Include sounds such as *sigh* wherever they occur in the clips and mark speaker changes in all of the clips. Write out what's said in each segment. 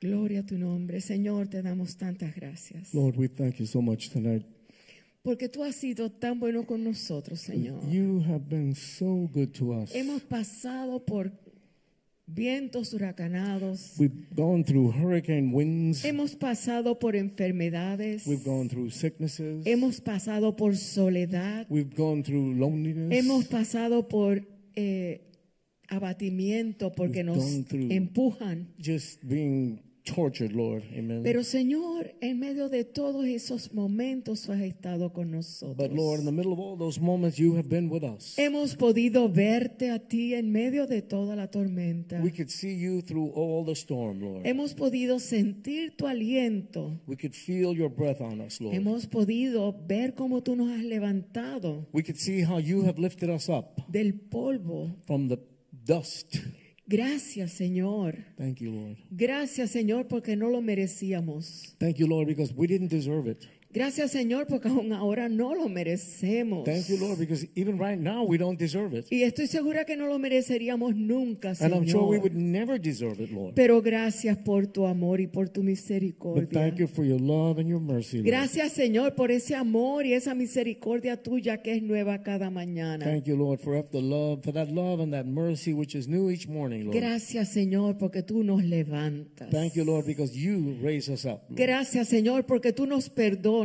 Speaker 1: Gloria a tu nombre, Señor, te damos tantas gracias.
Speaker 2: Lord, we thank you so much tonight.
Speaker 1: Porque tú has sido tan bueno con nosotros, Señor.
Speaker 2: You have been so good to us.
Speaker 1: Hemos pasado por vientos huracanados,
Speaker 2: We've gone through hurricane winds,
Speaker 1: hemos pasado por enfermedades,
Speaker 2: we've gone through sicknesses,
Speaker 1: hemos pasado por soledad,
Speaker 2: we've gone through loneliness,
Speaker 1: hemos pasado por eh, abatimiento porque
Speaker 2: We've
Speaker 1: nos
Speaker 2: gone through-
Speaker 1: empujan.
Speaker 2: just being tortured, Lord. Amen.
Speaker 1: Pero Señor, en medio de todos esos momentos tú has estado con
Speaker 2: but Lord, in
Speaker 1: nosotros.
Speaker 2: the middle of all those moments, you have been with us.
Speaker 1: Hemos podido verte a ti en medio de toda la tormenta.
Speaker 2: We could see you through all the storm, Lord.
Speaker 1: Hemos podido sentir tu aliento.
Speaker 2: we could feel your breath on us, Lord.
Speaker 1: Hemos podido ver cómo tú nos has levantado
Speaker 2: we could see how you have lifted us up
Speaker 1: del polvo.
Speaker 2: from the dust.
Speaker 1: Gracias, Señor.
Speaker 2: Thank you, Lord.
Speaker 1: Gracias, Señor, porque no lo merecíamos.
Speaker 2: Thank you, Lord, because we didn't deserve it.
Speaker 1: Gracias, Señor, porque aún ahora no lo merecemos.
Speaker 2: Thank you, Lord, because even right now we don't deserve it.
Speaker 1: Y estoy segura que no lo mereceríamos nunca,
Speaker 2: And I'm sure
Speaker 1: Señor.
Speaker 2: we would never deserve it, Lord.
Speaker 1: Pero gracias por tu amor y por tu
Speaker 2: But
Speaker 1: misericordia.
Speaker 2: thank you for your love and your mercy, Lord.
Speaker 1: Gracias, Señor, por ese amor y esa misericordia tuya que es nueva cada mañana.
Speaker 2: Thank you, Lord, for the love, for that love and that mercy which is new each morning, Lord.
Speaker 1: Gracias, Señor, porque tú nos levantas.
Speaker 2: Thank you, Lord, because you raise us up. Lord.
Speaker 1: Gracias, Señor, porque tú nos perdonas, Señor.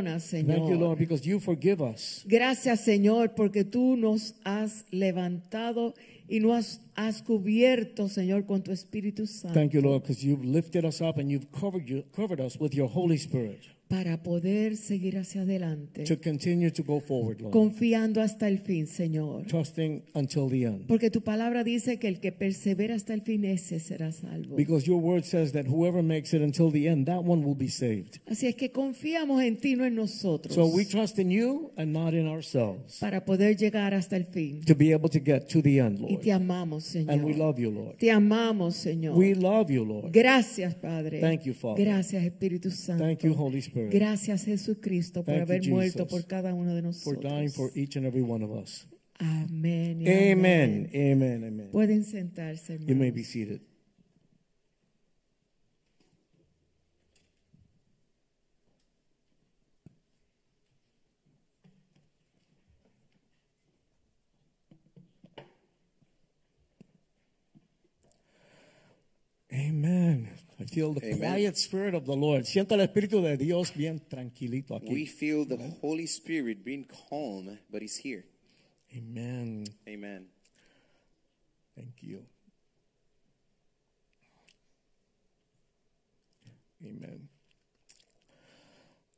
Speaker 2: Thank you, Lord, because you forgive us.
Speaker 1: Gracias, Señor, porque tú nos has levantado y nos has cubierto, Señor, con tu Espíritu Santo
Speaker 2: Thank you, Lord, because you've lifted us up and you've covered you, covered us with your Holy Spirit
Speaker 1: para poder seguir hacia adelante,
Speaker 2: to continue to go forward, Lord,
Speaker 1: confiando hasta el fin, Señor.
Speaker 2: trusting until the end.
Speaker 1: Porque tu palabra dice que el que persevera hasta el fin, ese será salvo.
Speaker 2: Because your word says that whoever makes it until the end, that one will be saved.
Speaker 1: Así es que confiamos en ti, no en nosotros,
Speaker 2: So we trust in you and not in ourselves
Speaker 1: para poder llegar hasta el fin.
Speaker 2: to be able to get to the end,
Speaker 1: Y te
Speaker 2: Lord.
Speaker 1: amamos, Señor.
Speaker 2: And we love you, Lord.
Speaker 1: Te amamos, Señor.
Speaker 2: We love you, Lord.
Speaker 1: Gracias, Padre.
Speaker 2: Thank you, Father.
Speaker 1: Gracias, Espíritu Santo.
Speaker 2: Thank you, Holy Spirit,
Speaker 1: Gracias, Jesucristo, por
Speaker 2: Thank you,
Speaker 1: haber muerto
Speaker 2: Jesus,
Speaker 1: por cada uno de
Speaker 2: for
Speaker 1: nosotros.
Speaker 2: dying for each and every one of us.
Speaker 1: Amén. y
Speaker 2: Amen. Amen. Amen.
Speaker 1: Pueden sentarse,
Speaker 2: You may
Speaker 1: hermanos.
Speaker 2: be seated. Amen. I feel the
Speaker 3: Amen.
Speaker 2: quiet spirit of the Lord. Siento el espíritu de Dios bien tranquilito
Speaker 3: We
Speaker 2: aquí.
Speaker 3: feel the Holy Spirit being calm, but He's here.
Speaker 2: Amen.
Speaker 3: Amen.
Speaker 2: Thank you. Amen.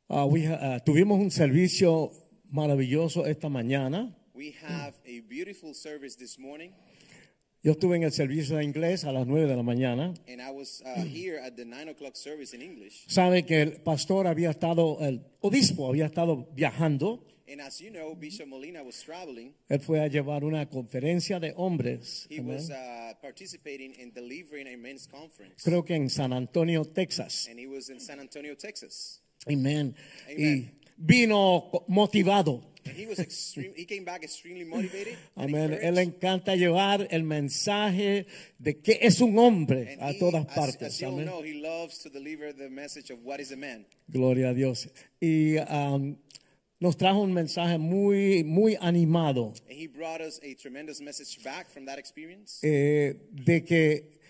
Speaker 2: Ah, we ha- ah, tuvimos un servicio maravilloso esta mañana.
Speaker 3: We have a beautiful service this morning,
Speaker 2: Yo estuve en el servicio de inglés a las 9 de la mañana.
Speaker 3: and I was
Speaker 2: Mm.
Speaker 3: uh, here at the nine o'clock service in English.
Speaker 2: Sabe que el pastor había estado, el obispo había estado viajando.
Speaker 3: And as you know,
Speaker 2: Mm-hmm.
Speaker 3: Bishop Molina was traveling.
Speaker 2: Él fue a llevar una conferencia de hombres.
Speaker 3: He
Speaker 2: Amén.
Speaker 3: was uh, participating in delivering a men's conference,
Speaker 2: Creo que en San Antonio, Texas.
Speaker 3: and he was in San Antonio, Texas.
Speaker 2: Amén. Y
Speaker 3: Amen.
Speaker 2: vino co- motivado.
Speaker 3: And he was extreme. he came back extremely motivated. and
Speaker 2: Amén. Él
Speaker 3: encouraged.
Speaker 2: le encanta llevar el mensaje de que es un hombre
Speaker 3: And
Speaker 2: a
Speaker 3: he,
Speaker 2: todas
Speaker 3: as-
Speaker 2: partes.
Speaker 3: As you all
Speaker 2: Amén.
Speaker 3: know, he loves to deliver the message of what is a man.
Speaker 2: Gloria a Dios. Y um, nos trajo un mensaje muy, muy animado
Speaker 3: And he brought us a tremendous message back from that experience.
Speaker 2: eh, de que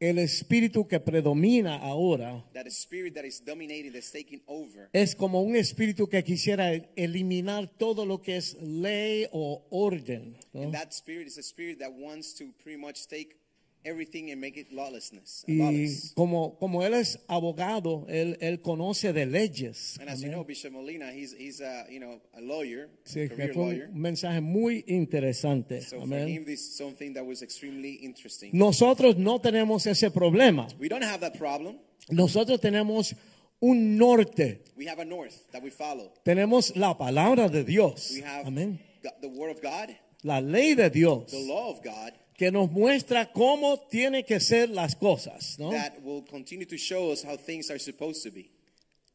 Speaker 2: el espíritu que predomina ahora
Speaker 3: that the spirit that is dominating, that's taking over,
Speaker 2: es como un espíritu que quisiera eliminar todo lo que es ley o orden. ¿no?
Speaker 3: and that spirit is a spirit that wants to pretty much take everything and make it lawlessness.
Speaker 2: Y
Speaker 3: lawless.
Speaker 2: como, como él es abogado, él, él conoce de leyes.
Speaker 3: And as you know, Bishop Molina, he's he's a you know a lawyer,
Speaker 2: Sí, que
Speaker 3: career
Speaker 2: fue
Speaker 3: lawyer.
Speaker 2: un mensaje muy interesante.
Speaker 3: So for
Speaker 2: Amén.
Speaker 3: him, this is something that was extremely interesting.
Speaker 2: Nosotros no tenemos ese problema.
Speaker 3: We don't have that problem.
Speaker 2: Nosotros tenemos un norte.
Speaker 3: We have a north that we follow.
Speaker 2: Tenemos la palabra de Dios.
Speaker 3: We have
Speaker 2: Amén.
Speaker 3: Go- the word of God,
Speaker 2: La ley de Dios
Speaker 3: the law of God
Speaker 2: que nos muestra cómo tiene que ser las cosas, ¿no?
Speaker 3: that will continue to show us how things are supposed to be.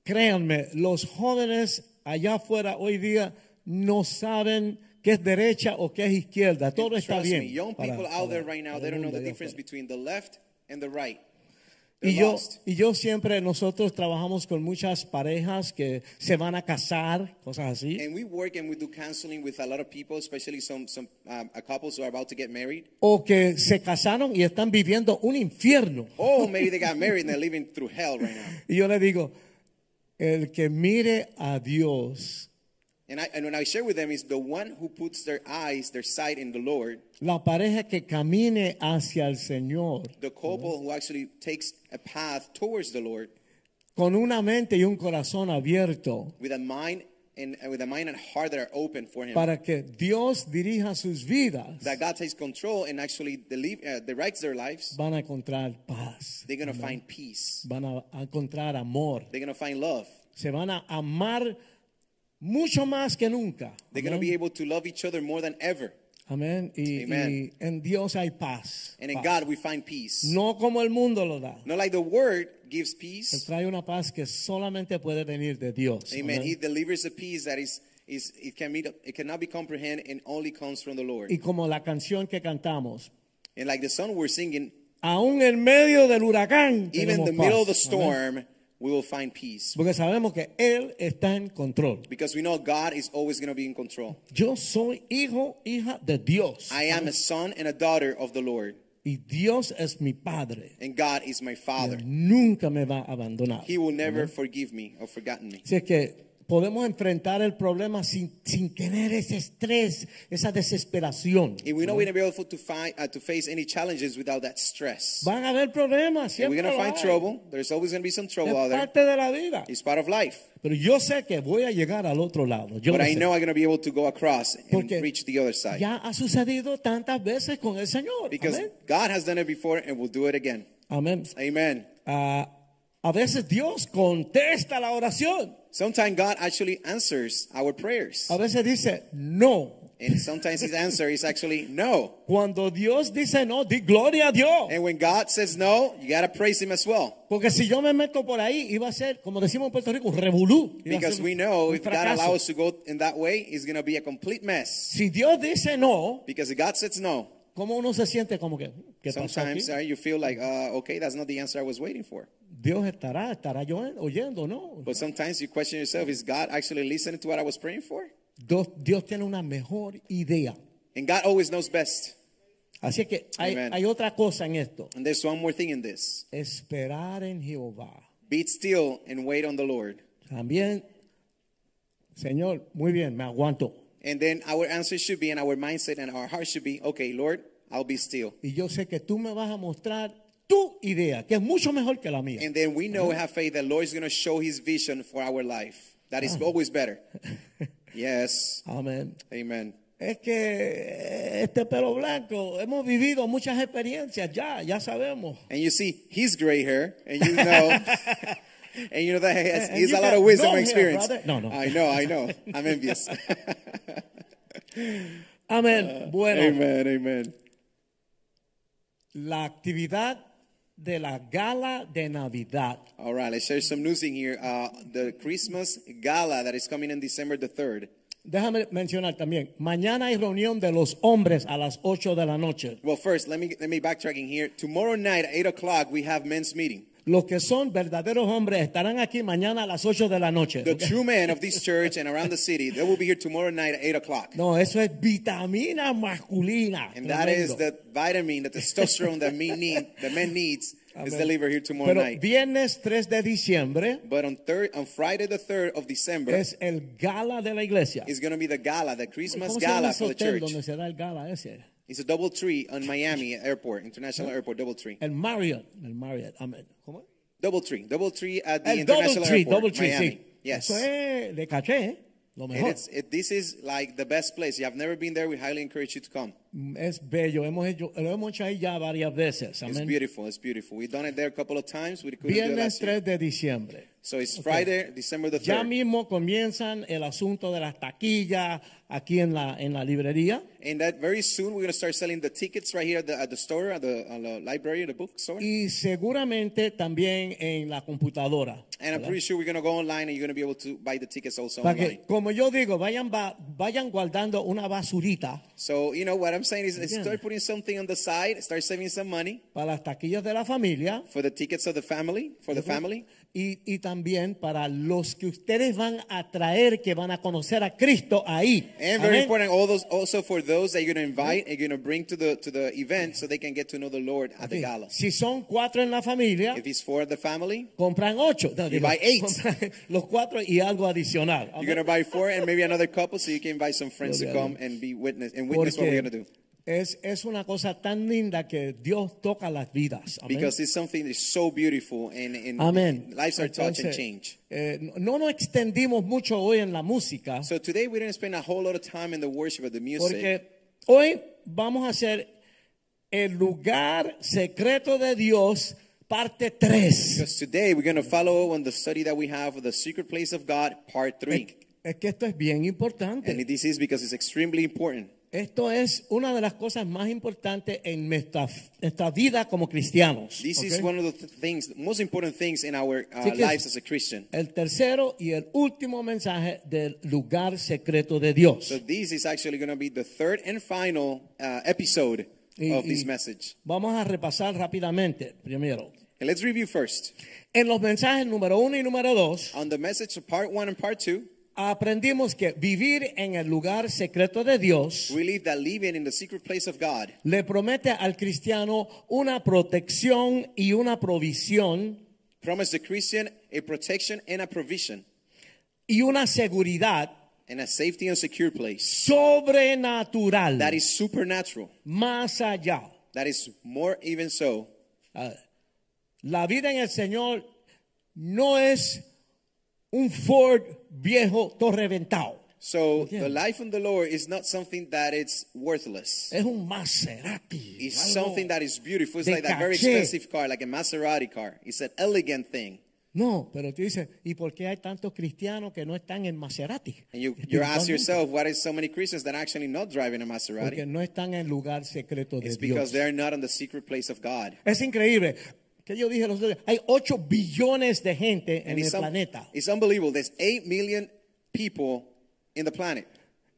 Speaker 2: Créanme, los jóvenes allá afuera hoy día no saben qué es derecha o qué es izquierda.
Speaker 3: And
Speaker 2: Todo está
Speaker 3: trust
Speaker 2: bien.
Speaker 3: me, young
Speaker 2: para-
Speaker 3: people
Speaker 2: para-
Speaker 3: out there right now,
Speaker 2: para
Speaker 3: they
Speaker 2: el
Speaker 3: don't
Speaker 2: mundo
Speaker 3: know the
Speaker 2: allá
Speaker 3: difference
Speaker 2: afuera.
Speaker 3: between the left and the right. They're
Speaker 2: Y yo,
Speaker 3: lost.
Speaker 2: y yo siempre, nosotros trabajamos con muchas parejas que se van a casar, cosas así.
Speaker 3: And we work and we do counseling with a lot of people, especially some some um, uh, couples who are about to get married.
Speaker 2: o que se casaron y están viviendo un infierno.
Speaker 3: Oh, maybe they got married and they're living through hell right now.
Speaker 2: Y yo le digo, el que mire a Dios,
Speaker 3: And I and when I share with them is the one who puts their eyes, their sight in the Lord,
Speaker 2: la pareja que camine hacia el Señor
Speaker 3: the couple who actually takes a path towards the Lord
Speaker 2: con una mente y un corazón abierto
Speaker 3: with a mind and and with a mind and heart that are open for Him.
Speaker 2: para que Dios dirija sus vidas,
Speaker 3: that God takes control and actually deliver, uh, directs their lives.
Speaker 2: van a encontrar paz,
Speaker 3: They're gonna find peace.
Speaker 2: van a a encontrar amor,
Speaker 3: They're gonna find love.
Speaker 2: se van a amar mucho más que nunca.
Speaker 3: They're gonna be
Speaker 2: Amén.
Speaker 3: able to love each other more than ever.
Speaker 2: Amén. Y,
Speaker 3: Amen.
Speaker 2: y en Dios hay paz.
Speaker 3: And in
Speaker 2: Paz.
Speaker 3: God we find peace.
Speaker 2: No como el mundo lo da.
Speaker 3: Not like the word gives
Speaker 2: Te
Speaker 3: peace.
Speaker 2: trae una paz que solamente puede venir de Dios.
Speaker 3: Amen.
Speaker 2: Amén.
Speaker 3: He delivers a peace that is is it can be it cannot be comprehended and only comes from the Lord.
Speaker 2: Y como la canción que cantamos,
Speaker 3: And like the song we're singing,
Speaker 2: aún en medio del huracán,
Speaker 3: even
Speaker 2: tenemos
Speaker 3: in the middle of the
Speaker 2: paz. Amén.
Speaker 3: storm, we will find peace.
Speaker 2: Porque sabemos que Él está en control.
Speaker 3: Because we know God is always gonna be in control.
Speaker 2: Yo soy hijo, hija de Dios.
Speaker 3: I am a son and a daughter of the Lord,
Speaker 2: y Dios es mi Padre.
Speaker 3: and God is my Father.
Speaker 2: Nunca me va a abandonar.
Speaker 3: He will never forgive me or forgotten me.
Speaker 2: Así es que podemos enfrentar el problema sin, sin tener ese estrés, esa desesperación.
Speaker 3: And we know we're gonna be able to find uh, to face any challenges without that stress.
Speaker 2: Van a haber problemas.
Speaker 3: And
Speaker 2: Siempre
Speaker 3: we're gonna
Speaker 2: lo
Speaker 3: find
Speaker 2: hay.
Speaker 3: trouble. There's always gonna be some trouble out
Speaker 2: Es
Speaker 3: there.
Speaker 2: parte de la vida.
Speaker 3: It's part of life.
Speaker 2: Pero yo sé que voy a llegar al otro lado. Yo
Speaker 3: But
Speaker 2: lo
Speaker 3: I
Speaker 2: sé.
Speaker 3: know I'm going to be able to go across and
Speaker 2: Porque
Speaker 3: reach the other side.
Speaker 2: ya ha sucedido tantas veces con el Señor.
Speaker 3: Because
Speaker 2: Amén.
Speaker 3: God has done it before and will do it again.
Speaker 2: Amén.
Speaker 3: Amen.
Speaker 2: Ah, a veces Dios contesta la oración.
Speaker 3: Sometimes God actually answers our prayers.
Speaker 2: A veces dice no.
Speaker 3: And sometimes his answer is actually no.
Speaker 2: Cuando Dios dice no, di gloria a Dios.
Speaker 3: And when God says no, you got to praise him as well.
Speaker 2: Porque si yo me meto por ahí, iba a ser, como decimos en Puerto Rico, un revolú. Iba a
Speaker 3: Because
Speaker 2: ser
Speaker 3: we
Speaker 2: un-
Speaker 3: know
Speaker 2: un
Speaker 3: if God
Speaker 2: fracaso.
Speaker 3: allows us to go in that way, it's going to be a complete mess.
Speaker 2: Si Dios dice no,
Speaker 3: Because if God says no,
Speaker 2: ¿cómo uno se siente como que? ¿qué pasó
Speaker 3: sometimes
Speaker 2: aquí?
Speaker 3: uh, you feel like, uh, okay, that's not the answer I was waiting for.
Speaker 2: Dios estará, estará yo- oyendo, ¿no?
Speaker 3: But sometimes you question yourself, is God actually listening to what I was praying for?
Speaker 2: Dios, Dios tiene una mejor idea.
Speaker 3: And God always knows best.
Speaker 2: Así que hay,
Speaker 3: Amen.
Speaker 2: hay otra cosa en esto.
Speaker 3: And there's one more thing in this.
Speaker 2: Esperar en Jehová.
Speaker 3: Be still and wait on the Lord.
Speaker 2: También, Señor, muy bien, me aguanto.
Speaker 3: And then our answer should be, and our mindset and our heart should be, okay, Lord, I'll be still.
Speaker 2: Y yo sé que tú me vas a mostrar tu idea, que es mucho mejor que la mía.
Speaker 3: And then we
Speaker 2: Mm-hmm.
Speaker 3: know, have faith that Lord is going to show his vision for our life. That
Speaker 2: Mm.
Speaker 3: is
Speaker 2: *laughs*
Speaker 3: always better. Yes.
Speaker 2: Amén.
Speaker 3: Amen.
Speaker 2: Es que este pelo blanco, hemos vivido muchas experiencias ya, ya sabemos.
Speaker 3: And you see, he's gray hair, and you know,
Speaker 2: *laughs*
Speaker 3: and you know that he has,
Speaker 2: And
Speaker 3: he has
Speaker 2: you
Speaker 3: a lot
Speaker 2: got
Speaker 3: of wisdom
Speaker 2: blonde
Speaker 3: and
Speaker 2: hair,
Speaker 3: experience.
Speaker 2: brother. No, no.
Speaker 3: I know, I know. I'm
Speaker 2: *laughs*
Speaker 3: envious.
Speaker 2: Amén. Ah, Bueno,
Speaker 3: amen, amen.
Speaker 2: la actividad de la gala de Navidad.
Speaker 3: All right, let's share some news in here. Uh, the Christmas gala that is coming in December the 3rd.
Speaker 2: Déjame mencionar también, mañana hay reunión de los hombres a las 8 de la noche.
Speaker 3: Well, first, let me let me backtracking here. Tomorrow night, eight o'clock, we have men's meeting.
Speaker 2: Los que son verdaderos hombres estarán aquí mañana a las 8 de la noche.
Speaker 3: The true men of this church and around the city, they will be here tomorrow night at eight o'clock,
Speaker 2: No, eso es vitamina masculina.
Speaker 3: and that is
Speaker 2: Tremendo.
Speaker 3: the vitamin, the testosterone that men need, the men needs, is
Speaker 2: Amén.
Speaker 3: delivered here tomorrow
Speaker 2: Pero
Speaker 3: night.
Speaker 2: viernes 3 de diciembre
Speaker 3: But on third, on Friday the third of December
Speaker 2: es el gala de la iglesia.
Speaker 3: is going to be the gala, the Christmas
Speaker 2: ¿Cómo se llama
Speaker 3: gala
Speaker 2: ese
Speaker 3: for the
Speaker 2: hotel
Speaker 3: church.
Speaker 2: donde se da el gala ese?
Speaker 3: It's a double tree on Miami Airport, International Airport, double tree,
Speaker 2: El Marriott, el Marriott, amén. ¿Cómo?
Speaker 3: double tree, double tree at the
Speaker 2: El
Speaker 3: International
Speaker 2: Doubletree,
Speaker 3: Airport,
Speaker 2: Doubletree,
Speaker 3: Miami.
Speaker 2: sí.
Speaker 3: Yes.
Speaker 2: Eso es de caché, ¿eh? Lo
Speaker 3: And
Speaker 2: mejor.
Speaker 3: it's, it, this is like the best place. You have never been there. We highly encourage you to come.
Speaker 2: es bello. Hemos hecho, lo hemos hecho ahí ya varias veces.
Speaker 3: It's
Speaker 2: Amén.
Speaker 3: beautiful. It's beautiful. We've done it there a couple of times. We couldn't do it
Speaker 2: Viernes
Speaker 3: last year.
Speaker 2: 3 de diciembre.
Speaker 3: So it's Friday, December the
Speaker 2: Ya
Speaker 3: 3rd.
Speaker 2: mismo comienzan el asunto de las taquillas aquí en la, en la librería.
Speaker 3: And that very soon we're going to start selling the tickets right here at the, at the store, at the, at the library, the bookstore.
Speaker 2: Y seguramente también en la computadora.
Speaker 3: And I'm pretty sure we're going to go online and you're going to be able to buy the tickets also
Speaker 2: Para
Speaker 3: online.
Speaker 2: que, como yo digo, vayan, va- vayan guardando una basurita
Speaker 3: So, you know, what I'm saying is, is
Speaker 2: Yeah.
Speaker 3: start putting something on the side, start saving some money
Speaker 2: para las taquillas de la familia
Speaker 3: for the tickets of the family, for the family.
Speaker 2: y, y también para los que ustedes van a traer, que van a conocer a Cristo ahí.
Speaker 3: And very
Speaker 2: Amén.
Speaker 3: important, all those also for those that you're going to invite and you're going to bring to the to the event so they can get to know the Lord at the gala.
Speaker 2: Si son cuatro en la familia,
Speaker 3: If he's for the family,
Speaker 2: compran ocho. No, digo,
Speaker 3: buy eight.
Speaker 2: compran los cuatro y algo adicional.
Speaker 3: you're going to buy four and maybe another couple so you can invite some friends to
Speaker 2: Gloria a
Speaker 3: come
Speaker 2: Dios.
Speaker 3: and be witness and witness what we're
Speaker 2: Porque
Speaker 3: going to do.
Speaker 2: es, es una cosa tan linda que Dios toca las vidas. Amén.
Speaker 3: Because it's something that's so beautiful and, and
Speaker 2: Amén.
Speaker 3: lives are touched and
Speaker 2: Entonces,
Speaker 3: changed.
Speaker 2: eh, no nos extendimos mucho hoy en la música
Speaker 3: So today we didn't spend a whole lot of time in the worship of the music.
Speaker 2: porque hoy vamos a hacer el lugar secreto de Dios parte 3.
Speaker 3: Because today we're going to follow on the study that we have of the secret place of God, part three.
Speaker 2: Es que esto es bien importante.
Speaker 3: And this is because it's extremely important.
Speaker 2: Esto es una de las cosas más importantes en nuestra, nuestra vida como cristianos.
Speaker 3: This is
Speaker 2: ¿ok?
Speaker 3: one of the th- things, most important things in our uh,
Speaker 2: Así que-
Speaker 3: lives as a Christian.
Speaker 2: El tercero y el último mensaje del lugar secreto de Dios.
Speaker 3: So this is actually going to be the third and final uh, episode
Speaker 2: Y-
Speaker 3: of this
Speaker 2: y
Speaker 3: message.
Speaker 2: Vamos a repasar rápidamente primero.
Speaker 3: And let's review first.
Speaker 2: En los mensajes número uno y número dos,
Speaker 3: On the message of part one and part two,
Speaker 2: aprendimos que vivir en el lugar secreto de Dios
Speaker 3: we leave that living in the secret place of God
Speaker 2: le promete al cristiano una protección y una provisión
Speaker 3: promise the Christian a protection and a provision
Speaker 2: y una seguridad
Speaker 3: and a safety and secure place
Speaker 2: sobrenatural
Speaker 3: that is supernatural,
Speaker 2: más allá.
Speaker 3: that is more even so
Speaker 2: La vida en el Señor no es un Ford viejo torreventado.
Speaker 3: So the life in the Lord is not something that it's worthless.
Speaker 2: Es un Maserati.
Speaker 3: It's
Speaker 2: algo-
Speaker 3: something that is beautiful. It's
Speaker 2: de
Speaker 3: like that very
Speaker 2: caché.
Speaker 3: expensive car, like a Maserati car. It's an elegant thing.
Speaker 2: No, pero tú dices, ¿y por qué hay tantos cristianos que no están en Maserati?
Speaker 3: And you, you ask
Speaker 2: Espiritualmente.
Speaker 3: yourself, why is so many Christians that are actually not driving a
Speaker 2: Porque
Speaker 3: Maserati?
Speaker 2: no están en el lugar secreto de
Speaker 3: It's
Speaker 2: Dios.
Speaker 3: because they're not in the secret place of God.
Speaker 2: Es increíble. Que yo dije los otros días, hay 8 billones de gente en
Speaker 3: And
Speaker 2: el
Speaker 3: it's, un-
Speaker 2: planeta.
Speaker 3: it's unbelievable. There's 8 million people in the planet.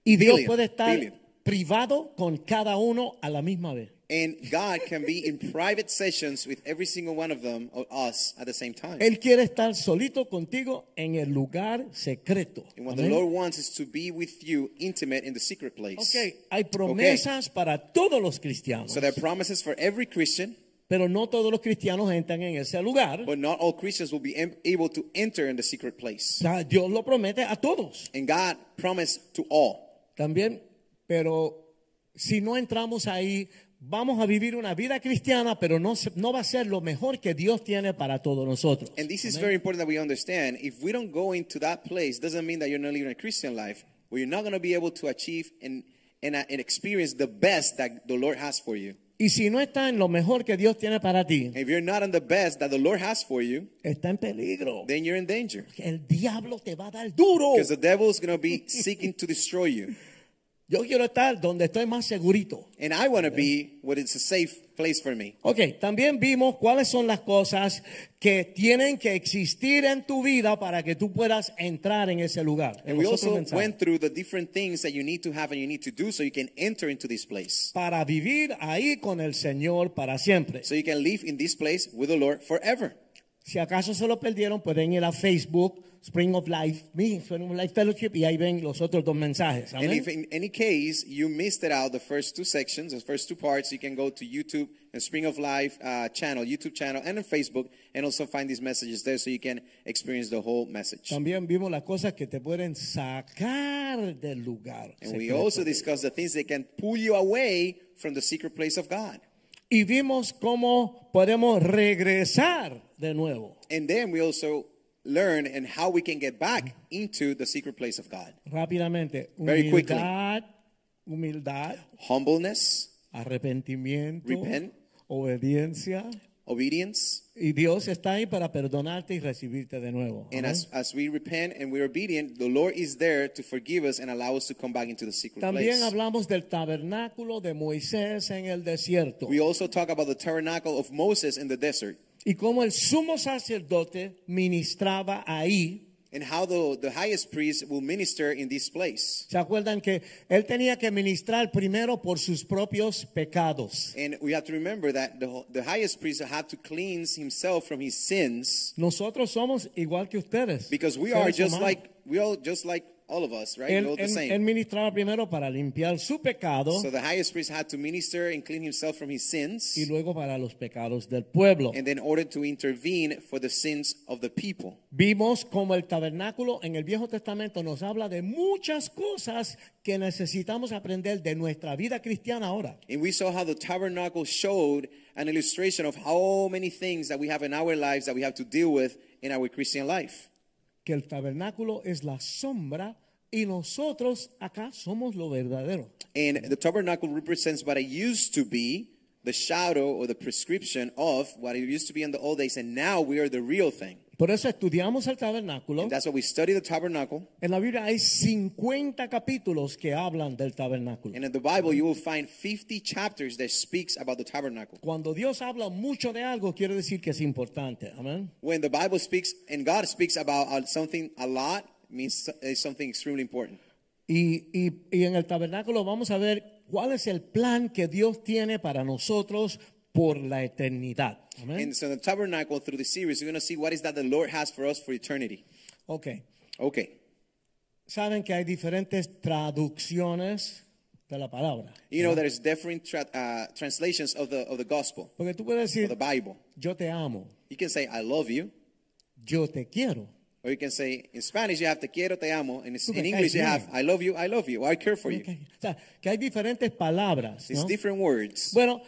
Speaker 2: Y Dios
Speaker 3: billion,
Speaker 2: puede estar
Speaker 3: billion.
Speaker 2: privado con cada uno a la misma vez.
Speaker 3: And God can be in private sessions with every single one of them, or us, at the same time.
Speaker 2: Él quiere estar solito contigo en el lugar secreto.
Speaker 3: And what
Speaker 2: Amén.
Speaker 3: the Lord wants is to be with you intimate in the secret place.
Speaker 2: Ok, hay promesas para todos los cristianos,
Speaker 3: So there are promises for every Christian,
Speaker 2: pero no todos los cristianos entran en ese lugar.
Speaker 3: but not all Christians will be em- able to enter in the secret
Speaker 2: O
Speaker 3: place.
Speaker 2: sea, Dios lo promete a todos
Speaker 3: And God promised to all.
Speaker 2: también, pero si no entramos ahí, vamos a vivir una vida cristiana, pero no, se- no va a ser lo mejor que Dios tiene para todos nosotros.
Speaker 3: And this is very important that we understand. If we don't go into that place, doesn't mean that you're not living a Christian life, where you're not going to be able to achieve and, and, uh, and experience the best that the Lord has for you.
Speaker 2: Y si no está en lo mejor que Dios tiene para ti,
Speaker 3: And if you're not in the best that the Lord has for you,
Speaker 2: está en peligro.
Speaker 3: then you're in danger.
Speaker 2: El diablo te va a dar duro.
Speaker 3: Because the devil is going to be *laughs* seeking to destroy you.
Speaker 2: Yo quiero estar donde estoy más segurito.
Speaker 3: And I want to be what is a safe place for me.
Speaker 2: Ok, también vimos cuáles son las cosas que tienen que existir en tu vida para que tú puedas entrar en ese lugar. En
Speaker 3: And we
Speaker 2: los otros
Speaker 3: also
Speaker 2: mensajes.
Speaker 3: went through the different things that you need to have and you need to do so you can enter into this place.
Speaker 2: para vivir ahí con el Señor para siempre.
Speaker 3: So you can live in this place with the Lord forever.
Speaker 2: Si acaso se lo perdieron, pueden ir a Facebook, Spring of Life, me, Spring of Life Fellowship, y ahí ven los otros dos mensajes.
Speaker 3: And
Speaker 2: Amén.
Speaker 3: if in any case you missed it out, the first two sections, the first two parts, you can go to YouTube and Spring of Life uh, channel, YouTube channel, and on Facebook, and also find these messages there so you can experience the whole message.
Speaker 2: También vimos las cosas que te pueden sacar del lugar.
Speaker 3: And we
Speaker 2: secreto.
Speaker 3: also discussed the things that can pull you away from the secret place of God.
Speaker 2: Y vimos cómo podemos regresar de nuevo.
Speaker 3: And then we also learn and how we can get back into the secret place of God.
Speaker 2: Rápidamente.
Speaker 3: Very quickly.
Speaker 2: Unidad humildad,
Speaker 3: humbleness,
Speaker 2: arrepentimiento,
Speaker 3: Repent.
Speaker 2: obediencia.
Speaker 3: obedience.
Speaker 2: Y Dios está ahí para perdonarte y recibirte de nuevo. Amén.
Speaker 3: And as, as we repent and we're obedient, the Lord is there to forgive us and allow us to come back into the secret
Speaker 2: También
Speaker 3: place.
Speaker 2: hablamos del tabernáculo de Moisés en el desierto
Speaker 3: We also talk about the tabernacle of Moses in the desert
Speaker 2: y cómo el sumo sacerdote ministraba ahí.
Speaker 3: and how the, the highest priest will minister in this place.
Speaker 2: ¿Se acuerdan que él tenía que ministrar primero por sus propios pecados?
Speaker 3: And we have to remember that the, the highest priest had to cleanse himself from his sins
Speaker 2: Nosotros somos igual que ustedes.
Speaker 3: because we
Speaker 2: seres
Speaker 3: are just
Speaker 2: humanos.
Speaker 3: like we all just like all of us, right?
Speaker 2: él,
Speaker 3: We're all the
Speaker 2: él-
Speaker 3: same.
Speaker 2: él ministraba primero para limpiar su pecado
Speaker 3: so the highest priest had to minister and clean himself from his sins
Speaker 2: y luego para los pecados del pueblo.
Speaker 3: and then ordered to intervene for the sins of the people.
Speaker 2: Vimos como el tabernáculo en el Viejo Testamento nos habla de muchas cosas que necesitamos aprender de nuestra vida cristiana ahora.
Speaker 3: And we saw how the tabernacle showed an illustration of how many things that we have in our lives that we have to deal with in our Christian life.
Speaker 2: Que el tabernáculo es la sombra y nosotros acá somos lo verdadero.
Speaker 3: And the tabernacle represents what it used to be, the shadow or the prescription of what it used to be in the old days, and now we are the real thing.
Speaker 2: Por eso estudiamos el tabernáculo.
Speaker 3: And that's why we study the tabernacle.
Speaker 2: En la Biblia hay 50 capítulos que hablan del tabernáculo.
Speaker 3: And in the Bible, you will find 50 chapters that speaks about the tabernacle.
Speaker 2: Cuando Dios habla mucho de algo, quiere decir que es importante. Amén.
Speaker 3: When the Bible speaks and God speaks about uh, something a lot, means it's something extremely important.
Speaker 2: Y, y- y en el tabernáculo vamos a ver cuál es el plan que Dios tiene para nosotros por la eternidad. Amén.
Speaker 3: And so the tabernacle through the series, we're going to see what is that the Lord has for us for eternity.
Speaker 2: Ok.
Speaker 3: Okay.
Speaker 2: Saben que hay diferentes traducciones de la palabra.
Speaker 3: You know, there's different tra- uh, translations of the, of the gospel,
Speaker 2: Porque tú puedes
Speaker 3: of the
Speaker 2: decir,
Speaker 3: Bible.
Speaker 2: yo te amo,
Speaker 3: You can say, I love you.
Speaker 2: yo te quiero.
Speaker 3: Or you can say, in Spanish, you have te quiero, te amo. And it's-
Speaker 2: Tú me
Speaker 3: in
Speaker 2: caes
Speaker 3: English, you
Speaker 2: bien.
Speaker 3: have, I love you, I love you, or I care for you.
Speaker 2: Ok. O sea, que hay diferentes palabras.
Speaker 3: It's
Speaker 2: ¿no?
Speaker 3: different words.
Speaker 2: Bueno,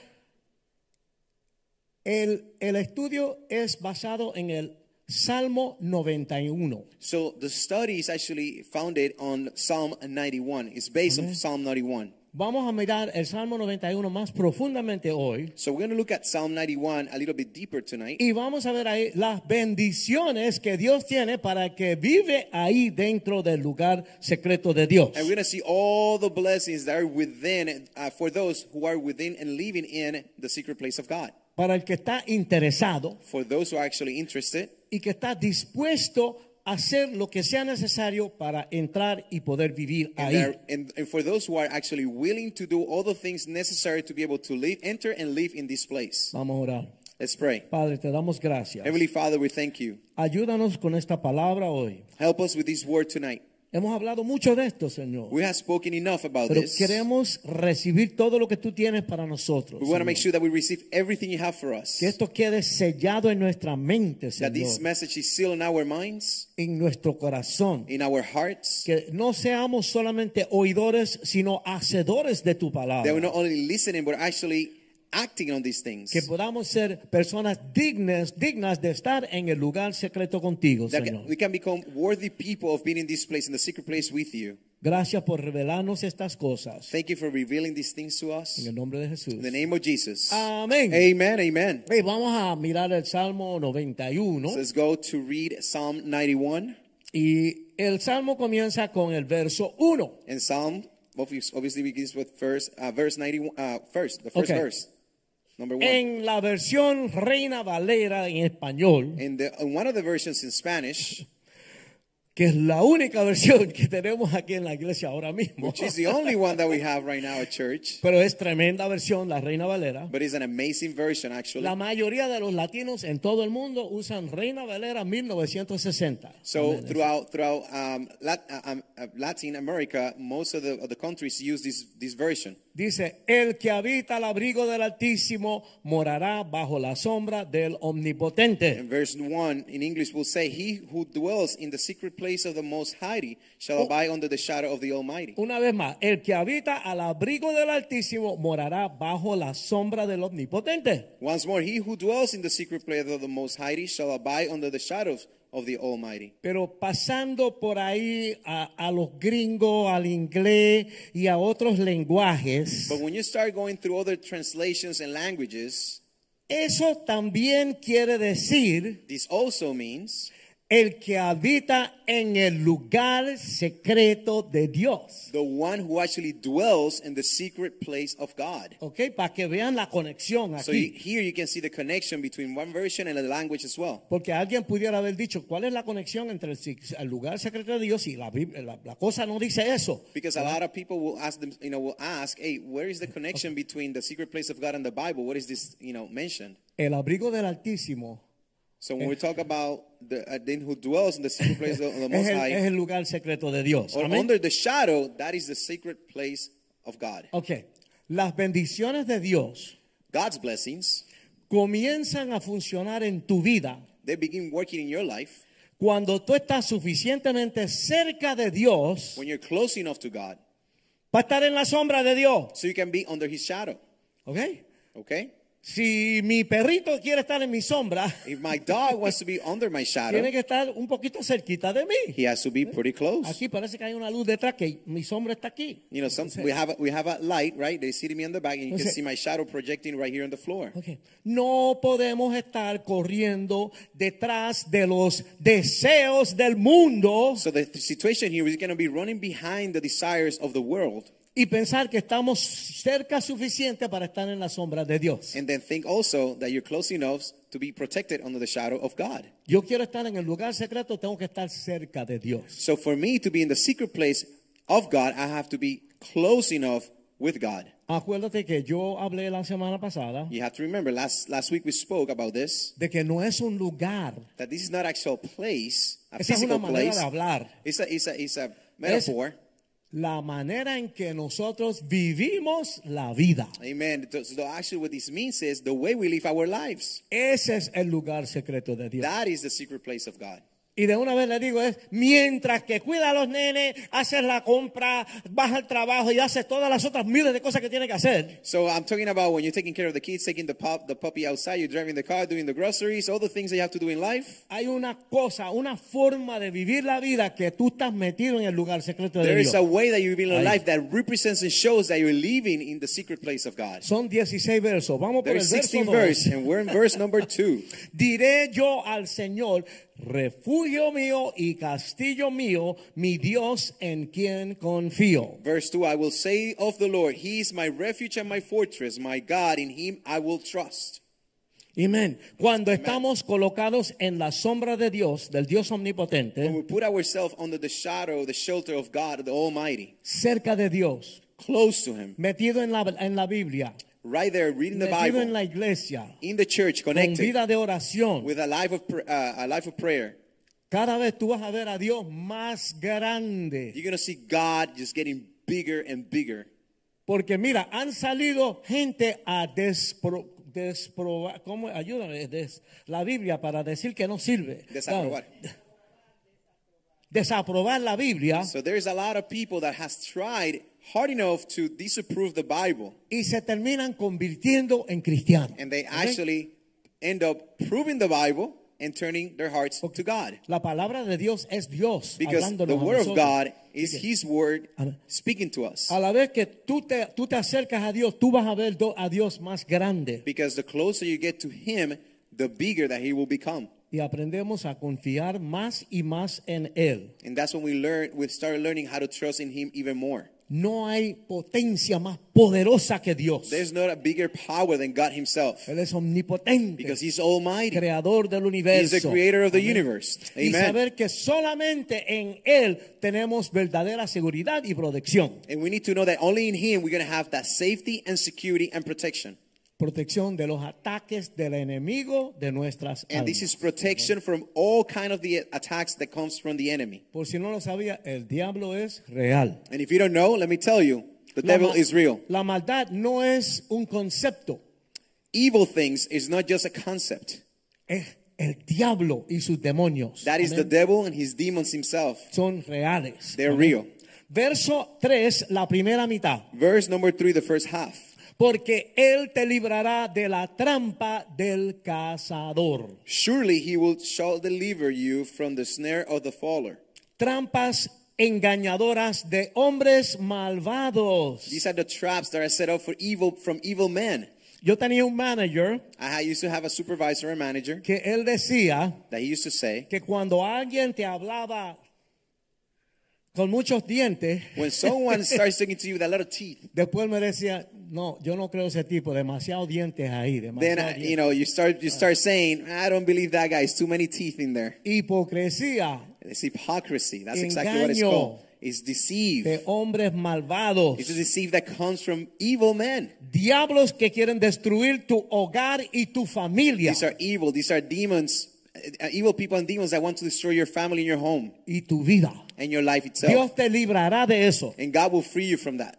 Speaker 2: el, el estudio es basado en el Salmo 91.
Speaker 3: So the study is actually founded on Psalm 91. It's based on Psalm 91.
Speaker 2: Vamos a mirar el Salmo 91 más profundamente hoy
Speaker 3: So we're going to look at Psalm 91 a little bit deeper tonight.
Speaker 2: y vamos a ver ahí las bendiciones que Dios tiene para el que vive ahí dentro del lugar secreto de Dios.
Speaker 3: And we're going to see all the blessings that are within, uh, for those who are within and living in the secret place of God.
Speaker 2: Para el que está interesado
Speaker 3: For those who are actually interested
Speaker 2: y que está dispuesto a hacer lo que sea necesario para entrar y poder vivir
Speaker 3: And, there-
Speaker 2: ahí.
Speaker 3: and, and for those who are actually willing to do all the things necessary to be able to live, enter and live in this place.
Speaker 2: Vamos a orar.
Speaker 3: Let's pray.
Speaker 2: Padre, te damos gracias.
Speaker 3: Heavenly Father, we thank you.
Speaker 2: Ayúdanos con esta palabra hoy.
Speaker 3: Help us with this word tonight.
Speaker 2: Hemos hablado mucho de esto, Señor.
Speaker 3: We have spoken enough about
Speaker 2: Pero
Speaker 3: this. We
Speaker 2: queremos recibir todo lo que tú tienes para nosotros.
Speaker 3: want to
Speaker 2: Señor.
Speaker 3: make sure that we receive everything you have for us.
Speaker 2: Que esto quede sellado en nuestra mente,
Speaker 3: That this
Speaker 2: Señor,
Speaker 3: message is still in our minds,
Speaker 2: en nuestro corazón.
Speaker 3: in our hearts.
Speaker 2: Que no seamos solamente oidores, sino hacedores de tu
Speaker 3: That we're
Speaker 2: palabra.
Speaker 3: not only listening, but actually acting on these things.
Speaker 2: Que podamos ser personas dignas, dignas de estar en el lugar secreto contigo,
Speaker 3: That
Speaker 2: Señor.
Speaker 3: we can become worthy people of being in this place, in the secret place with you.
Speaker 2: Gracias por revelarnos estas cosas.
Speaker 3: Thank you for revealing these things to us.
Speaker 2: En el nombre de Jesús.
Speaker 3: In the name of Jesus.
Speaker 2: Amén.
Speaker 3: Amen. Amen.
Speaker 2: Hey, vamos a mirar el Salmo 91.
Speaker 3: So let's go to read Psalm 91.
Speaker 2: Y el salmo comienza con el verso 1.
Speaker 3: And Psalm obvi- obviously begins with verse uh, verse 91 uh, first, the first
Speaker 2: Okay.
Speaker 3: verse, number one.
Speaker 2: En la versión Reina Valera en español,
Speaker 3: in the in one of the versions in Spanish,
Speaker 2: que es la única versión que tenemos aquí en la iglesia ahora mismo,
Speaker 3: which is the only one that we have right now at church,
Speaker 2: pero es tremenda versión la Reina Valera.
Speaker 3: but it's an amazing version actually.
Speaker 2: La mayoría de los latinos en todo el mundo usan Reina Valera 1960.
Speaker 3: so
Speaker 2: Amén.
Speaker 3: throughout throughout um, Lat- uh, um, uh, Latin America, most of the, of the countries use this this version.
Speaker 2: Dice, el que habita al abrigo del Altísimo morará bajo la sombra del Omnipotente.
Speaker 3: And verse one in English will say, "He who dwells in the secret place of the Most High shall abide under the shadow of the Almighty."
Speaker 2: Una vez más, el que habita al abrigo del Altísimo morará bajo la sombra del Omnipotente.
Speaker 3: Once more, he who dwells in the secret place of the Most High shall abide under the shadows of the Almighty.
Speaker 2: Pero pasando por ahí a, a los gringos, al inglés y a otros lenguajes,
Speaker 3: But when you start going through other translations and languages,
Speaker 2: eso también quiere decir
Speaker 3: this also means
Speaker 2: el que habita en el lugar secreto de Dios.
Speaker 3: the one who actually dwells in the secret place of God.
Speaker 2: ¿Ok? Para que vean la conexión
Speaker 3: So you,
Speaker 2: aquí.
Speaker 3: here you can see the connection between one version and the language as well.
Speaker 2: Porque alguien pudiera haber dicho, ¿cuál es la conexión entre el, si- el lugar secreto de Dios y la, Bib- la- la cosa no dice eso?
Speaker 3: Because a lot of people will ask them, you know, will ask, hey, where is the connection between the secret place of God and the Bible? What is this, you know, mentioned?
Speaker 2: El abrigo del Altísimo
Speaker 3: So when we talk about the uh, then who dwells in the secret place of
Speaker 2: Eh.
Speaker 3: the
Speaker 2: *laughs* es
Speaker 3: Most
Speaker 2: el, es
Speaker 3: High,
Speaker 2: el lugar secreto de Dios.
Speaker 3: or
Speaker 2: Amén.
Speaker 3: under the shadow, that is the secret place of God.
Speaker 2: Ok. Las bendiciones de Dios
Speaker 3: God's blessings
Speaker 2: comienzan a funcionar en tu vida
Speaker 3: they begin working in your life
Speaker 2: cuando tú estás suficientemente cerca de Dios
Speaker 3: when you're close enough to God,
Speaker 2: para estar en la sombra de Dios.
Speaker 3: so you can be under His shadow.
Speaker 2: ¿Ok?
Speaker 3: Okay.
Speaker 2: Si mi perrito quiere estar en mi sombra,
Speaker 3: If my dog wants to be under my
Speaker 2: tiene
Speaker 3: shadow,
Speaker 2: que estar un poquito cerquita de
Speaker 3: he
Speaker 2: mí.
Speaker 3: has to be pretty close.
Speaker 2: Aquí parece que hay una luz detrás que mi sombra está aquí.
Speaker 3: You know, some, we have a, we have a light, right? They see me on the back, and you can
Speaker 2: Entonces-
Speaker 3: see my shadow projecting right here on the floor.
Speaker 2: Ok. No podemos estar corriendo detrás de los deseos del mundo
Speaker 3: So the th- situation here is going to be running behind the desires of the world,
Speaker 2: y pensar que estamos cerca suficiente para estar en la sombra de Dios.
Speaker 3: and then think also that you're close enough to be protected under the shadow of God.
Speaker 2: Yo quiero estar en el lugar secreto, tengo que estar cerca de Dios.
Speaker 3: So for me to be in the secret place of God, I have to be close enough with God.
Speaker 2: Acuérdate que yo hablé la semana pasada
Speaker 3: You have to remember last last week we spoke about this
Speaker 2: de que no es un lugar,
Speaker 3: that this is not actual place, a
Speaker 2: esa es una
Speaker 3: physical
Speaker 2: manera
Speaker 3: place.
Speaker 2: de hablar.
Speaker 3: It's a it's a it's a metaphor.
Speaker 2: la manera en que nosotros vivimos la vida.
Speaker 3: Amen. So so actually what this means is the way we live our lives.
Speaker 2: Ese es el lugar secreto de Dios.
Speaker 3: That is the secret place of God.
Speaker 2: Y de una vez le digo es, mientras que cuida a los nenes, haces la compra, vas al trabajo y haces todas las otras miles de cosas que tiene que hacer.
Speaker 3: So I'm talking about when you're taking care of the kids, taking the pop, the puppy outside, you're driving the car, doing the groceries, all the things that you have to do in life.
Speaker 2: Hay una cosa, una forma de vivir la vida que tú estás metido en el lugar secreto de
Speaker 3: There is
Speaker 2: Dios.
Speaker 3: a way that you live in
Speaker 2: Ahí.
Speaker 3: life that represents and shows that you're living in the secret place of God.
Speaker 2: Son 16 versos. Vamos por
Speaker 3: There
Speaker 2: el
Speaker 3: is
Speaker 2: verso
Speaker 3: 16
Speaker 2: dos.
Speaker 3: verse, and we're in verse number two.
Speaker 2: Diré yo al Señor, refugio mío y castillo mío, mi Dios en quien confío.
Speaker 3: Verse 2 I will say of the Lord, He is my refuge and my fortress, my God, in Him I will trust.
Speaker 2: Amén. Cuando estamos colocados en la sombra de Dios, del Dios
Speaker 3: When
Speaker 2: omnipotente,
Speaker 3: we put ourselves under the shadow, the shelter of God, the Almighty,
Speaker 2: cerca de Dios,
Speaker 3: close to Him,
Speaker 2: metido en la, en la Biblia,
Speaker 3: right there, reading the
Speaker 2: metido en
Speaker 3: Bible,
Speaker 2: la iglesia,
Speaker 3: in the church,
Speaker 2: con
Speaker 3: connected
Speaker 2: vida de oración,
Speaker 3: with a life of, pr- uh, a life of prayer.
Speaker 2: cada vez tú vas a ver a Dios más grande.
Speaker 3: You're going to see God just getting bigger and bigger.
Speaker 2: Porque mira, han salido gente a despro, desprobar, ¿cómo? Ayúdame, des- la Biblia para decir que no sirve.
Speaker 3: Desaprobar.
Speaker 2: Desaprobar la Biblia
Speaker 3: So there's a lot of people that has tried hard enough to disapprove the Bible,
Speaker 2: y se terminan convirtiendo en cristianos.
Speaker 3: and they
Speaker 2: ¿Ok?
Speaker 3: actually end up proving the Bible and turning their hearts to God.
Speaker 2: La palabra de Dios es Dios
Speaker 3: Because
Speaker 2: hablándonos
Speaker 3: the
Speaker 2: a
Speaker 3: word of
Speaker 2: nosotros.
Speaker 3: God is His word
Speaker 2: Amen.
Speaker 3: speaking to us.
Speaker 2: A la vez que tú te, tú te acercas a Dios, tú vas a ver do- a Dios más grande.
Speaker 3: Because the closer you get to Him, the bigger that He will become.
Speaker 2: Y aprendemos a confiar más y más en Él.
Speaker 3: And that's when we learn, we start learning how to trust in Him even more.
Speaker 2: No hay potencia más poderosa que Dios.
Speaker 3: There's not a bigger power than God Himself
Speaker 2: Él es omnipotente,
Speaker 3: because He's Almighty.
Speaker 2: creador del
Speaker 3: He's
Speaker 2: universo.
Speaker 3: the creator of the
Speaker 2: Amén.
Speaker 3: universe.
Speaker 2: Y
Speaker 3: Amen.
Speaker 2: saber que solamente en Él tenemos verdadera seguridad y protección.
Speaker 3: And we need to know that only in Him we're going to have that safety and security and protection.
Speaker 2: Protección de los ataques del enemigo de nuestras
Speaker 3: And
Speaker 2: almas.
Speaker 3: this is protection from all kind of the attacks that comes from the enemy.
Speaker 2: Por si no lo sabía, el diablo es real.
Speaker 3: And if you don't know, let me tell you, the devil
Speaker 2: ma-
Speaker 3: is real.
Speaker 2: la maldad no es un concepto,
Speaker 3: Evil things is not just a concept.
Speaker 2: es el diablo y sus demonios.
Speaker 3: That is the
Speaker 2: Amén.
Speaker 3: devil and his demons himself.
Speaker 2: Son reales.
Speaker 3: They're real.
Speaker 2: Verso 3, la primera mitad.
Speaker 3: Verse number 3, the first half.
Speaker 2: porque Él te librará de la trampa del cazador.
Speaker 3: Surely he will shall deliver you from the snare of the faller.
Speaker 2: Trampas engañadoras de hombres malvados.
Speaker 3: These are the traps that are set up for evil from evil men.
Speaker 2: Yo tenía un manager
Speaker 3: I ha- used to have a supervisor and manager
Speaker 2: que él decía
Speaker 3: that he used to say,
Speaker 2: que cuando alguien te hablaba con muchos dientes,
Speaker 3: when
Speaker 2: *laughs*
Speaker 3: someone starts speaking to you with a lot of teeth,
Speaker 2: después me decía, no, yo no creo ese tipo, demasiados dientes ahí,
Speaker 3: then
Speaker 2: demasiado
Speaker 3: uh, you know you start
Speaker 2: Oh.
Speaker 3: you start saying, I don't believe that guy. It's too many teeth in there.
Speaker 2: hipocresía
Speaker 3: It's hypocrisy. That's exactly what it's
Speaker 2: Engaño.
Speaker 3: called. It's deceive.
Speaker 2: de hombres malvados,
Speaker 3: It's a deceive that comes from evil men.
Speaker 2: diablos que quieren destruir tu hogar y tu familia
Speaker 3: These are evil. These are demons, uh, evil people and demons that want to destroy your family and your home
Speaker 2: y tu vida.
Speaker 3: and your life itself.
Speaker 2: Dios te librará de eso.
Speaker 3: And God will free you from that.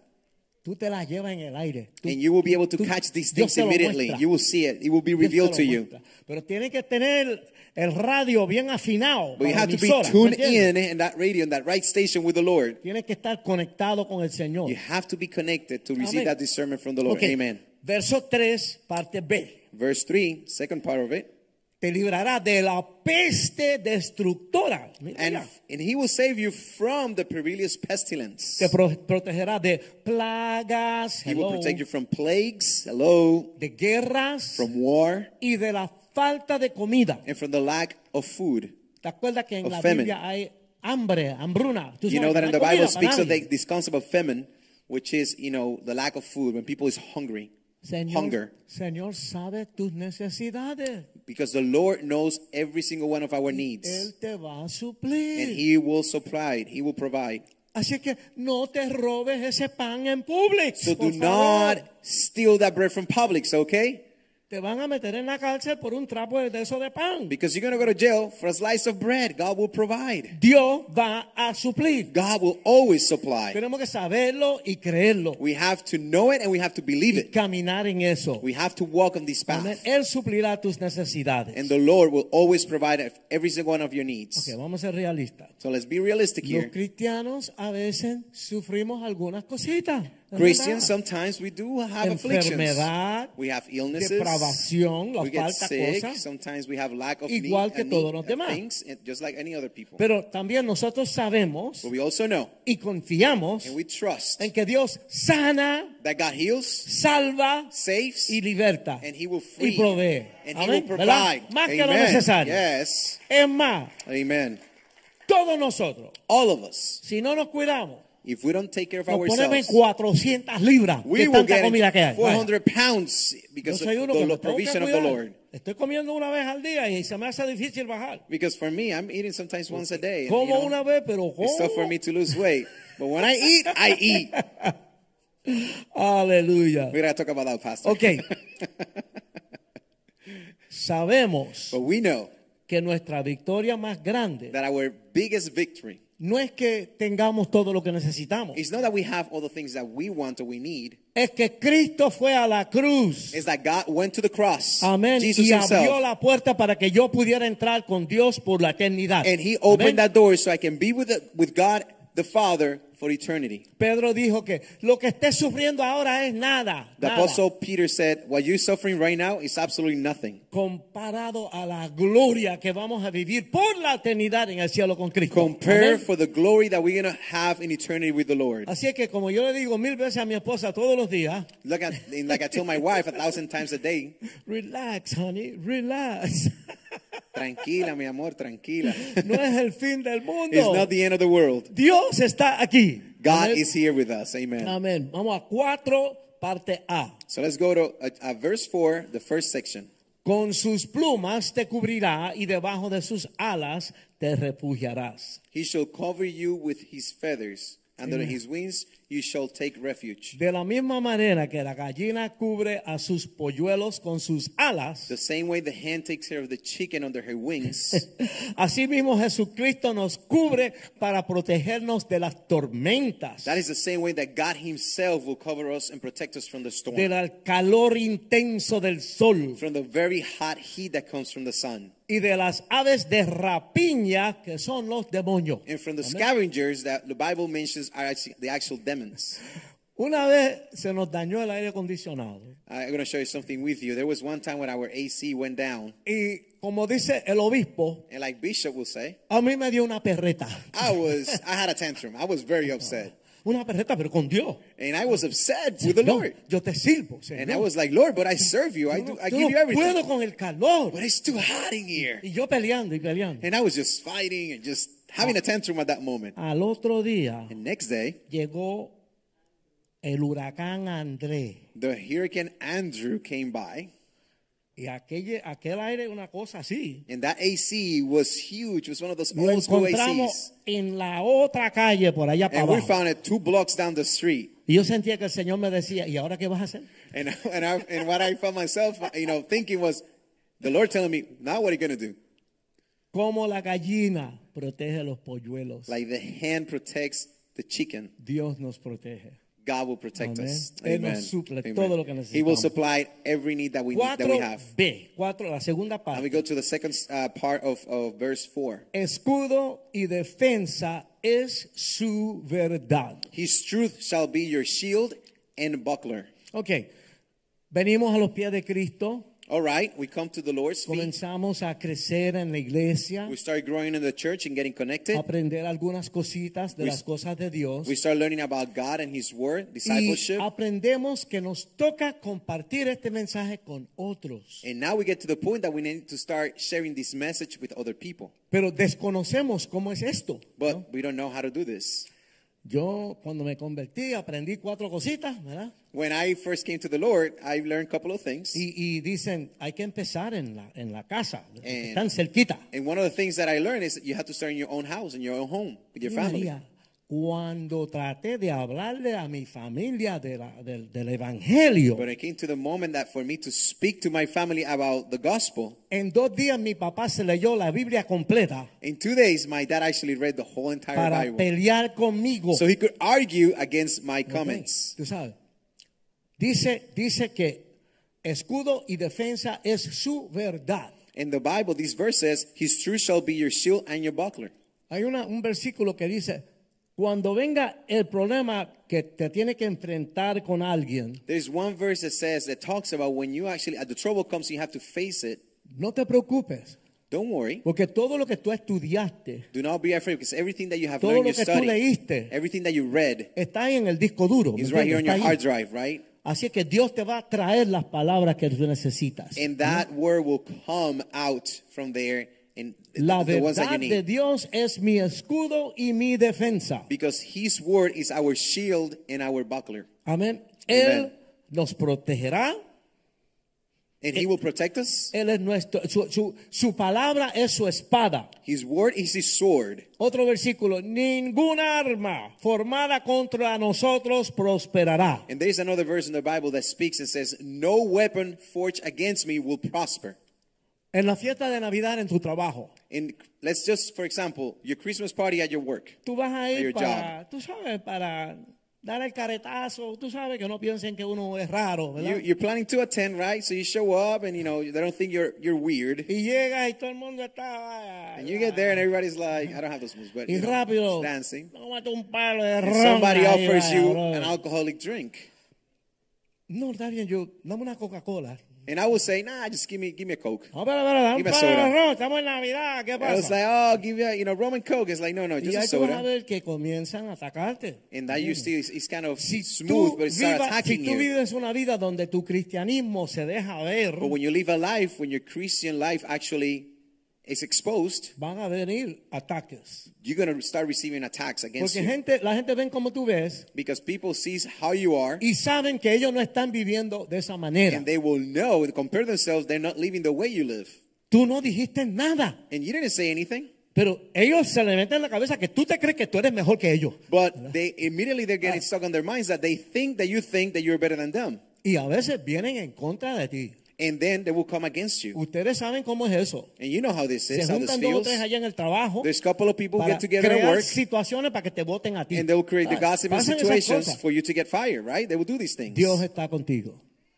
Speaker 2: Tú te las llevas en el aire. Tú-
Speaker 3: and you will be able to
Speaker 2: tú-
Speaker 3: catch these
Speaker 2: Dios
Speaker 3: things
Speaker 2: te lo
Speaker 3: immediately.
Speaker 2: muestra.
Speaker 3: You will see it. It will be
Speaker 2: Dios te
Speaker 3: revealed
Speaker 2: lo
Speaker 3: to you.
Speaker 2: muestra. Pero tiene que tener el radio bien afinado.
Speaker 3: But you
Speaker 2: para
Speaker 3: have to be
Speaker 2: emisoras, ¿me
Speaker 3: tuned
Speaker 2: entiendes?
Speaker 3: in and that radio and that right station with the Lord.
Speaker 2: Tienes que estar conectado con el Señor.
Speaker 3: You have to be connected to
Speaker 2: Amén.
Speaker 3: receive that discernment from the Lord.
Speaker 2: Ok.
Speaker 3: Amen.
Speaker 2: Verso 3, parte B.
Speaker 3: Verse 3, second part of it.
Speaker 2: Te librará de la peste destructora. Mira
Speaker 3: And,
Speaker 2: ya.
Speaker 3: and he will save you from the perilous pestilence.
Speaker 2: Te pro- protegerá de plagas,
Speaker 3: He will
Speaker 2: hello,
Speaker 3: protect you from plagues, hello,
Speaker 2: de guerras
Speaker 3: from war,
Speaker 2: y de la falta de comida.
Speaker 3: and from the lack of food.
Speaker 2: ¿Te acuerdas que en
Speaker 3: Of
Speaker 2: la
Speaker 3: famine.
Speaker 2: Biblia hay hambre, hambruna? Tú sabes
Speaker 3: You know that
Speaker 2: no
Speaker 3: in
Speaker 2: hay
Speaker 3: the Bible
Speaker 2: comida para
Speaker 3: speaks of
Speaker 2: nadie.
Speaker 3: the, this concept of famine, which is, you know, the lack of food when people is hungry.
Speaker 2: Señor,
Speaker 3: Hunger.
Speaker 2: Señor sabe tus necesidades.
Speaker 3: Because the Lord knows every single one of our needs.
Speaker 2: Él te va a suplir.
Speaker 3: And He will supply it. He will provide.
Speaker 2: Así que no te robes ese pan en público.
Speaker 3: So
Speaker 2: por
Speaker 3: do
Speaker 2: favor.
Speaker 3: not steal that bread from Publix, okay?
Speaker 2: Te van a meter en la cárcel por un trapo de eso de pan.
Speaker 3: Because you're going to go to jail for a slice of bread. God will provide.
Speaker 2: Dios va a suplir.
Speaker 3: God will always supply.
Speaker 2: Tenemos que saberlo y creerlo.
Speaker 3: We have to know it and we have to believe
Speaker 2: Y
Speaker 3: it.
Speaker 2: caminar en eso.
Speaker 3: We have to walk on this
Speaker 2: Amén.
Speaker 3: path.
Speaker 2: Él suplirá tus necesidades.
Speaker 3: And the Lord will always provide every single one of your needs.
Speaker 2: Ok, vamos a ser realistas.
Speaker 3: So let's be realistic
Speaker 2: Los
Speaker 3: here.
Speaker 2: cristianos a veces sufrimos algunas cositas. es
Speaker 3: Christians,
Speaker 2: verdad.
Speaker 3: sometimes we do have afflictions.
Speaker 2: enfermedad,
Speaker 3: We have illnesses.
Speaker 2: depravación, la
Speaker 3: we get
Speaker 2: falta
Speaker 3: sick.
Speaker 2: cosa.
Speaker 3: Sometimes we have lack of
Speaker 2: Igual
Speaker 3: need,
Speaker 2: que
Speaker 3: a
Speaker 2: todos
Speaker 3: need
Speaker 2: los
Speaker 3: of
Speaker 2: demás.
Speaker 3: things, and just like any other people.
Speaker 2: Pero también nosotros sabemos
Speaker 3: but we also know
Speaker 2: y confiamos
Speaker 3: and we trust
Speaker 2: en que Dios sana,
Speaker 3: that God heals,
Speaker 2: salva
Speaker 3: saves,
Speaker 2: y liberta
Speaker 3: and He will
Speaker 2: y
Speaker 3: free.
Speaker 2: provee.
Speaker 3: And He will
Speaker 2: Amén, ¿verdad?
Speaker 3: provide.
Speaker 2: Más que lo
Speaker 3: Amen.
Speaker 2: necesario.
Speaker 3: Yes.
Speaker 2: Es más,
Speaker 3: Amen.
Speaker 2: todos nosotros,
Speaker 3: All of us,
Speaker 2: si no nos cuidamos,
Speaker 3: if we don't take care of
Speaker 2: nos ponemos en
Speaker 3: ourselves,
Speaker 2: 400 libras
Speaker 3: we
Speaker 2: de tanta
Speaker 3: will get in
Speaker 2: comida que hay. Vaya.
Speaker 3: 400 pounds
Speaker 2: Yo
Speaker 3: because
Speaker 2: soy
Speaker 3: of
Speaker 2: uno
Speaker 3: the
Speaker 2: que me
Speaker 3: lo-
Speaker 2: tengo que
Speaker 3: provision of the
Speaker 2: cuidar.
Speaker 3: Lord.
Speaker 2: Estoy comiendo una vez al día y se me hace difícil bajar.
Speaker 3: Because for me, I'm eating sometimes once a day. and, you
Speaker 2: Como
Speaker 3: know,
Speaker 2: una vez, pero
Speaker 3: It's tough for
Speaker 2: como.
Speaker 3: me to lose weight. But when I eat, I
Speaker 2: *laughs*
Speaker 3: eat. *laughs*
Speaker 2: Aleluya.
Speaker 3: We gotta talk about that, Pastor.
Speaker 2: Ok. Sabemos
Speaker 3: But we know
Speaker 2: que nuestra victoria más grande
Speaker 3: that our biggest victory
Speaker 2: no es que tengamos todo lo que necesitamos,
Speaker 3: is not that we have all the things that we want or we need.
Speaker 2: es que Cristo fue a la cruz.
Speaker 3: It's that God went to the cross.
Speaker 2: Amén.
Speaker 3: Jesus
Speaker 2: y abrió
Speaker 3: himself.
Speaker 2: la puerta para que yo pudiera entrar con Dios por la eternidad.
Speaker 3: And he
Speaker 2: Amén.
Speaker 3: opened that door so I can be with, the, with God the Father for eternity.
Speaker 2: Pedro dijo que lo que estés sufriendo ahora es nada.
Speaker 3: The
Speaker 2: nada,
Speaker 3: Apostle Peter said, What you're suffering right now is absolutely nothing
Speaker 2: comparado a la gloria que vamos a vivir por la eternidad en el cielo con Cristo.
Speaker 3: compared
Speaker 2: Amén.
Speaker 3: for the glory that we're going to have in eternity with the Lord.
Speaker 2: Así es que como yo le digo mil veces a mi esposa todos los días,
Speaker 3: Look at, and like I tell my wife a thousand times a day,
Speaker 2: relax, honey, relax. *laughs*
Speaker 3: tranquila, mi amor, tranquila.
Speaker 2: No es el fin del mundo.
Speaker 3: It's not the end of the world.
Speaker 2: Dios está aquí.
Speaker 3: God
Speaker 2: Amén.
Speaker 3: is here with us. Amen.
Speaker 2: Amén. Vamos a 4, parte A.
Speaker 3: So let's go to uh, uh, verse 4, the first section.
Speaker 2: Con sus plumas te cubrirá y debajo de sus alas te refugiarás.
Speaker 3: He shall cover you with his feathers. Under his wings you shall take refuge.
Speaker 2: De la misma manera que la gallina cubre a sus polluelos con sus alas,
Speaker 3: The same way the hen takes care of the chicken under
Speaker 2: *laughs*
Speaker 3: her wings,
Speaker 2: así mismo Jesucristo nos cubre para protegernos de las tormentas.
Speaker 3: that is the same way that God himself will cover us and protect us from the storm,
Speaker 2: del calor intenso del sol
Speaker 3: from the very hot heat that comes from the sun,
Speaker 2: y de las aves de rapiña que son los demonios.
Speaker 3: and from the scavengers that the Bible mentions are actually the actual demons.
Speaker 2: Una vez se nos dañó el aire acondicionado.
Speaker 3: I'm going to show you something with you. There was one time when our AC went down,
Speaker 2: Y como dice el obispo,
Speaker 3: and like Bishop will say,
Speaker 2: a mí me dio una perreta.
Speaker 3: I was, I had a tantrum. I was very upset.
Speaker 2: Una perreta, pero con Dios.
Speaker 3: And I was upset with the
Speaker 2: No,
Speaker 3: Lord.
Speaker 2: yo te sirvo, Señor.
Speaker 3: And I was like, Lord, but I serve you. I,
Speaker 2: Yo
Speaker 3: do,
Speaker 2: no-
Speaker 3: I
Speaker 2: yo
Speaker 3: give
Speaker 2: no
Speaker 3: you everything.
Speaker 2: puedo con el calor.
Speaker 3: But it's too hot in here.
Speaker 2: Y yo peleando y peleando.
Speaker 3: And I was just fighting and just having a tantrum at that moment.
Speaker 2: Al otro día
Speaker 3: And next day,
Speaker 2: llegó el huracán André.
Speaker 3: the Hurricane Andrew came by,
Speaker 2: Y aquel, aquel aire una cosa así.
Speaker 3: and that AC was huge. It was one of those
Speaker 2: Lo
Speaker 3: old school
Speaker 2: encontramos
Speaker 3: ACs.
Speaker 2: en la otra calle por allá para
Speaker 3: And we
Speaker 2: abajo.
Speaker 3: found it two blocks down the street.
Speaker 2: Y yo sentía que el Señor me decía, ¿y ahora qué vas a hacer?
Speaker 3: And, *laughs* and, I, and what I found myself, uh, you know, thinking was, the Lord telling me, now what are you going to do?
Speaker 2: Como la gallina protege los polluelos.
Speaker 3: Like the hand protects the chicken,
Speaker 2: Dios nos protege.
Speaker 3: God will protect
Speaker 2: Amén.
Speaker 3: us.
Speaker 2: Él nos suple todo lo que
Speaker 3: He will
Speaker 2: necesitamos.
Speaker 3: supply every need that we, need, that we have.
Speaker 2: 4B, 4, la segunda
Speaker 3: And
Speaker 2: parte.
Speaker 3: we go to the second uh, part of, of verse 4.
Speaker 2: Escudo y defensa es su verdad.
Speaker 3: His truth shall be your shield and buckler.
Speaker 2: Ok, venimos a los pies de Cristo,
Speaker 3: All right, we come to the Lord's feet.
Speaker 2: comenzamos a crecer en la iglesia,
Speaker 3: We start growing in the church and getting connected.
Speaker 2: aprender algunas cositas de
Speaker 3: We-
Speaker 2: las cosas de Dios.
Speaker 3: We start learning about God and His Word,
Speaker 2: Y
Speaker 3: discipleship.
Speaker 2: aprendemos que nos toca compartir este mensaje con otros.
Speaker 3: And now we get to the point that we need to start sharing this message with other people.
Speaker 2: Pero desconocemos cómo es esto.
Speaker 3: But
Speaker 2: ¿no?
Speaker 3: we don't know how to do this.
Speaker 2: Yo cuando me convertí aprendí cuatro cositas, ¿verdad?
Speaker 3: When I first came to the Lord, I learned a couple of things.
Speaker 2: Y, y dicen, hay que empezar en la, en la casa,
Speaker 3: Eh,
Speaker 2: tan cerquita.
Speaker 3: And one of the things that I learned is that you have to start in your own house, in your own home, with your
Speaker 2: Y
Speaker 3: family.
Speaker 2: María, cuando traté de hablarle a mi familia de la- del, del Evangelio,
Speaker 3: But I came to the moment that for me to speak to my family about the gospel,
Speaker 2: en dos días mi papá se leyó la Biblia completa
Speaker 3: in two days, my dad actually read the whole entire
Speaker 2: para
Speaker 3: Bible.
Speaker 2: pelear conmigo.
Speaker 3: So he could argue against my
Speaker 2: Ok,
Speaker 3: comments.
Speaker 2: Tú sabes. Dice, dice que escudo y defensa es su verdad.
Speaker 3: In the Bible, this verse says, His truth shall be your shield and your buckler.
Speaker 2: Hay una- un versículo que dice, cuando venga el problema que te tiene que enfrentar con alguien,
Speaker 3: There's one verse that says, that talks about when you actually, at the trouble comes, you have to face it.
Speaker 2: no te preocupes,
Speaker 3: Don't worry.
Speaker 2: porque todo lo que tú estudiaste
Speaker 3: Do not be afraid because everything that you have
Speaker 2: Todo
Speaker 3: learned,
Speaker 2: lo
Speaker 3: you
Speaker 2: que tú
Speaker 3: studied,
Speaker 2: leíste.
Speaker 3: everything that you read
Speaker 2: está ahí en el disco duro. ¿me
Speaker 3: is right here on
Speaker 2: entiendes?
Speaker 3: your
Speaker 2: Está ahí.
Speaker 3: hard drive, right?
Speaker 2: Así que Dios te va a traer las palabras que tú necesitas.
Speaker 3: And that word will come out from there and the,
Speaker 2: La
Speaker 3: the ones that you
Speaker 2: verdad de
Speaker 3: need.
Speaker 2: Dios es mi escudo y mi defensa.
Speaker 3: Because His word is our shield and our buckler.
Speaker 2: Amén.
Speaker 3: Amen.
Speaker 2: Él nos protegerá.
Speaker 3: And
Speaker 2: Eh,
Speaker 3: He will protect us.
Speaker 2: Él es nuestro. Su, su- su palabra es su espada.
Speaker 3: His word is His sword.
Speaker 2: Otro versículo. Ninguna arma formada contra nosotros prosperará.
Speaker 3: And there's another verse in the Bible that speaks and says, No weapon forged against me will prosper.
Speaker 2: En la fiesta de Navidad en tu trabajo.
Speaker 3: And let's just, for example, your Christmas party at your work.
Speaker 2: Tú vas a
Speaker 3: Your
Speaker 2: ir
Speaker 3: job.
Speaker 2: para, tú sabes, para dar el caretazo. Tú sabes que no piensen que uno es raro, ¿verdad?
Speaker 3: You, you're planning to attend, right? So you show up and, you know, they don't think you're, you're weird.
Speaker 2: y llegas y todo el mundo está.
Speaker 3: And you get there and everybody's like, I don't have those moves, but
Speaker 2: y
Speaker 3: you know,
Speaker 2: rápido.
Speaker 3: it's dancing.
Speaker 2: Tómate un palo de
Speaker 3: And
Speaker 2: ron.
Speaker 3: somebody
Speaker 2: ahí,
Speaker 3: offers
Speaker 2: vaya,
Speaker 3: you
Speaker 2: brother.
Speaker 3: an alcoholic drink.
Speaker 2: No, está bien, yo, dame una Coca-Cola.
Speaker 3: And I will say, nah, just give me give me a Coke.
Speaker 2: No, pero, pero, dame un
Speaker 3: Give me
Speaker 2: palo de
Speaker 3: soda.
Speaker 2: ron, estamos en Navidad, ¿qué
Speaker 3: I
Speaker 2: pasa?
Speaker 3: was like, oh, give you, a, you know, Roman Coke. It's like, no, no,
Speaker 2: y
Speaker 3: just a
Speaker 2: ahí tú vas a
Speaker 3: soda.
Speaker 2: ver que comienzan a atacarte.
Speaker 3: And that you see is, is kind of
Speaker 2: Si
Speaker 3: smooth,
Speaker 2: tú,
Speaker 3: but it's not
Speaker 2: viva- si
Speaker 3: attacking
Speaker 2: tú
Speaker 3: you.
Speaker 2: vives una vida donde tu cristianismo se deja ver,
Speaker 3: But when you live a life, when your Christian life actually is exposed,
Speaker 2: van a venir ataques.
Speaker 3: you're going to start receiving attacks against
Speaker 2: Porque
Speaker 3: you.
Speaker 2: gente, la gente ven como tú ves
Speaker 3: because people sees how you are
Speaker 2: y saben que ellos no están viviendo de esa manera.
Speaker 3: and they will know and compare themselves they're not living the way you live.
Speaker 2: Tú no dijiste nada,
Speaker 3: And you didn't say anything,
Speaker 2: pero ellos se le meten en la cabeza que tú te crees que tú eres mejor que ellos.
Speaker 3: but they immediately they're getting stuck on their minds that they think that you think that you're better than them.
Speaker 2: Y a veces vienen en contra de ti.
Speaker 3: And then they will come against you.
Speaker 2: Ustedes saben cómo es eso.
Speaker 3: And you know how this
Speaker 2: Se
Speaker 3: is, how this
Speaker 2: juntan dos o
Speaker 3: feels.
Speaker 2: tres allá en el trabajo
Speaker 3: There's a couple of people who
Speaker 2: para
Speaker 3: get together at
Speaker 2: crear
Speaker 3: work
Speaker 2: situaciones para que te voten a ti.
Speaker 3: and they will create the
Speaker 2: Ah,
Speaker 3: gossiping
Speaker 2: pasan esas
Speaker 3: situations
Speaker 2: cosas.
Speaker 3: for you to get fired, right? They will do these things.
Speaker 2: Dios está contigo.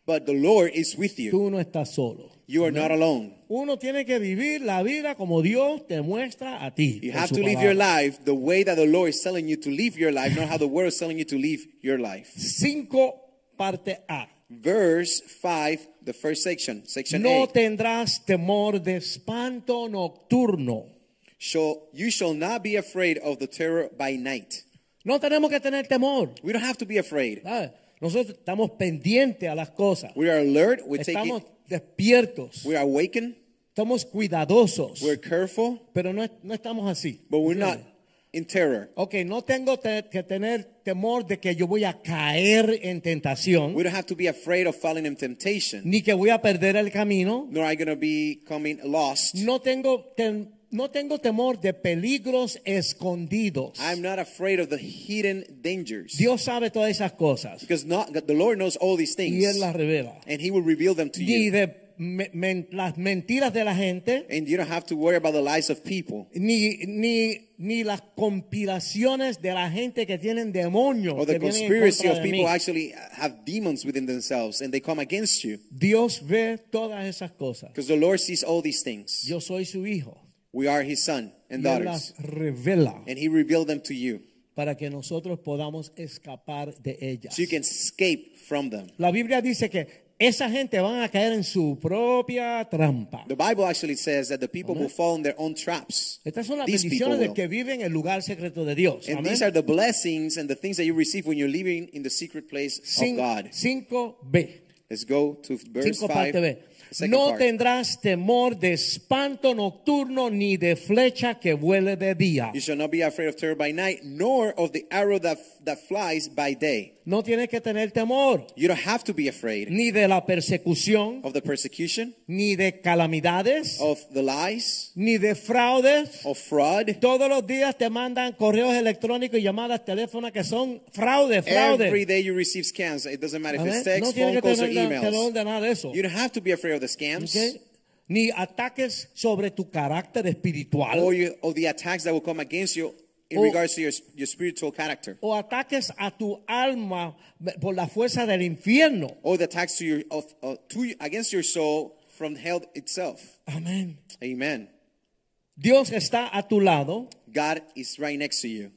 Speaker 3: but the Lord is with you.
Speaker 2: Tú no estás solo.
Speaker 3: You are not alone.
Speaker 2: Uno tiene que vivir la vida como Dios te muestra a ti.
Speaker 3: You
Speaker 2: con
Speaker 3: have
Speaker 2: su
Speaker 3: to live
Speaker 2: palabra.
Speaker 3: your life the way that the Lord is telling you to live your life, not how the world is telling you to live your life.
Speaker 2: 5 parte A.
Speaker 3: Verse 5, the first section, section
Speaker 2: No
Speaker 3: 8.
Speaker 2: tendrás temor de espanto nocturno.
Speaker 3: Shall, you shall not be afraid of the terror by night.
Speaker 2: No tenemos que tener temor.
Speaker 3: We don't have to be afraid.
Speaker 2: ¿sabes? Nosotros estamos pendientes a las cosas.
Speaker 3: We are alert. We're
Speaker 2: Estamos
Speaker 3: taking,
Speaker 2: despiertos.
Speaker 3: we are awakened.
Speaker 2: Estamos cuidadosos.
Speaker 3: We're careful,
Speaker 2: Pero no, no estamos así.
Speaker 3: but we're not in terror.
Speaker 2: Ok, no tengo te- que tener temor de que yo voy a caer en tentación,
Speaker 3: We don't have to be afraid of falling in temptation,
Speaker 2: ni que voy a perder el camino.
Speaker 3: nor are you going to be coming lost.
Speaker 2: No tengo, tem- no tengo temor de peligros escondidos.
Speaker 3: I'm not afraid of the hidden dangers.
Speaker 2: Dios sabe todas esas cosas
Speaker 3: Because not, the Lord knows all these
Speaker 2: y
Speaker 3: things,
Speaker 2: Él las revela.
Speaker 3: and He will reveal them to
Speaker 2: Ni
Speaker 3: you.
Speaker 2: de me- men- las mentiras de la gente,
Speaker 3: And you don't have to worry about the lies of people
Speaker 2: ni, ni, ni las conspiraciones de la gente que tienen demonios.
Speaker 3: or the
Speaker 2: que vienen en
Speaker 3: conspiracy
Speaker 2: contra de
Speaker 3: of
Speaker 2: mí.
Speaker 3: people who actually have demons within themselves and they come against you.
Speaker 2: Dios ve todas esas cosas.
Speaker 3: Because the Lord sees all these things.
Speaker 2: Yo soy su hijo.
Speaker 3: We are His son and
Speaker 2: Y él
Speaker 3: daughters,
Speaker 2: las revela
Speaker 3: and He revealed them to you
Speaker 2: para que nosotros podamos escapar de ellas.
Speaker 3: so you can escape from them.
Speaker 2: La Biblia dice que esa gente van a caer en su propia trampa.
Speaker 3: The Bible actually says that the people will fall in their own traps.
Speaker 2: Estas son las
Speaker 3: These people
Speaker 2: bendiciones de
Speaker 3: will.
Speaker 2: que viven en el lugar secreto de Dios.
Speaker 3: And
Speaker 2: Amén.
Speaker 3: these are the blessings and the things that you receive when you're living in the secret place of
Speaker 2: Cin-
Speaker 3: God.
Speaker 2: 5B.
Speaker 3: Let's go to verse
Speaker 2: 5
Speaker 3: 5.
Speaker 2: parte B.
Speaker 3: second
Speaker 2: No
Speaker 3: part.
Speaker 2: tendrás temor de espanto nocturno ni de flecha que vuele de día.
Speaker 3: You shall not be afraid of terror by night, nor of the arrow that, that flies by day.
Speaker 2: No tienes que tener temor
Speaker 3: You don't have to be afraid
Speaker 2: ni de la persecución,
Speaker 3: of the persecution,
Speaker 2: ni de calamidades,
Speaker 3: of the lies,
Speaker 2: ni de fraudes.
Speaker 3: of fraud.
Speaker 2: Todos los días te mandan correos electrónicos y llamadas teléfonas que son fraude, fraude.
Speaker 3: Every day you receive scams. It doesn't matter if
Speaker 2: Amén.
Speaker 3: it's text,
Speaker 2: no tienes que
Speaker 3: phone calls, or
Speaker 2: tener na- temor
Speaker 3: emails.
Speaker 2: de nada de eso.
Speaker 3: You don't have to be afraid of the scams
Speaker 2: ¿ok? Ni ataques sobre tu carácter espiritual
Speaker 3: or, Oh, you, or the attacks that will come against you in
Speaker 2: O-
Speaker 3: regards to your, your spiritual character.
Speaker 2: o ataques a tu alma por la fuerza del infierno.
Speaker 3: or the attacks to your of, uh, to against your soul from hell itself.
Speaker 2: Amén.
Speaker 3: Amen.
Speaker 2: Dios está a tu lado
Speaker 3: God is right next to you,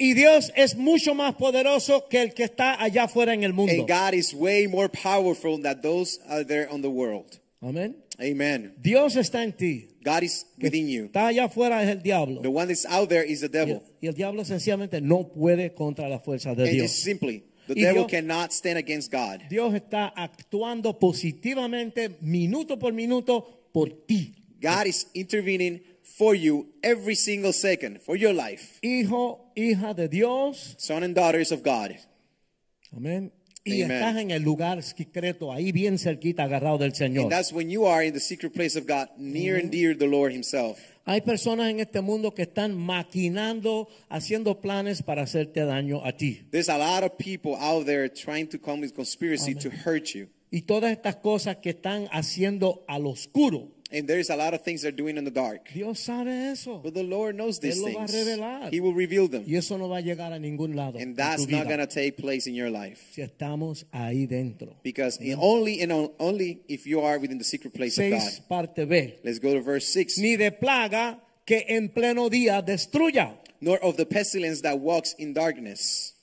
Speaker 2: y Dios es mucho más poderoso que el que está allá afuera en el mundo.
Speaker 3: and God is way more powerful than those out there on the world.
Speaker 2: Amén.
Speaker 3: Amen.
Speaker 2: Dios está en ti.
Speaker 3: God is within
Speaker 2: *laughs*
Speaker 3: you.
Speaker 2: Está allá afuera es el diablo.
Speaker 3: The one that's out there is the
Speaker 2: Y
Speaker 3: devil,
Speaker 2: el, y el diablo sencillamente no puede contra la fuerza de
Speaker 3: and just
Speaker 2: Dios.
Speaker 3: simply the
Speaker 2: Y
Speaker 3: devil
Speaker 2: Dios-
Speaker 3: cannot stand against God.
Speaker 2: *laughs* Dios está actuando positivamente minuto por minuto por ti.
Speaker 3: God is intervening for you every single second for your life,
Speaker 2: Hijo, hija de Dios.
Speaker 3: son and daughters of God.
Speaker 2: Amén. Y
Speaker 3: Amen.
Speaker 2: estás en el lugar secreto, ahí bien cerquita, agarrado del Señor.
Speaker 3: And that's when you are in the secret place of God, near and dear the Lord Himself.
Speaker 2: Hay personas en este mundo que están maquinando, haciendo planes para hacerte daño a ti.
Speaker 3: There's a lot of people out there trying to come with conspiracy to hurt you.
Speaker 2: Y todas estas cosas que están haciendo al oscuro.
Speaker 3: And there's a lot of things they're doing in the dark.
Speaker 2: Dios sabe eso.
Speaker 3: But the Lord knows these
Speaker 2: Él lo va a
Speaker 3: things.
Speaker 2: revelar.
Speaker 3: He will reveal them.
Speaker 2: Y eso no va a llegar a ningún lado. en
Speaker 3: And
Speaker 2: tu
Speaker 3: that's not
Speaker 2: vida,
Speaker 3: going to take place in your life.
Speaker 2: Si estamos ahí dentro.
Speaker 3: Because in only and on- only if you are within the secret place of God.
Speaker 2: Seis parte B.
Speaker 3: Let's go to verse 6.
Speaker 2: Ni de plaga que en pleno día destruya.
Speaker 3: Nor of the pestilence that walks in darkness,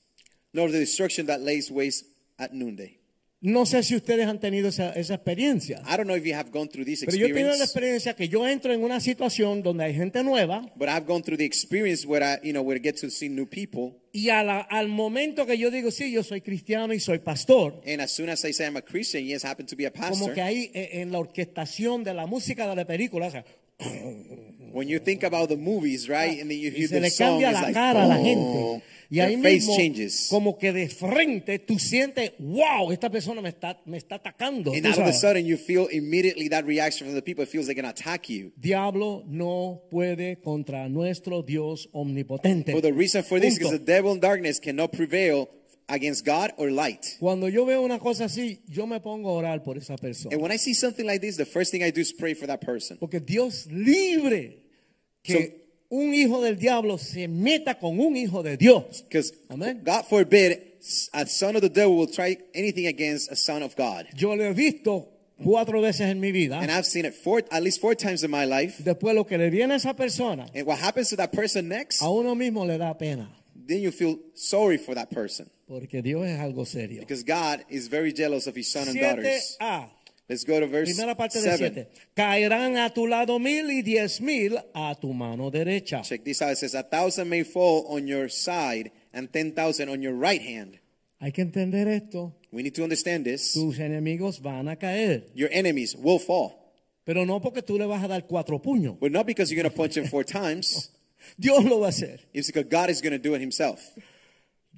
Speaker 3: nor of the destruction that lays waste at noonday.
Speaker 2: No sé si ustedes han tenido esa, esa experiencia.
Speaker 3: I don't know if you have gone through this
Speaker 2: Pero yo he tenido la
Speaker 3: experience,
Speaker 2: experiencia que yo entro en una situación donde hay gente nueva.
Speaker 3: but I've gone through the experience where I, you know, where I get to see new people.
Speaker 2: Y a la- al momento que yo digo, sí, yo soy cristiano y soy pastor,
Speaker 3: And as soon as I say I'm a Christian, yes, I happen to be a
Speaker 2: como
Speaker 3: pastor.
Speaker 2: que ahí eh, en la orquestación de la música de la película, o sea,
Speaker 3: When you think about the movies, right, and then you
Speaker 2: Ah, y
Speaker 3: hear
Speaker 2: se
Speaker 3: the
Speaker 2: le
Speaker 3: song,
Speaker 2: cambia
Speaker 3: it's
Speaker 2: la
Speaker 3: like,
Speaker 2: cara a la
Speaker 3: "Oh."
Speaker 2: gente. Y
Speaker 3: Their
Speaker 2: ahí
Speaker 3: face
Speaker 2: mismo,
Speaker 3: changes.
Speaker 2: como que de frente tú sientes, wow, esta persona me está, me está atacando.
Speaker 3: and
Speaker 2: tú
Speaker 3: all of a
Speaker 2: sabes.
Speaker 3: sudden, you feel immediately that reaction from the people. It feels they can attack you.
Speaker 2: Diablo no puede contra nuestro Dios omnipotente.
Speaker 3: But the reason for this is
Speaker 2: Punto.
Speaker 3: the devil and darkness cannot prevail against God or light.
Speaker 2: Cuando yo veo una cosa así, yo me pongo a orar por esa persona.
Speaker 3: And when I see something like this, the first thing I do is pray for that person.
Speaker 2: Porque Dios libre que un hijo del diablo se meta con un hijo de Dios.
Speaker 3: Because
Speaker 2: Amén.
Speaker 3: God forbid a son of the devil will try anything against a son of God.
Speaker 2: Yo lo he visto cuatro veces en mi vida.
Speaker 3: And I've seen it four, at least four times in my life.
Speaker 2: Después lo que le viene a esa persona,
Speaker 3: And what happens to that person next,
Speaker 2: a uno mismo le da pena,
Speaker 3: then you feel sorry for that person.
Speaker 2: porque Dios es algo serio.
Speaker 3: Because God is very jealous of his son and
Speaker 2: 7
Speaker 3: daughters.
Speaker 2: a
Speaker 3: Let's go to verse
Speaker 2: Primera parte de
Speaker 3: 7.
Speaker 2: siete. Caerán a tu lado mil y diez mil a tu mano derecha.
Speaker 3: Check this out. It says, A thousand may fall on your side and ten thousand on your right hand.
Speaker 2: Hay que entender esto.
Speaker 3: We need to understand this.
Speaker 2: Tus enemigos van a caer.
Speaker 3: Your enemies will fall,
Speaker 2: Pero no porque tú le vas a dar cuatro puños.
Speaker 3: but not because you're going to punch him
Speaker 2: *laughs*
Speaker 3: four times.
Speaker 2: Dios lo va a hacer.
Speaker 3: It's because God is going to do it himself.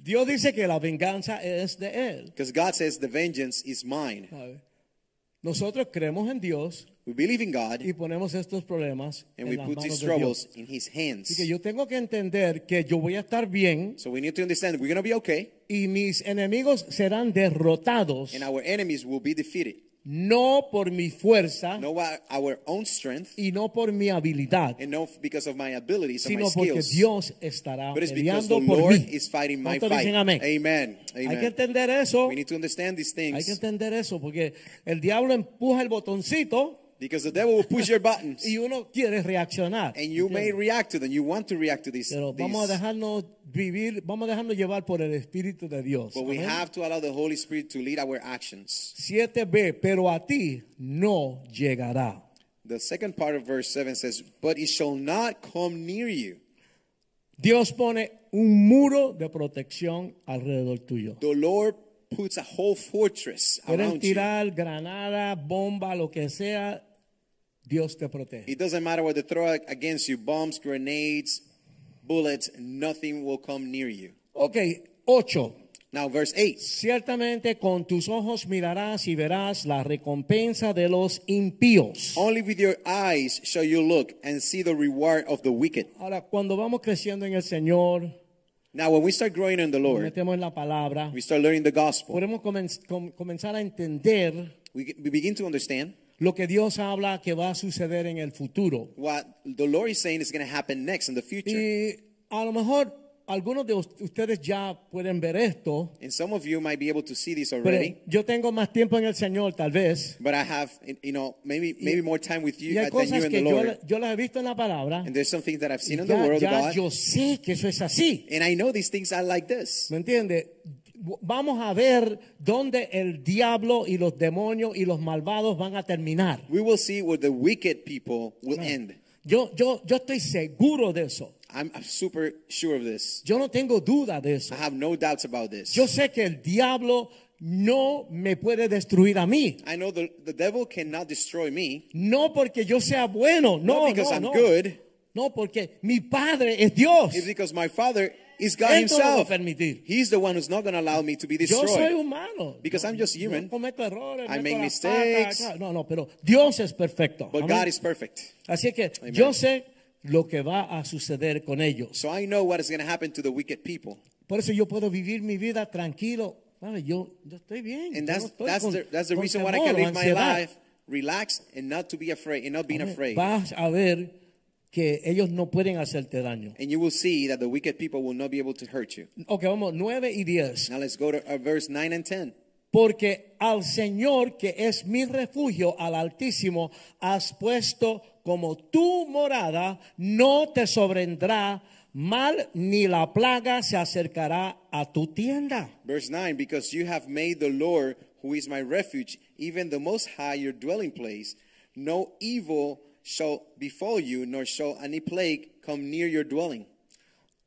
Speaker 2: Dios dice que la venganza es de Él.
Speaker 3: Because God says, The vengeance is mine.
Speaker 2: ¿sabe? Nosotros creemos en Dios
Speaker 3: We believe in God
Speaker 2: y ponemos estos problemas
Speaker 3: and
Speaker 2: en
Speaker 3: we
Speaker 2: las
Speaker 3: put
Speaker 2: manos
Speaker 3: these
Speaker 2: de
Speaker 3: troubles
Speaker 2: Dios.
Speaker 3: in his hands.
Speaker 2: Así que yo tengo que entender que yo voy a estar bien
Speaker 3: So we need to understand we're going to be okay
Speaker 2: y mis enemigos serán derrotados.
Speaker 3: and our enemies will be defeated.
Speaker 2: No por mi fuerza
Speaker 3: No by our own strength
Speaker 2: y no por mi habilidad,
Speaker 3: and no because of my abilities and my
Speaker 2: sino porque
Speaker 3: skills.
Speaker 2: Dios estará
Speaker 3: But it's because the
Speaker 2: peleando por
Speaker 3: Lord
Speaker 2: mí.
Speaker 3: is fighting my
Speaker 2: ¿Cuántos
Speaker 3: fight.
Speaker 2: dicen amén?
Speaker 3: Amen.
Speaker 2: Hay que
Speaker 3: Amen.
Speaker 2: entender eso.
Speaker 3: We need to understand these
Speaker 2: Hay que
Speaker 3: things
Speaker 2: entender eso porque el diablo empuja el botoncito
Speaker 3: because the devil will push your
Speaker 2: *laughs*
Speaker 3: buttons
Speaker 2: y uno quiere reaccionar.
Speaker 3: and you may
Speaker 2: ¿entiendes?
Speaker 3: react to them. You want to react to these.
Speaker 2: Pero vamos
Speaker 3: these.
Speaker 2: a dejarnos vivir, vamos a dejarnos llevar por el Espíritu de Dios.
Speaker 3: But we
Speaker 2: Amén.
Speaker 3: have to allow the Holy Spirit to lead our actions.
Speaker 2: 7b, pero a ti no llegará.
Speaker 3: The second part of verse 7 says, But it shall not come near you.
Speaker 2: Dios pone un muro de protección alrededor tuyo.
Speaker 3: The Lord puts a whole fortress
Speaker 2: Pueden
Speaker 3: around you.
Speaker 2: tirar granada, bomba, lo que sea, Dios te protege.
Speaker 3: It doesn't matter what they throw against you bombs, grenades, bullets, nothing will come near you.
Speaker 2: Ok, 8.
Speaker 3: Now, verse 8
Speaker 2: Ciertamente con tus ojos mirarás y verás la recompensa de los impíos.
Speaker 3: Only with your eyes shall you look and see the reward of the wicked.
Speaker 2: Ahora, cuando vamos creciendo en el Señor,
Speaker 3: Now, when we start growing in the
Speaker 2: nos
Speaker 3: Lord,
Speaker 2: metemos en la palabra,
Speaker 3: we start learning the gospel.
Speaker 2: podemos comenz- com- comenzar a entender
Speaker 3: We, we begin to understand
Speaker 2: lo que Dios habla que va a suceder en el futuro.
Speaker 3: what the Lord is saying is going to happen next in the future.
Speaker 2: Y a lo mejor algunos de us- ustedes ya pueden ver esto,
Speaker 3: And some of you might be able to see this
Speaker 2: pero
Speaker 3: already.
Speaker 2: yo tengo más tiempo en el Señor tal vez.
Speaker 3: But I have, you know, maybe maybe more time with you
Speaker 2: Y hay
Speaker 3: than you
Speaker 2: cosas
Speaker 3: and
Speaker 2: que
Speaker 3: the
Speaker 2: yo,
Speaker 3: Lord.
Speaker 2: yo las he visto en la palabra.
Speaker 3: And there's some things that I've
Speaker 2: y
Speaker 3: seen in the
Speaker 2: ya-
Speaker 3: world
Speaker 2: ya
Speaker 3: God.
Speaker 2: yo sé que eso es así.
Speaker 3: And I know these things are like this.
Speaker 2: ¿Me entiende? Vamos a ver dónde el diablo y los demonios y los malvados van a terminar.
Speaker 3: We will see where the wicked people will end.
Speaker 2: Yo, yo, yo estoy seguro de eso.
Speaker 3: I'm, I'm super sure of this.
Speaker 2: Yo no tengo duda de
Speaker 3: I
Speaker 2: eso.
Speaker 3: have no doubts about this.
Speaker 2: Yo sé que el diablo no me puede destruir a mí.
Speaker 3: I know the, the devil cannot destroy me.
Speaker 2: No porque yo sea bueno, no,
Speaker 3: not because
Speaker 2: no,
Speaker 3: I'm
Speaker 2: no.
Speaker 3: good.
Speaker 2: No porque mi padre es Dios.
Speaker 3: It's because my father is God
Speaker 2: Él no lo
Speaker 3: himself.
Speaker 2: va a permitir.
Speaker 3: He's the one who's not going to allow me to be
Speaker 2: Yo soy
Speaker 3: destroyed.
Speaker 2: humano.
Speaker 3: Because
Speaker 2: Yo-
Speaker 3: I'm just
Speaker 2: yo
Speaker 3: human.
Speaker 2: cometo errores,
Speaker 3: I
Speaker 2: meto
Speaker 3: make
Speaker 2: la
Speaker 3: mistakes.
Speaker 2: pata, no, no, pero Dios es perfecto.
Speaker 3: But
Speaker 2: Amén.
Speaker 3: God is perfect.
Speaker 2: Así que
Speaker 3: Amen.
Speaker 2: yo sé lo que va a suceder con ellos.
Speaker 3: So I know what is going to happen to the wicked people.
Speaker 2: Por eso yo puedo vivir mi vida tranquilo. ¿Sabe? Yo, yo estoy bien. Yo
Speaker 3: And that's,
Speaker 2: no estoy
Speaker 3: that's,
Speaker 2: con-
Speaker 3: the, that's the
Speaker 2: con
Speaker 3: reason why I
Speaker 2: temor
Speaker 3: can
Speaker 2: o
Speaker 3: live my
Speaker 2: ansiedad.
Speaker 3: life relaxed and not to be afraid and not being afraid.
Speaker 2: Vas a ver que ellos no pueden hacerte daño.
Speaker 3: And you will see that the wicked people will not be able to hurt you.
Speaker 2: Ok, vamos, 9 y 10.
Speaker 3: Now let's go to uh, verse 9 and 10.
Speaker 2: Porque al Señor, que es mi refugio, al Altísimo, has puesto como tu morada, no te sobrendrá mal, ni la plaga se acercará a tu tienda.
Speaker 3: Verse 9 Because you have made the Lord, who is my refuge, even the Most High, your dwelling place, no evil shall befall you, nor shall any plague come near your dwelling.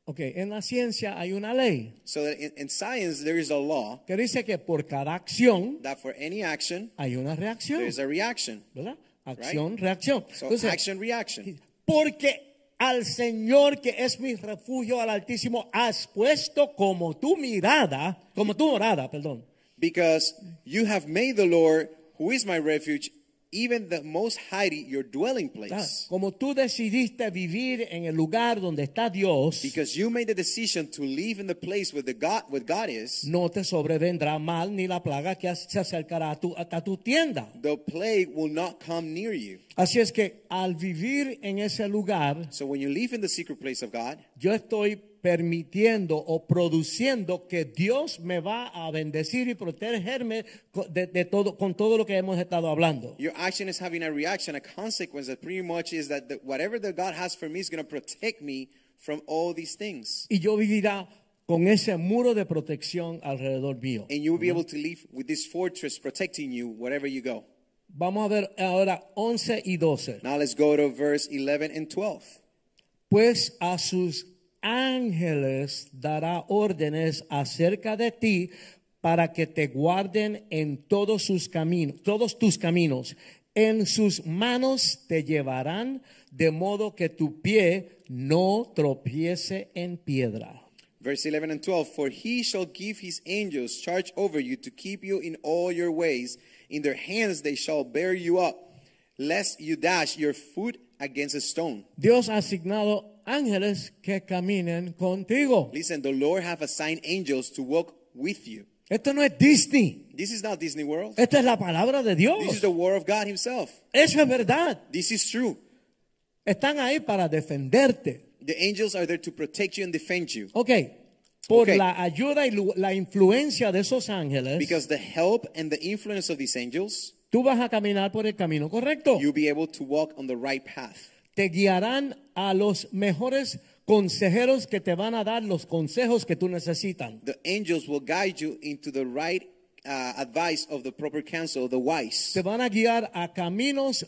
Speaker 2: Ok, en la ciencia hay una ley
Speaker 3: So that in, in science, there is a law
Speaker 2: que dice que por cada acción
Speaker 3: that for any action,
Speaker 2: hay una reacción,
Speaker 3: there is a reaction.
Speaker 2: ¿verdad? Acción, reacción.
Speaker 3: So
Speaker 2: Entonces,
Speaker 3: action, reaction.
Speaker 2: porque al Señor que es mi refugio, al Altísimo, has puesto como tu mirada, como tu morada, perdón.
Speaker 3: Because you have made the Lord, who is my refuge, even the Most High, your dwelling
Speaker 2: Claro,
Speaker 3: place.
Speaker 2: Como tú decidiste vivir en el lugar donde está Dios,
Speaker 3: Because you made the decision to live in the place where the God, where God is,
Speaker 2: no te sobrevendrá mal ni la plaga que as- se acercará a tu, hasta tu tienda.
Speaker 3: the plague will not come near you.
Speaker 2: Así es que al vivir en ese lugar,
Speaker 3: So when you live in the secret place of God,
Speaker 2: yo estoy permitiendo o produciendo que Dios me va a bendecir y protegerme co- de, de todo, con todo lo que hemos estado hablando.
Speaker 3: Your action is having a reaction, a consequence that pretty much is that the, whatever that God has for me is going to protect me from all these things.
Speaker 2: Y yo vivirá con ese muro de protección alrededor mío.
Speaker 3: And you will be able to leave with this fortress protecting you wherever you go.
Speaker 2: Vamos a ver ahora 11 y 12.
Speaker 3: Now let's go to verse 11 and 12.
Speaker 2: Pues a sus ángeles dará órdenes acerca de ti para que te guarden en todos sus caminos, todos tus caminos. En sus manos te llevarán de modo que tu pie no tropiece en piedra.
Speaker 3: Verse 11 and 12 For he shall give his angels charge over you to keep you in all your ways. In their hands they shall bear you up, lest you dash your foot against a stone.
Speaker 2: Dios ha asignado ángeles que caminen contigo.
Speaker 3: Listen, the Lord have assigned angels to walk with you.
Speaker 2: Esto no es Disney.
Speaker 3: This is not Disney World.
Speaker 2: Esta es la palabra de Dios.
Speaker 3: This is the word of God Himself.
Speaker 2: Eso es verdad.
Speaker 3: This is true.
Speaker 2: Están ahí para defenderte.
Speaker 3: The angels are there to protect you and defend you
Speaker 2: Ok, por
Speaker 3: Ok.
Speaker 2: la ayuda y lu- la influencia de esos ángeles,
Speaker 3: because the help and the influence of these angels,
Speaker 2: tú vas a caminar por el camino correcto.
Speaker 3: you'll be able to walk on the right path.
Speaker 2: te guiarán a los mejores consejeros que te van a dar los consejos que tú necesitas.
Speaker 3: The angels will guide you into the right uh, advice of the proper counsel, the wise.
Speaker 2: Te van a guiar a caminos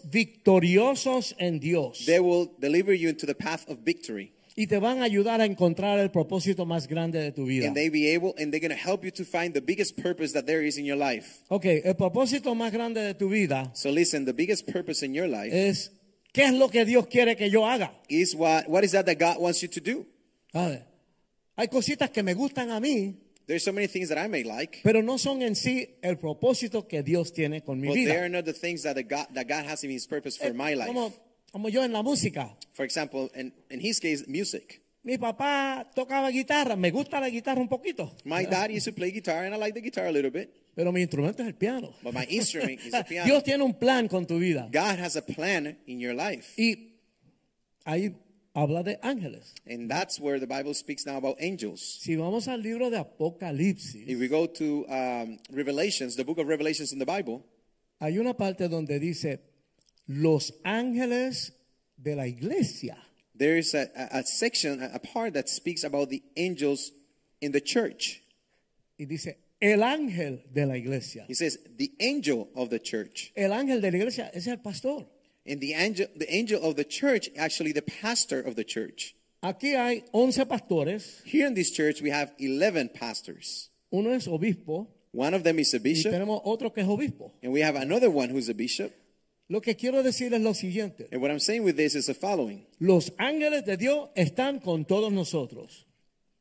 Speaker 2: victoriosos en Dios
Speaker 3: They will deliver you into the path of victory,
Speaker 2: y te van a ayudar a encontrar el propósito más grande de tu vida.
Speaker 3: and they be able, and they're going to help you to find the biggest purpose that there is in your life.
Speaker 2: ok, el propósito más grande de tu vida
Speaker 3: So listen, the biggest purpose in your life
Speaker 2: es ¿qué es lo que Dios quiere que yo haga?
Speaker 3: is what what is that that God wants you to do?
Speaker 2: A ver, hay cositas que me gustan a mí,
Speaker 3: There's so many things that I may like,
Speaker 2: pero no son en sí el propósito que Dios tiene con mi
Speaker 3: but they
Speaker 2: vida. Eh,
Speaker 3: are not the things that the God that God has in His purpose for my life.
Speaker 2: Como, como yo en la música.
Speaker 3: For example, in, in his case, music.
Speaker 2: Mi papá tocaba guitarra, me gusta la guitarra un poquito,
Speaker 3: My dad used to play guitar, and I like the guitar a little bit,
Speaker 2: pero mi instrumento es el piano.
Speaker 3: but my instrument
Speaker 2: *laughs*
Speaker 3: is the piano.
Speaker 2: Dios tiene un plan con tu vida.
Speaker 3: God has a plan in your life,
Speaker 2: Y ahí habla de ángeles.
Speaker 3: and that's where the Bible speaks now about angels.
Speaker 2: Si vamos al libro de Apocalipsis,
Speaker 3: If we go to um, Revelations, the book of Revelations in the Bible,
Speaker 2: hay una parte donde dice los ángeles de la iglesia.
Speaker 3: there is a, a, a section, a, a part that speaks about the angels in the church.
Speaker 2: Y dice el ángel de la iglesia.
Speaker 3: He says, the angel of the church.
Speaker 2: El ángel de la iglesia es el pastor.
Speaker 3: And the angel, the angel of the church, actually the pastor of the church.
Speaker 2: Aquí hay 11 pastores,
Speaker 3: Here in this church, we have 11 pastors.
Speaker 2: uno es obispo
Speaker 3: One of them is a
Speaker 2: y
Speaker 3: bishop,
Speaker 2: tenemos otro que es obispo.
Speaker 3: and we have another one who's a bishop.
Speaker 2: Lo que quiero decir es lo siguiente,
Speaker 3: And what I'm saying with this is the following
Speaker 2: los ángeles de Dios están con todos nosotros,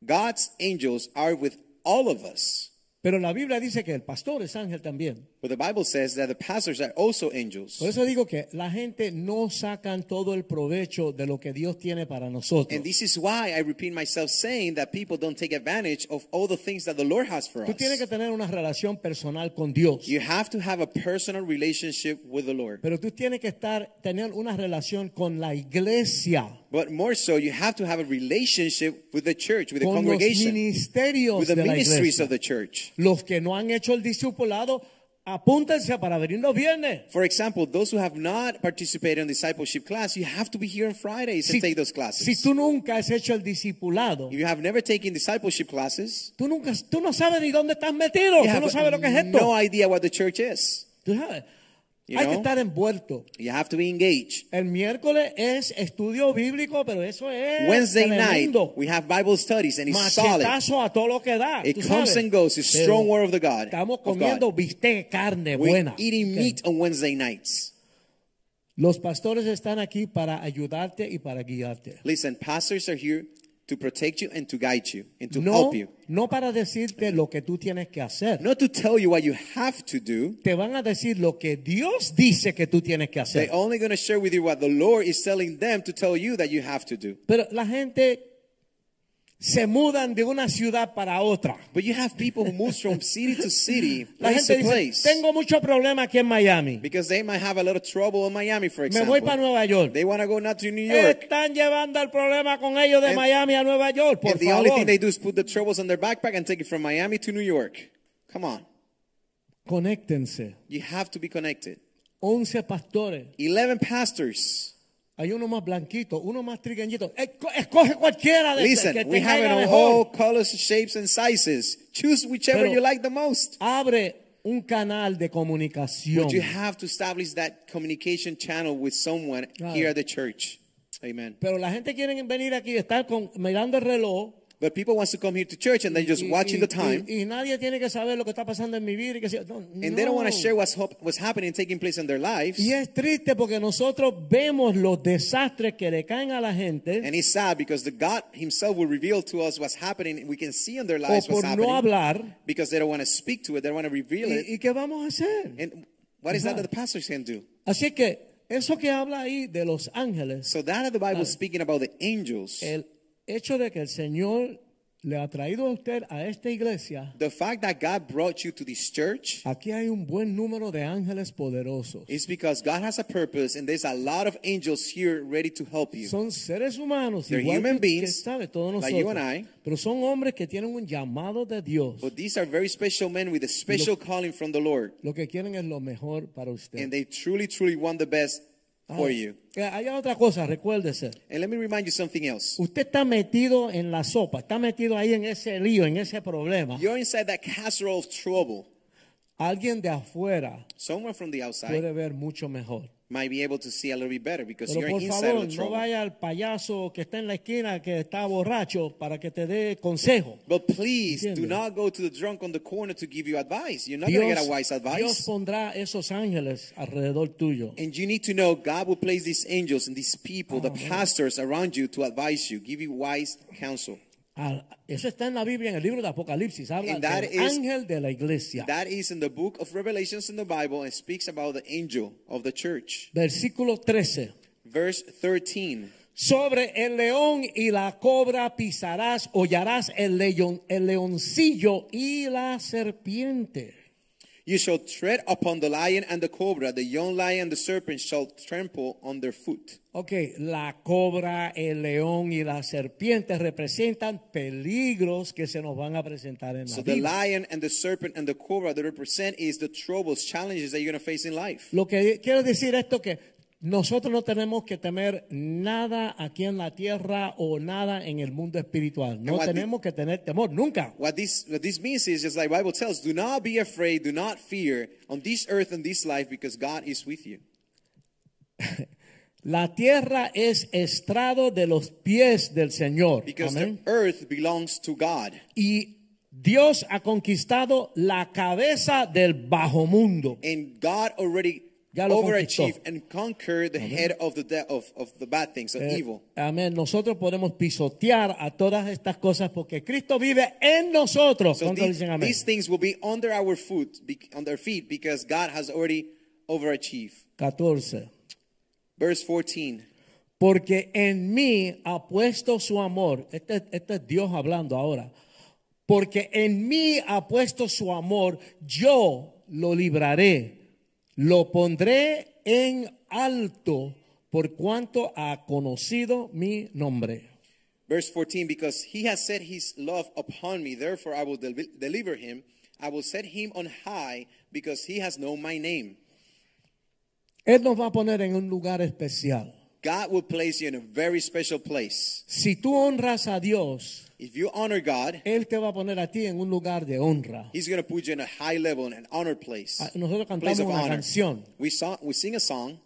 Speaker 3: God's angels are with all of us.
Speaker 2: pero la Biblia dice que el pastor es ángel también.
Speaker 3: But the Bible says that the pastors are also angels.
Speaker 2: Por eso digo que la gente no sacan todo el provecho de lo que Dios tiene para nosotros.
Speaker 3: And this is why I repeat myself saying that people don't take advantage of all the things that the Lord has for
Speaker 2: Tú
Speaker 3: us.
Speaker 2: tienes que tener una relación personal con Dios,
Speaker 3: You have to have a personal relationship with the Lord.
Speaker 2: pero tú tienes que estar tener una relación con la iglesia,
Speaker 3: But more so, you have to have a relationship with the church, with the
Speaker 2: con los
Speaker 3: congregation,
Speaker 2: ministerios
Speaker 3: with the
Speaker 2: de la
Speaker 3: ministries
Speaker 2: iglesia.
Speaker 3: of the church.
Speaker 2: Los que no han hecho el discipulado, apúntense para venir los viernes.
Speaker 3: For example, those who have not participated in discipleship class, you have to be here on Fridays to take those classes.
Speaker 2: si tú nunca has hecho el discipulado,
Speaker 3: if you have never taken discipleship classes,
Speaker 2: tú, nunca, tú no sabes ni dónde estás metido,
Speaker 3: you
Speaker 2: tú
Speaker 3: have
Speaker 2: no sabes lo que es esto.
Speaker 3: no idea what the church is.
Speaker 2: Tú sabes,
Speaker 3: You
Speaker 2: hay que
Speaker 3: know?
Speaker 2: estar envuelto.
Speaker 3: You have to be engaged.
Speaker 2: El miércoles es estudio bíblico, pero eso es
Speaker 3: Wednesday night,
Speaker 2: tremendo.
Speaker 3: we have Bible studies, and it's solid.
Speaker 2: Machetazo a todo lo que da.
Speaker 3: It
Speaker 2: tú
Speaker 3: comes
Speaker 2: sabes.
Speaker 3: and goes. It's
Speaker 2: Pero
Speaker 3: strong word of the God.
Speaker 2: Estamos
Speaker 3: of
Speaker 2: comiendo
Speaker 3: God.
Speaker 2: bistec de carne
Speaker 3: We're
Speaker 2: buena.
Speaker 3: eating
Speaker 2: Ok.
Speaker 3: meat on Wednesday nights.
Speaker 2: Los pastores están aquí para ayudarte y para guiarte.
Speaker 3: Listen, pastors are here to protect you and to guide you and to
Speaker 2: No,
Speaker 3: help you.
Speaker 2: no para decirte lo que tú tienes que hacer.
Speaker 3: Not to tell you what you have to do.
Speaker 2: te van a decir lo que Dios dice que tú tienes que hacer.
Speaker 3: They're only going to share with you what the Lord is telling them to tell you that you have to do.
Speaker 2: Pero la gente se mudan de una ciudad para otra.
Speaker 3: But you have people who
Speaker 2: *laughs*
Speaker 3: move from city to city,
Speaker 2: La
Speaker 3: place
Speaker 2: gente
Speaker 3: to
Speaker 2: dice,
Speaker 3: place,
Speaker 2: tengo mucho problema aquí en Miami.
Speaker 3: because they might have a little trouble in Miami, for
Speaker 2: Me voy para
Speaker 3: example.
Speaker 2: Nueva Eh, York.
Speaker 3: They want to go not to New York,
Speaker 2: Están llevando el problema con ellos de
Speaker 3: And-
Speaker 2: Miami a Nueva York, por
Speaker 3: and the only
Speaker 2: favor.
Speaker 3: thing they do is put the troubles on their backpack and take it from Miami to New York. Come on,
Speaker 2: Conéctense.
Speaker 3: you have to be connected.
Speaker 2: 11 pastores.
Speaker 3: Eleven pastors.
Speaker 2: Hay uno más blanquito, uno más trigueñito. Esco- Escoge cualquiera de que
Speaker 3: *laughs* Listen,
Speaker 2: te
Speaker 3: we have it
Speaker 2: caiga
Speaker 3: on
Speaker 2: mejor.
Speaker 3: all colors, shapes, and sizes. Choose whichever
Speaker 2: Pero-
Speaker 3: you like the most.
Speaker 2: Abre un canal de comunicación.
Speaker 3: But you have to establish that communication channel with someone
Speaker 2: Claro.
Speaker 3: here at the church. Amen.
Speaker 2: Pero la gente quiere venir aquí y estar con, mirando el reloj.
Speaker 3: But people wants to come here to church and they're just
Speaker 2: y-
Speaker 3: watching
Speaker 2: y-
Speaker 3: the time.
Speaker 2: Y, y nadie tiene que saber lo que está pasando en mi vida. Y, que sea- no,
Speaker 3: and they don't want to
Speaker 2: no.
Speaker 3: share what's, hop- what's happening and taking place in their lives.
Speaker 2: Y es triste porque nosotros vemos los desastres que le caen a la gente
Speaker 3: And it's sad because the God himself will reveal to us what's happening. and We can see in their
Speaker 2: o
Speaker 3: lives what's
Speaker 2: por
Speaker 3: happening.
Speaker 2: no hablar.
Speaker 3: Because they don't want to speak to it. They don't want to reveal
Speaker 2: ¿Y,
Speaker 3: it.
Speaker 2: y qué vamos a hacer?
Speaker 3: And what is
Speaker 2: Ajá.
Speaker 3: that that the pastors can do?
Speaker 2: Así que eso que habla ahí de los ángeles,
Speaker 3: So that of the Bible
Speaker 2: Claro.
Speaker 3: is speaking about the angels.
Speaker 2: el hecho de que el Señor le ha traído a usted a esta iglesia,
Speaker 3: The fact that God brought you to this church
Speaker 2: aquí hay un buen número de ángeles poderosos.
Speaker 3: is because God has a purpose and there's a lot of angels here ready to help you.
Speaker 2: Son seres humanos,
Speaker 3: They're
Speaker 2: igual
Speaker 3: human
Speaker 2: que- que
Speaker 3: beings,
Speaker 2: sabe, todos
Speaker 3: like
Speaker 2: nosotros,
Speaker 3: you and I.
Speaker 2: pero son hombres que tienen un llamado de Dios.
Speaker 3: But these are very special men with a special calling from the Lord.
Speaker 2: Lo que quieren es lo mejor para usted.
Speaker 3: And they truly, truly want the best for
Speaker 2: Ah,
Speaker 3: you.
Speaker 2: eh, Hay otra cosa, recuérdese.
Speaker 3: And let me remind you something else.
Speaker 2: Usted está metido en la sopa, está metido ahí en ese lío, en ese problema.
Speaker 3: You're inside that casserole of trouble.
Speaker 2: Alguien de afuera
Speaker 3: Someone from the outside
Speaker 2: puede ver mucho mejor.
Speaker 3: might be able to see a little bit better because
Speaker 2: Pero
Speaker 3: you're
Speaker 2: por
Speaker 3: inside
Speaker 2: favor,
Speaker 3: of the
Speaker 2: no
Speaker 3: trouble.
Speaker 2: vaya al payaso que está en la esquina que está borracho para que te dé consejo.
Speaker 3: But please do
Speaker 2: Entiende.
Speaker 3: not go to the drunk on the corner to give you advice. You're not going to
Speaker 2: Dios,
Speaker 3: get a wise
Speaker 2: Dios
Speaker 3: advice.
Speaker 2: pondrá esos ángeles alrededor tuyo.
Speaker 3: And you need to know God will place these angels and these people, the pastors around you to advise you, give you wise counsel.
Speaker 2: Ah, eso está en la Biblia, en el libro de Apocalipsis. Habla
Speaker 3: And that
Speaker 2: del
Speaker 3: is-
Speaker 2: ángel de la iglesia.
Speaker 3: That is in the book of Revelations in the Bible and speaks about the angel of the church.
Speaker 2: Versículo 13.
Speaker 3: Verse 13.
Speaker 2: Sobre el león y la cobra pisarás, hollarás el león, el leoncillo y la serpiente.
Speaker 3: You shall tread upon the lion and the cobra, the young lion and the serpent shall trample on their foot.
Speaker 2: Ok, la cobra, el león y la serpiente representan peligros que se nos van a presentar en la
Speaker 3: So the
Speaker 2: vida.
Speaker 3: lion and the serpent and the cobra that represent is the troubles, challenges that you're going to face in life.
Speaker 2: Lo que quiero decir esto que nosotros no tenemos que temer nada aquí en la tierra o nada en el mundo espiritual. No
Speaker 3: what the-
Speaker 2: tenemos que tener temor nunca.
Speaker 3: What this what this means is just like Bible tells, do not be afraid, do not fear on this earth and this life because God is with you.
Speaker 2: La tierra es estrado de los pies del Señor.
Speaker 3: Because
Speaker 2: Amén.
Speaker 3: the earth belongs to God.
Speaker 2: Y Dios ha conquistado la cabeza del bajo mundo.
Speaker 3: And God already
Speaker 2: Ya lo
Speaker 3: overachieved
Speaker 2: conquistó.
Speaker 3: and conquered the head of the de- of, of the bad things, of
Speaker 2: Eh,
Speaker 3: evil.
Speaker 2: Amén. Nosotros podemos pisotear a todas estas cosas porque Cristo vive en nosotros.
Speaker 3: So
Speaker 2: ¿Cuántos
Speaker 3: these,
Speaker 2: dicen amén?
Speaker 3: these things will be under our foot, be, on their feet, because God has already overachieved.
Speaker 2: 14.
Speaker 3: Verse 14.
Speaker 2: Porque en mí ha puesto su amor. Este, este es Dios hablando ahora. Porque en mí ha puesto su amor, yo lo libraré, lo pondré en alto por cuanto ha conocido mi nombre.
Speaker 3: Verse 14, because he has set his love upon me, therefore I will del- deliver him. I will set him on high because he has known my name.
Speaker 2: Él nos va a poner en un lugar especial.
Speaker 3: God will place you in a very special place.
Speaker 2: Si tú honras a Dios,
Speaker 3: If you honor God,
Speaker 2: Él te va a poner a ti en un lugar de honra.
Speaker 3: He's going to put you in a high level, in an honor place.
Speaker 2: Ah, Nosotros cantamos
Speaker 3: Place of
Speaker 2: una
Speaker 3: honor.
Speaker 2: canción.
Speaker 3: We, song, we sing a song.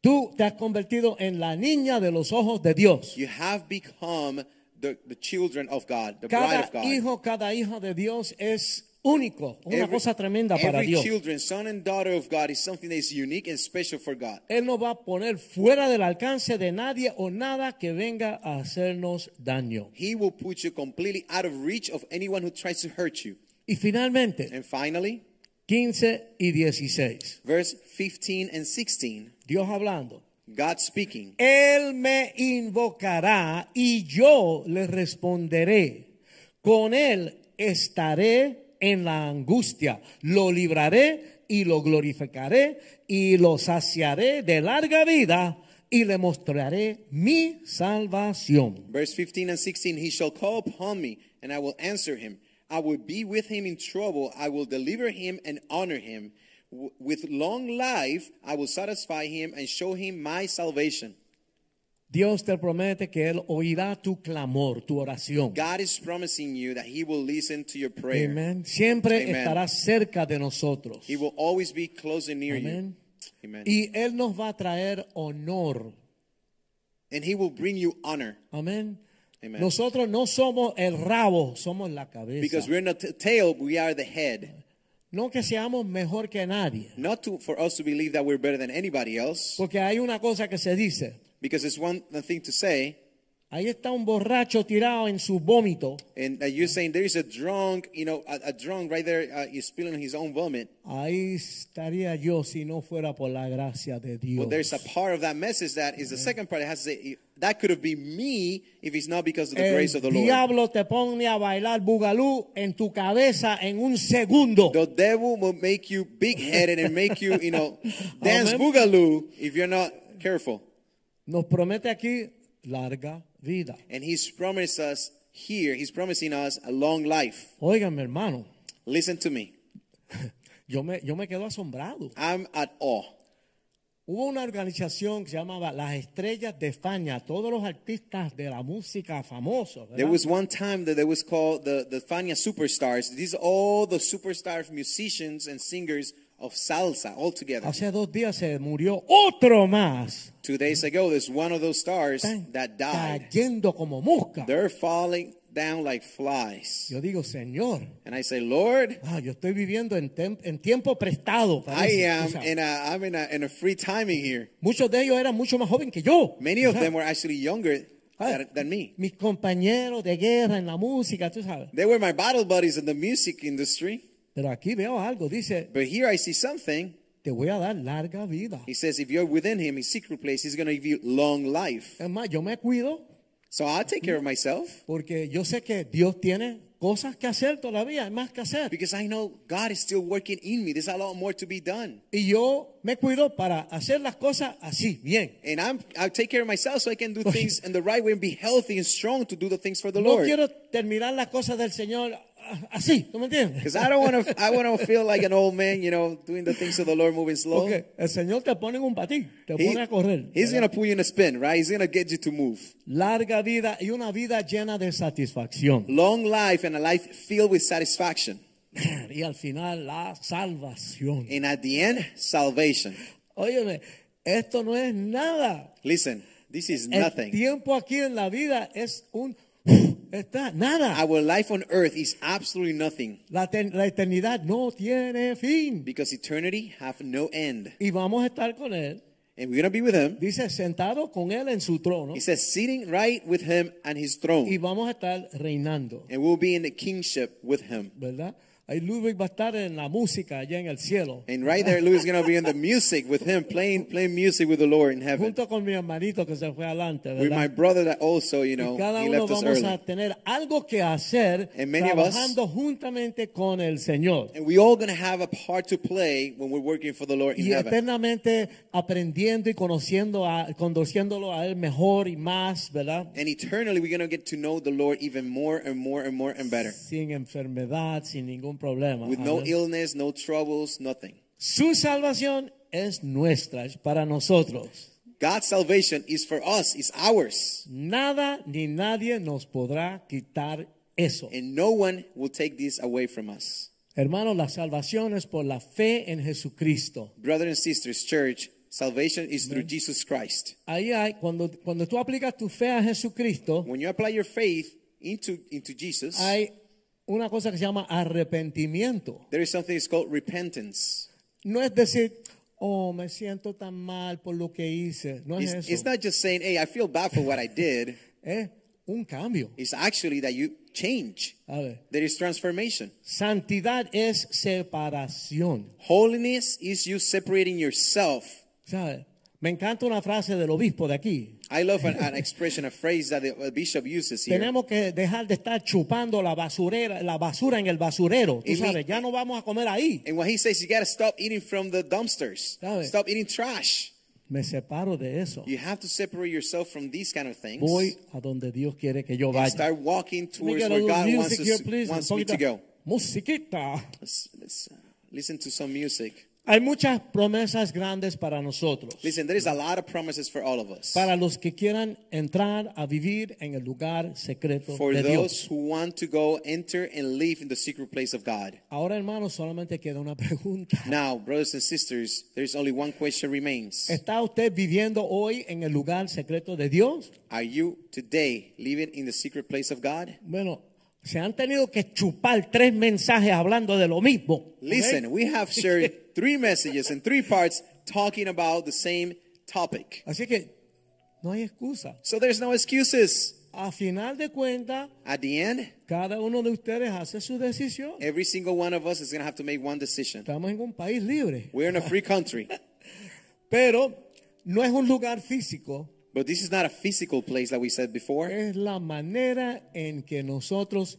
Speaker 2: Tú te has convertido en la niña de los ojos de Dios.
Speaker 3: You have become the, the children of God, the bride
Speaker 2: Cada
Speaker 3: of God.
Speaker 2: hijo, cada hija de Dios es único, una cosa tremenda para
Speaker 3: every
Speaker 2: Dios.
Speaker 3: children, son and daughter of God is something that is unique and special for God.
Speaker 2: Él nos va a poner fuera del alcance de nadie o nada que venga a hacernos daño.
Speaker 3: He will put you completely out of reach of anyone who tries to hurt you.
Speaker 2: Y finalmente,
Speaker 3: And finally,
Speaker 2: 15 y 16.
Speaker 3: verse 15 and 16.
Speaker 2: Dios hablando.
Speaker 3: God speaking.
Speaker 2: Él me invocará y yo le responderé. Con él estaré en la angustia. Lo libraré y lo glorificaré y lo saciaré de larga vida y le mostraré mi salvación.
Speaker 3: Verse 15 and 16 He shall call upon me, and I will answer him. I will be with him in trouble. I will deliver him and honor him. W- with long life, I will satisfy him and show him my salvation.
Speaker 2: Dios te promete que él oirá tu clamor, tu oración.
Speaker 3: God is promising you that he will listen to your prayer.
Speaker 2: Amén. Siempre
Speaker 3: Amen.
Speaker 2: estará cerca de nosotros.
Speaker 3: He will always be close and near
Speaker 2: Amen.
Speaker 3: you. Amen.
Speaker 2: Y él nos va a traer honor.
Speaker 3: and he will bring you honor.
Speaker 2: Amén.
Speaker 3: Amen.
Speaker 2: Nosotros no somos el rabo, somos la cabeza.
Speaker 3: Because we're not the tail, but we are the head.
Speaker 2: no que seamos mejor que nadie.
Speaker 3: Not to, for us to believe that we're better than anybody else.
Speaker 2: Porque hay una cosa que se dice.
Speaker 3: Because it's one thing to say,
Speaker 2: Ahí está un borracho tirado en su vómito.
Speaker 3: and that you're saying there is a drunk, you know, a, a drunk right there uh, is spilling his own vomit.
Speaker 2: Ahí estaría yo si no fuera por la gracia de Dios.
Speaker 3: But there's a part of that message that is the second part. It has to say, that could have been me if it's not because of the
Speaker 2: el
Speaker 3: grace of the Lord.
Speaker 2: diablo te pone a bailar bugalú en tu cabeza en un segundo.
Speaker 3: The devil will make you big headed and make you, you know, dance
Speaker 2: *laughs* Amen.
Speaker 3: boogaloo if you're not careful.
Speaker 2: Nos promete aquí larga vida.
Speaker 3: And he's promised us here, he's promising us a long life.
Speaker 2: Óigame, hermano,
Speaker 3: Listen to me.
Speaker 2: yo me, yo me quedo asombrado.
Speaker 3: I'm at awe.
Speaker 2: Hubo una organización que se llamaba Las Estrellas de España, todos los artistas de la música famosos. ¿verdad?
Speaker 3: There was one time that there was called the, the Fania Superstars. These are all the superstar musicians and singers of salsa all together.
Speaker 2: Hace dos días se murió otro más.
Speaker 3: Two days ago, there's one of those stars
Speaker 2: Están
Speaker 3: that died.
Speaker 2: Cayendo como mosca.
Speaker 3: They're falling down like flies.
Speaker 2: Yo digo, Señor,
Speaker 3: And I say, Lord,
Speaker 2: ah, yo estoy viviendo en, tem- en tiempo prestado.
Speaker 3: I
Speaker 2: parece, tú
Speaker 3: am
Speaker 2: sabes.
Speaker 3: in a, I'm in a, in a free timing here.
Speaker 2: Muchos de ellos eran mucho más jóvenes que yo.
Speaker 3: Many
Speaker 2: tú
Speaker 3: of them
Speaker 2: sabes.
Speaker 3: were actually younger
Speaker 2: Ah,
Speaker 3: than, than me.
Speaker 2: Mis compañeros de guerra en la música, tú sabes.
Speaker 3: They were my battle buddies in the music industry.
Speaker 2: Pero aquí veo algo, dice,
Speaker 3: But here I see something.
Speaker 2: te voy a dar larga vida.
Speaker 3: He says, if you're within him, his secret place, he's going to give you long life.
Speaker 2: Es más, yo me cuido
Speaker 3: So I'll take care of myself
Speaker 2: porque yo sé que Dios tiene cosas que hacer todavía, hay más que hacer.
Speaker 3: because I know God is still working in me. There's a lot more to be done.
Speaker 2: Y yo me cuido para hacer las cosas así, bien.
Speaker 3: And I'm, I'll take care of myself so I can do things in the right way and be healthy and strong to do the things for the
Speaker 2: No
Speaker 3: Lord.
Speaker 2: quiero terminar las cosas del Señor ah, así, ¿tú me entiendes?
Speaker 3: Because I don't want to. I want to feel like an old man, you know, doing the things of the Lord, moving slow.
Speaker 2: Porque el Señor te pone en un patín, te
Speaker 3: He-
Speaker 2: pone a correr.
Speaker 3: he's
Speaker 2: ¿verdad?
Speaker 3: gonna put you in a spin, right? He's gonna get you to move.
Speaker 2: Larga vida y una vida llena de satisfacción. *laughs*
Speaker 3: Long life and a life filled with satisfaction,
Speaker 2: Y al final la salvación.
Speaker 3: and at the end, salvation.
Speaker 2: Óyeme, esto no es nada.
Speaker 3: Listen, this is
Speaker 2: El
Speaker 3: nothing.
Speaker 2: tiempo aquí en la vida es un está nada.
Speaker 3: Our life on earth is absolutely nothing
Speaker 2: La, ten- la eternidad no tiene fin.
Speaker 3: because eternity have no end,
Speaker 2: Y vamos a estar con él.
Speaker 3: and we're gonna be with Him.
Speaker 2: Dice, sentado con él en su trono.
Speaker 3: He says, sitting right with Him on His
Speaker 2: Y
Speaker 3: throne,
Speaker 2: vamos a estar reinando.
Speaker 3: and we'll be in the kingship with Him.
Speaker 2: ¿Verdad? Ahí Ludwig va a estar en la música allá en el cielo.
Speaker 3: And right there, Louis is gonna be in the music with Him, playing playing music with the Lord in heaven.
Speaker 2: Junto con mi hermanito que se fue adelante.
Speaker 3: with my
Speaker 2: ¿verdad?
Speaker 3: brother that also, you know,
Speaker 2: Y cada
Speaker 3: he
Speaker 2: uno
Speaker 3: left us
Speaker 2: vamos
Speaker 3: early.
Speaker 2: a tener algo que hacer
Speaker 3: And many of us-
Speaker 2: trabajando juntamente con el Señor.
Speaker 3: And we all gonna have a part to play when we're working for the Lord in
Speaker 2: y
Speaker 3: heaven.
Speaker 2: eternamente aprendiendo y conociendo a, conociéndolo a él mejor y más, ¿verdad?
Speaker 3: And eternally, we're gonna get to know the Lord even more and more and more and better,
Speaker 2: Sin enfermedad, sin ningún problema.
Speaker 3: with no
Speaker 2: Amén.
Speaker 3: illness, no troubles, nothing.
Speaker 2: Su salvación es nuestra, es para nosotros.
Speaker 3: God's salvation is for us, is ours,
Speaker 2: Nada ni nadie nos podrá quitar eso.
Speaker 3: and no one will take this away from us.
Speaker 2: Hermanos, la salvación es por la fe en Jesucristo.
Speaker 3: Brothers and sisters, church, salvation is through Jesus Christ.
Speaker 2: Ahí hay, cuando, cuando tú aplicas tu fe a Jesucristo,
Speaker 3: When you apply your faith into into Jesus,
Speaker 2: hay una cosa que se llama arrepentimiento.
Speaker 3: there is something that's called repentance.
Speaker 2: No es decir, oh, me siento tan mal por lo que hice. No es,
Speaker 3: It's,
Speaker 2: eso.
Speaker 3: it's not just saying, "Hey, I feel bad for what I did."
Speaker 2: es un cambio.
Speaker 3: It's actually that you change.
Speaker 2: A ver.
Speaker 3: There is transformation.
Speaker 2: Santidad es separación.
Speaker 3: Holiness is you separating yourself.
Speaker 2: ¿Sabes? Me encanta una frase del obispo de aquí.
Speaker 3: I love an, an expression, a phrase that the uh, bishop uses here.
Speaker 2: Tenemos que dejar de estar chupando la basurera, la basura en el basurero. Tú
Speaker 3: Y mi-
Speaker 2: sabes, ya no vamos a comer ahí.
Speaker 3: And what he says, you got to stop eating from the dumpsters.
Speaker 2: Sabe.
Speaker 3: Stop eating trash.
Speaker 2: Me separo de eso.
Speaker 3: You have to separate yourself from these kind of things.
Speaker 2: Voy a donde Dios quiere que yo
Speaker 3: and
Speaker 2: vaya.
Speaker 3: start walking
Speaker 2: Let me
Speaker 3: towards
Speaker 2: get a
Speaker 3: where
Speaker 2: little
Speaker 3: God wants,
Speaker 2: music here,
Speaker 3: us,
Speaker 2: please.
Speaker 3: wants
Speaker 2: Un
Speaker 3: me to
Speaker 2: poquito-
Speaker 3: go.
Speaker 2: Musiquita.
Speaker 3: Let's, let's uh, listen to some music.
Speaker 2: Hay muchas promesas grandes para nosotros.
Speaker 3: Listen, there is a lot of promises for all of us.
Speaker 2: Para los que quieran entrar a vivir en el lugar secreto
Speaker 3: for
Speaker 2: de
Speaker 3: those
Speaker 2: Dios.
Speaker 3: who want to go enter and live in the secret place of God.
Speaker 2: Ahora, hermanos, solamente queda una pregunta.
Speaker 3: Now, brothers and sisters, there's only one question remains.
Speaker 2: ¿Está usted viviendo hoy en el lugar secreto de Dios?
Speaker 3: Are you today living in the secret place of God?
Speaker 2: Bueno, se han tenido que chupar tres mensajes hablando de lo mismo. ¿ok?
Speaker 3: Listen, we
Speaker 2: *laughs*
Speaker 3: have shared three messages in three parts talking about the same topic.
Speaker 2: Así que no hay excusa.
Speaker 3: So there's no excuses.
Speaker 2: A final de cuentas,
Speaker 3: At the end,
Speaker 2: cada uno de ustedes hace su decisión.
Speaker 3: every single one of us is going to have to make one decision.
Speaker 2: Estamos en un país libre,
Speaker 3: We're in a free country,
Speaker 2: pero no es un lugar físico,
Speaker 3: but this is not a physical place that we said before.
Speaker 2: es la manera en que nosotros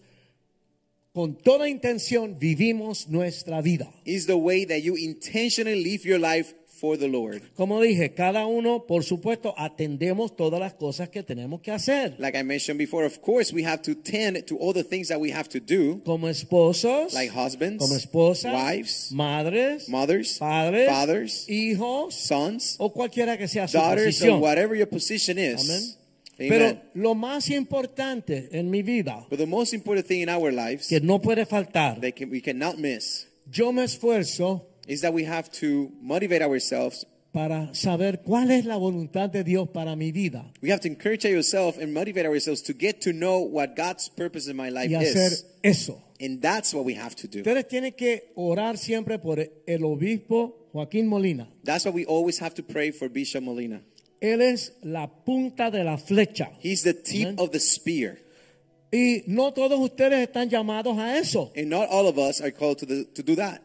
Speaker 2: con toda intención vivimos nuestra vida.
Speaker 3: It's the way that you intentionally live your life for the Lord.
Speaker 2: Como dije, cada uno, por supuesto, atendemos todas las cosas que tenemos que hacer.
Speaker 3: Like I mentioned before, of course, we have to tend to all the things that we have to do,
Speaker 2: Como esposos,
Speaker 3: like husbands,
Speaker 2: como esposas,
Speaker 3: wives,
Speaker 2: madres,
Speaker 3: mothers,
Speaker 2: padres,
Speaker 3: fathers,
Speaker 2: hijos,
Speaker 3: sons,
Speaker 2: o cualquiera que sea su
Speaker 3: daughters, or
Speaker 2: posición.
Speaker 3: whatever your position
Speaker 2: Amén.
Speaker 3: is.
Speaker 2: Pero lo más importante en mi vida,
Speaker 3: But the most important thing in our lives
Speaker 2: que no puede faltar,
Speaker 3: that can, we cannot miss
Speaker 2: yo me esfuerzo
Speaker 3: is that we have to motivate ourselves.
Speaker 2: para saber cuál es la voluntad de Dios para mi vida
Speaker 3: We have to encourage ourselves and motivate ourselves to get to know what God's purpose in my life
Speaker 2: y hacer
Speaker 3: is.
Speaker 2: eso.
Speaker 3: And that's what we have to do.
Speaker 2: Ustedes tienen que orar siempre por el obispo Joaquín Molina.
Speaker 3: That's why we always have to pray for Bishop Molina.
Speaker 2: Él es la punta de la flecha.
Speaker 3: He's the tip
Speaker 2: Amen.
Speaker 3: of the spear.
Speaker 2: Y no todos ustedes están llamados a eso,
Speaker 3: And not all of us are called to, the, to do that.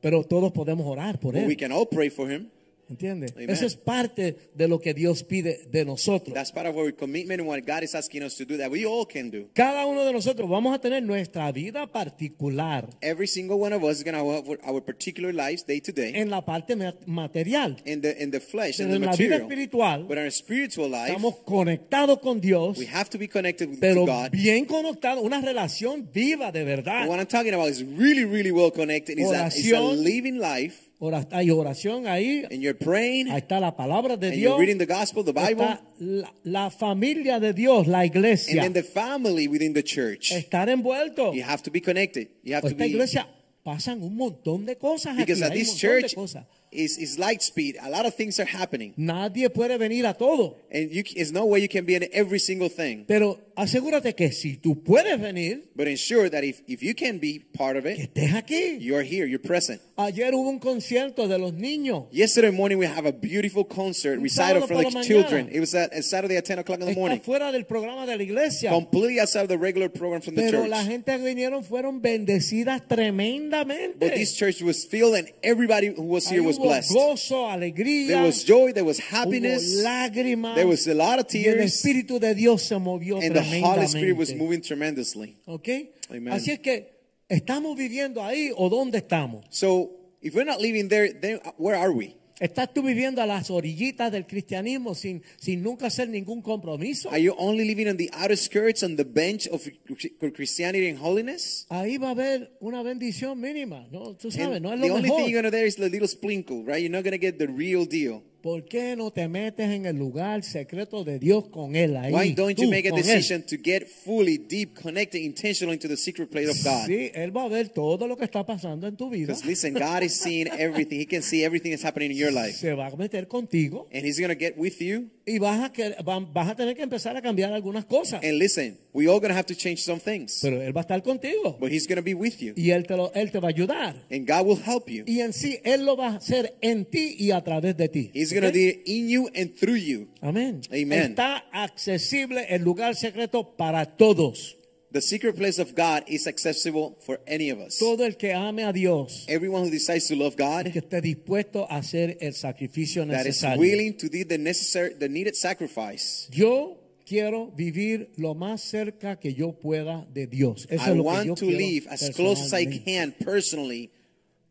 Speaker 2: pero todos podemos orar por
Speaker 3: But we
Speaker 2: él.
Speaker 3: can all pray for him.
Speaker 2: ¿Entiendes?
Speaker 3: Amen.
Speaker 2: Eso es parte de lo que Dios pide de nosotros.
Speaker 3: That's part of our commitment and what God is asking us to do that we all can do.
Speaker 2: Cada uno de nosotros vamos a tener nuestra vida particular
Speaker 3: Every single one of us is going to have our particular lives day to day.
Speaker 2: en la parte ma- material.
Speaker 3: In the, in the flesh, in
Speaker 2: Pero
Speaker 3: the
Speaker 2: en la vida
Speaker 3: material.
Speaker 2: espiritual,
Speaker 3: But in our spiritual life,
Speaker 2: Estamos conectados con Dios,
Speaker 3: we have to be connected with,
Speaker 2: pero
Speaker 3: to God.
Speaker 2: bien conectados, una relación viva de
Speaker 3: And what
Speaker 2: verdad.
Speaker 3: I'm talking about is really, really well connected. It's, a, it's a
Speaker 2: Oración.
Speaker 3: living life.
Speaker 2: Ora- hay oración ahí,
Speaker 3: And you're praying.
Speaker 2: ahí está la palabra de
Speaker 3: and
Speaker 2: Dios,
Speaker 3: you're reading the gospel, the Bible.
Speaker 2: está la, la familia de Dios, la iglesia,
Speaker 3: And then the family within the church.
Speaker 2: estar envuelto. Pues
Speaker 3: You have to be connected. You have to
Speaker 2: Esta
Speaker 3: be.
Speaker 2: iglesia pasan un montón de cosas aquí,
Speaker 3: Because at
Speaker 2: hay un
Speaker 3: this
Speaker 2: montón de
Speaker 3: church
Speaker 2: cosas.
Speaker 3: is, is light speed. A lot of things are happening.
Speaker 2: Nadie puede venir a todo,
Speaker 3: And you, c- there's no way you can be in every single thing.
Speaker 2: pero asegúrate que si tú puedes venir,
Speaker 3: But ensure that if, if you can be part of
Speaker 2: que
Speaker 3: it,
Speaker 2: estés aquí.
Speaker 3: you're here, you're present.
Speaker 2: Ayer hubo un concierto de los niños.
Speaker 3: Yesterday morning, we have a beautiful concert
Speaker 2: Un
Speaker 3: recital
Speaker 2: sábado
Speaker 3: for
Speaker 2: por
Speaker 3: the
Speaker 2: la
Speaker 3: children.
Speaker 2: mañana.
Speaker 3: It was at, at Saturday at 10 o'clock in the
Speaker 2: Está
Speaker 3: morning.
Speaker 2: fuera del programa de la iglesia.
Speaker 3: Completely outside of the regular program from the
Speaker 2: Pero la
Speaker 3: church.
Speaker 2: gente que vinieron fueron bendecidas tremendamente.
Speaker 3: But this church was filled and everybody who was
Speaker 2: Ahí
Speaker 3: here was
Speaker 2: hubo
Speaker 3: blessed.
Speaker 2: gozo, alegría,
Speaker 3: There was joy, there was
Speaker 2: hubo
Speaker 3: happiness,
Speaker 2: lágrimas.
Speaker 3: there was a lot of
Speaker 2: y el
Speaker 3: tears,
Speaker 2: Espíritu de Dios se movió
Speaker 3: and the Holy
Speaker 2: tremendamente.
Speaker 3: Spirit was moving tremendously.
Speaker 2: ¿Ok?
Speaker 3: Amen.
Speaker 2: Así es que, ¿estamos viviendo ahí o dónde estamos?
Speaker 3: So if we're not living there, then where are we?
Speaker 2: ¿Estás tú viviendo a las orillitas del cristianismo sin, sin nunca hacer ningún compromiso?
Speaker 3: Are you only living on the outer skirts, on the bench of Chri- Christianity and holiness?
Speaker 2: Ahí va a haber una bendición mínima, ¿no? Tú
Speaker 3: And
Speaker 2: sabes, no es
Speaker 3: the
Speaker 2: lo
Speaker 3: only
Speaker 2: mejor.
Speaker 3: thing you're gonna there is the little sprinkle, right? You're not gonna get the real deal.
Speaker 2: ¿Por qué no te metes en el lugar secreto de Dios con él ahí?
Speaker 3: Why don't you
Speaker 2: tú,
Speaker 3: make a
Speaker 2: con él?
Speaker 3: decision to get fully deep, connected, intentional into the secret place of God?
Speaker 2: Sí, él va a ver todo lo que está pasando en tu vida.
Speaker 3: Because listen, God is seeing everything. He can see everything that's happening in your life,
Speaker 2: Se va a meter contigo
Speaker 3: and He's gonna get with you.
Speaker 2: y vas a que- va- vas a tener que empezar a cambiar algunas cosas.
Speaker 3: And listen, we all gonna have to change some things,
Speaker 2: Pero él va a estar contigo
Speaker 3: but He's gonna be with you,
Speaker 2: y él te lo- él te va a ayudar.
Speaker 3: and God will help you.
Speaker 2: Y en sí él lo va a hacer en ti y a través de ti.
Speaker 3: He's gonna
Speaker 2: ¿Ok?
Speaker 3: be in you and through you.
Speaker 2: Amén.
Speaker 3: Amen.
Speaker 2: Está accesible el lugar secreto para todos.
Speaker 3: The secret place of God is accessible for any of us.
Speaker 2: Todo el que ame a Dios,
Speaker 3: Everyone who decides to love
Speaker 2: que
Speaker 3: God,
Speaker 2: esté dispuesto a hacer el sacrificio
Speaker 3: that is
Speaker 2: necesario.
Speaker 3: willing to do the necessary, the needed sacrifice.
Speaker 2: Yo quiero vivir lo más cerca que yo pueda de Dios. Eso es
Speaker 3: I
Speaker 2: lo que yo
Speaker 3: want to
Speaker 2: quiero
Speaker 3: live as close as I
Speaker 2: personalmente.
Speaker 3: can personally,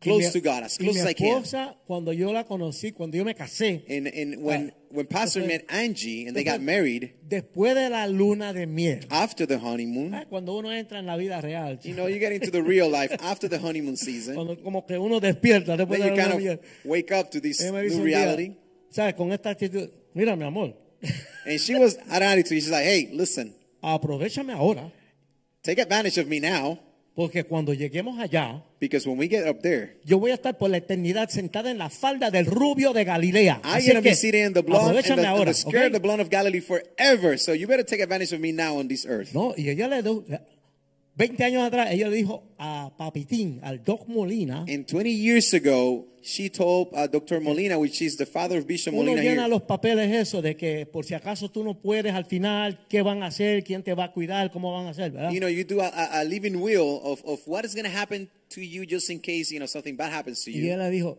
Speaker 2: Y
Speaker 3: close
Speaker 2: mi-
Speaker 3: to God, as
Speaker 2: y
Speaker 3: close
Speaker 2: mi
Speaker 3: as I can. Eh,
Speaker 2: esposa, cuando yo la conocí, cuando yo me casé,
Speaker 3: And, and when,
Speaker 2: Ah.
Speaker 3: when Pastor met Angie and they got married,
Speaker 2: después de la luna de miel,
Speaker 3: after the honeymoon,
Speaker 2: ah, cuando uno entra en la vida real,
Speaker 3: you know, you get into the real life after the honeymoon season.
Speaker 2: cuando, como que uno despierta después de la
Speaker 3: Then you
Speaker 2: luna de
Speaker 3: kind of
Speaker 2: miel.
Speaker 3: wake up to this
Speaker 2: Ella me dice
Speaker 3: new
Speaker 2: un día,
Speaker 3: reality.
Speaker 2: ¿Sabes? Con esta actitud, mira mi amor,
Speaker 3: And she was at an attitude. She's like, hey, listen,
Speaker 2: aprovechame ahora,
Speaker 3: take advantage of me now
Speaker 2: porque cuando lleguemos allá,
Speaker 3: because when we get up there,
Speaker 2: Yo voy a estar por la eternidad sentada en la falda del rubio de Galilea.
Speaker 3: I'm
Speaker 2: Así
Speaker 3: going to
Speaker 2: que
Speaker 3: be sitting in the blood and the,
Speaker 2: aprovechame
Speaker 3: and
Speaker 2: ahora,
Speaker 3: the skirt of
Speaker 2: ¿ok?
Speaker 3: the blood of Galilee forever. So you better take advantage of me now on this earth.
Speaker 2: No, y ella le dio, 20 años atrás, ella le dijo a Papitín, al Doc Molina,
Speaker 3: And 20 years ago, she told uh, Dr. Molina, which is the father of Bishop
Speaker 2: uno
Speaker 3: Molina
Speaker 2: llena
Speaker 3: here,
Speaker 2: los papeles eso de que por si acaso tú no puedes al final, ¿qué van a hacer? ¿Quién te va a cuidar? ¿Cómo van a hacer? ¿verdad?
Speaker 3: you know, you do a, a, a living will of, of what is going to happen to you just in case, you know, something bad happens to
Speaker 2: y
Speaker 3: you.
Speaker 2: ella le dijo,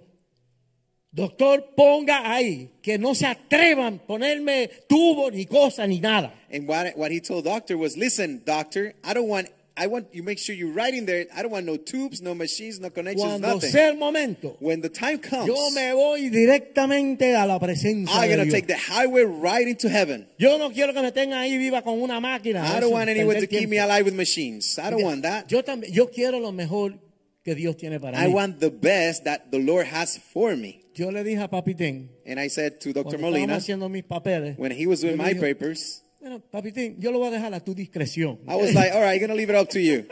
Speaker 2: doctor, ponga ahí, que no se atrevan a ponerme tubo ni cosa ni nada.
Speaker 3: And what, what he told doctor was, listen, doctor, I don't want, I want you make sure you write in there. I don't want no tubes, no machines, no connections,
Speaker 2: Cuando
Speaker 3: nothing.
Speaker 2: sea el momento.
Speaker 3: When the time comes,
Speaker 2: Yo me voy directamente a la presencia
Speaker 3: I'm
Speaker 2: de
Speaker 3: going to
Speaker 2: Dios.
Speaker 3: take the highway right into heaven.
Speaker 2: Yo no quiero que me tengan ahí viva con una máquina.
Speaker 3: I
Speaker 2: Eso
Speaker 3: don't
Speaker 2: es
Speaker 3: want anyone
Speaker 2: perder
Speaker 3: to
Speaker 2: tiempo.
Speaker 3: keep me alive with machines. I don't want that.
Speaker 2: Yo también, yo quiero lo mejor que Dios tiene para
Speaker 3: I
Speaker 2: mí.
Speaker 3: want the best that the Lord has for me.
Speaker 2: yo le dije a Papitín,
Speaker 3: And I said to
Speaker 2: cuando
Speaker 3: Dr.
Speaker 2: estábamos
Speaker 3: Molina,
Speaker 2: haciendo mis papeles,
Speaker 3: when he was doing
Speaker 2: yo
Speaker 3: my
Speaker 2: le dije,
Speaker 3: papers,
Speaker 2: Bueno, Papitín, yo lo voy a dejar a tu discreción.
Speaker 3: I was like, all right, I'm going to leave it up
Speaker 2: *laughs*
Speaker 3: to you.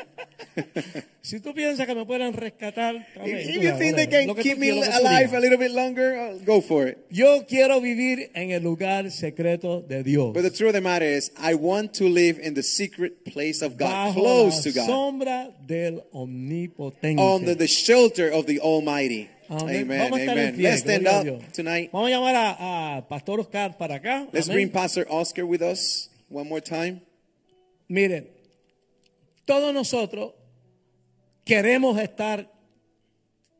Speaker 2: si tú piensas que me puedan rescatar, está bien,
Speaker 3: If,
Speaker 2: tú
Speaker 3: if you
Speaker 2: sabes,
Speaker 3: think they
Speaker 2: whatever,
Speaker 3: can
Speaker 2: lo que
Speaker 3: keep
Speaker 2: tú
Speaker 3: me
Speaker 2: quieras, lo que tú
Speaker 3: alive a
Speaker 2: digas.
Speaker 3: little bit longer, I'll go for it.
Speaker 2: Yo quiero vivir en el lugar secreto de Dios.
Speaker 3: But the truth of the matter is, I want to live in the secret place of God,
Speaker 2: bajo
Speaker 3: close
Speaker 2: la
Speaker 3: to God,
Speaker 2: sombra del omnipotente.
Speaker 3: under the shelter of the Almighty.
Speaker 2: Amén.
Speaker 3: Amen,
Speaker 2: Vamos a estar en
Speaker 3: amen.
Speaker 2: pie,
Speaker 3: Let's stand
Speaker 2: gloria a Dios.
Speaker 3: up tonight.
Speaker 2: Vamos a llamar a, a Pastor Oscar para acá.
Speaker 3: Let's
Speaker 2: Amén.
Speaker 3: bring Pastor Oscar with us one more time.
Speaker 2: Miren, todos nosotros queremos estar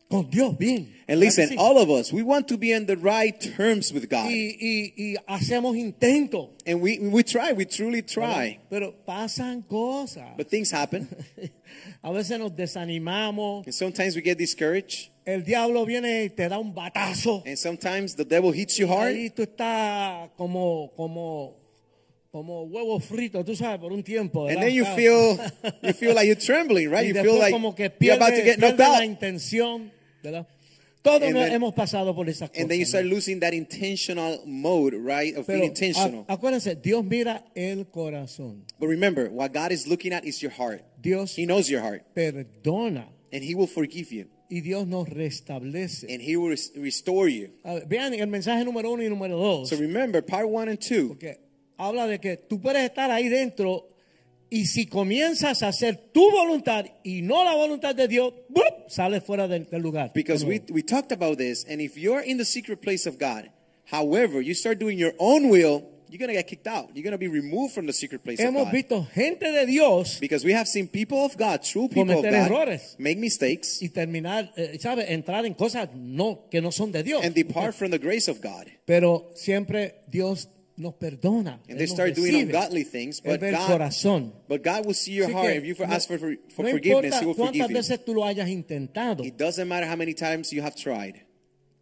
Speaker 2: con Dios bien. Claro
Speaker 3: And
Speaker 2: que sí.
Speaker 3: listen, all of us, we want to be on the right terms with God.
Speaker 2: y, y, y hacemos intentos.
Speaker 3: And we, we try, we truly try.
Speaker 2: Pero pasan cosas.
Speaker 3: But things happen.
Speaker 2: a veces nos desanimamos.
Speaker 3: And sometimes we get discouraged.
Speaker 2: El diablo viene y te da un batazo.
Speaker 3: And sometimes the devil hits you hard.
Speaker 2: Ahí tú estás como, como, como huevo frito, tú sabes, por un tiempo.
Speaker 3: And
Speaker 2: ¿verdad?
Speaker 3: then you
Speaker 2: Estás- *laughs*
Speaker 3: feel you feel like you're trembling, right?
Speaker 2: y
Speaker 3: You
Speaker 2: después
Speaker 3: feel like
Speaker 2: como que
Speaker 3: you're
Speaker 2: pierde,
Speaker 3: about to get knocked
Speaker 2: pierde la
Speaker 3: out.
Speaker 2: intención. ¿verdad? Todos
Speaker 3: And
Speaker 2: nos
Speaker 3: then-
Speaker 2: hemos pasado por esas cosas.
Speaker 3: And then you start
Speaker 2: ¿no?
Speaker 3: losing that intentional mode, right? Of
Speaker 2: Pero ah,
Speaker 3: being intentional.
Speaker 2: a- acuérdense, Dios mira el corazón,
Speaker 3: But remember, what God is looking at is your heart.
Speaker 2: Dios-
Speaker 3: He knows your heart.
Speaker 2: perdona
Speaker 3: And He will forgive you.
Speaker 2: y Dios nos restablece.
Speaker 3: And He will res- restore you.
Speaker 2: A ver, vean el mensaje número uno y número dos,
Speaker 3: So remember, part one and two.
Speaker 2: que habla de que tú puedes estar ahí dentro y si comienzas a hacer tu voluntad y no la voluntad de Dios, ¡bup! sales fuera del, del lugar.
Speaker 3: Because we, we talked about this, and if you're in the secret place of God, however, you start doing your own will, you're going to get kicked out. You're going to be removed from the secret place of
Speaker 2: hemos
Speaker 3: God.
Speaker 2: visto gente de Dios
Speaker 3: Because we have seen people of God, true people of
Speaker 2: Cometer
Speaker 3: God,
Speaker 2: errores.
Speaker 3: make mistakes
Speaker 2: y terminar, eh, ¿sabes? Entrar en cosas no, que no son de Dios. *laughs*
Speaker 3: and depart from the grace of God.
Speaker 2: Pero siempre Dios nos perdona.
Speaker 3: And
Speaker 2: Él
Speaker 3: they
Speaker 2: nos
Speaker 3: start doing
Speaker 2: recibe.
Speaker 3: ungodly things,
Speaker 2: Él
Speaker 3: but
Speaker 2: ve el
Speaker 3: God,
Speaker 2: corazón.
Speaker 3: but God will see your
Speaker 2: Así
Speaker 3: heart.
Speaker 2: que
Speaker 3: If you for-
Speaker 2: no-
Speaker 3: ask for, for, for
Speaker 2: no
Speaker 3: forgiveness,
Speaker 2: importa
Speaker 3: He will
Speaker 2: cuántas
Speaker 3: forgive you.
Speaker 2: veces tú lo hayas intentado.
Speaker 3: It doesn't matter how many times you have tried.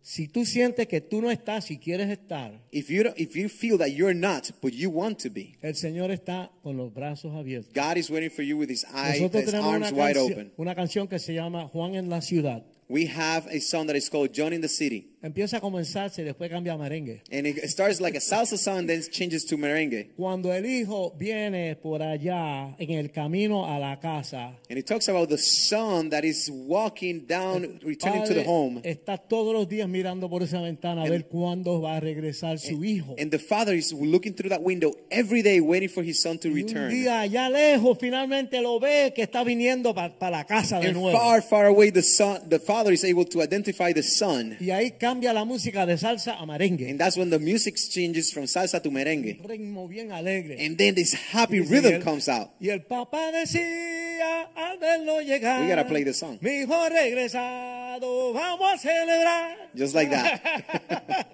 Speaker 2: Si tú sientes que tú no estás y quieres estar,
Speaker 3: If you, don't, if you feel that you're not, but you want to be,
Speaker 2: el Señor está con los brazos abiertos.
Speaker 3: God is waiting for you with His eyes,
Speaker 2: Nosotros
Speaker 3: His
Speaker 2: tenemos una,
Speaker 3: arms wide
Speaker 2: cancio-
Speaker 3: open.
Speaker 2: una canción que se llama Juan en la ciudad.
Speaker 3: We have a song that is called John in the City.
Speaker 2: Empieza a comenzarse y después cambia a merengue.
Speaker 3: And it starts like a salsa song and then changes to merengue.
Speaker 2: Cuando el hijo viene por allá en el camino a la casa,
Speaker 3: And it talks about the son that is walking down, returning to
Speaker 2: padre
Speaker 3: the
Speaker 2: eh,
Speaker 3: home.
Speaker 2: está todos los días mirando por esa ventana a
Speaker 3: And-
Speaker 2: ver cuándo va a regresar su hijo.
Speaker 3: And the father is looking through that window every day waiting for his son to
Speaker 2: Y un
Speaker 3: return.
Speaker 2: día allá lejos finalmente lo ve que está viniendo para la casa de
Speaker 3: And
Speaker 2: nuevo.
Speaker 3: far, far away, the son, the father is able to identify the son.
Speaker 2: Y ahí cambia la música de salsa a merengue.
Speaker 3: And that's when the music changes from salsa to merengue.
Speaker 2: Ritmo bien alegre.
Speaker 3: And then this happy
Speaker 2: Dice, y
Speaker 3: rhythm
Speaker 2: el-
Speaker 3: comes out.
Speaker 2: Y el papá decía al verlo llegar.
Speaker 3: We gotta play this song.
Speaker 2: Mi hijo ha regresado, vamos a celebrar.
Speaker 3: Just like
Speaker 2: *laughs*
Speaker 3: that.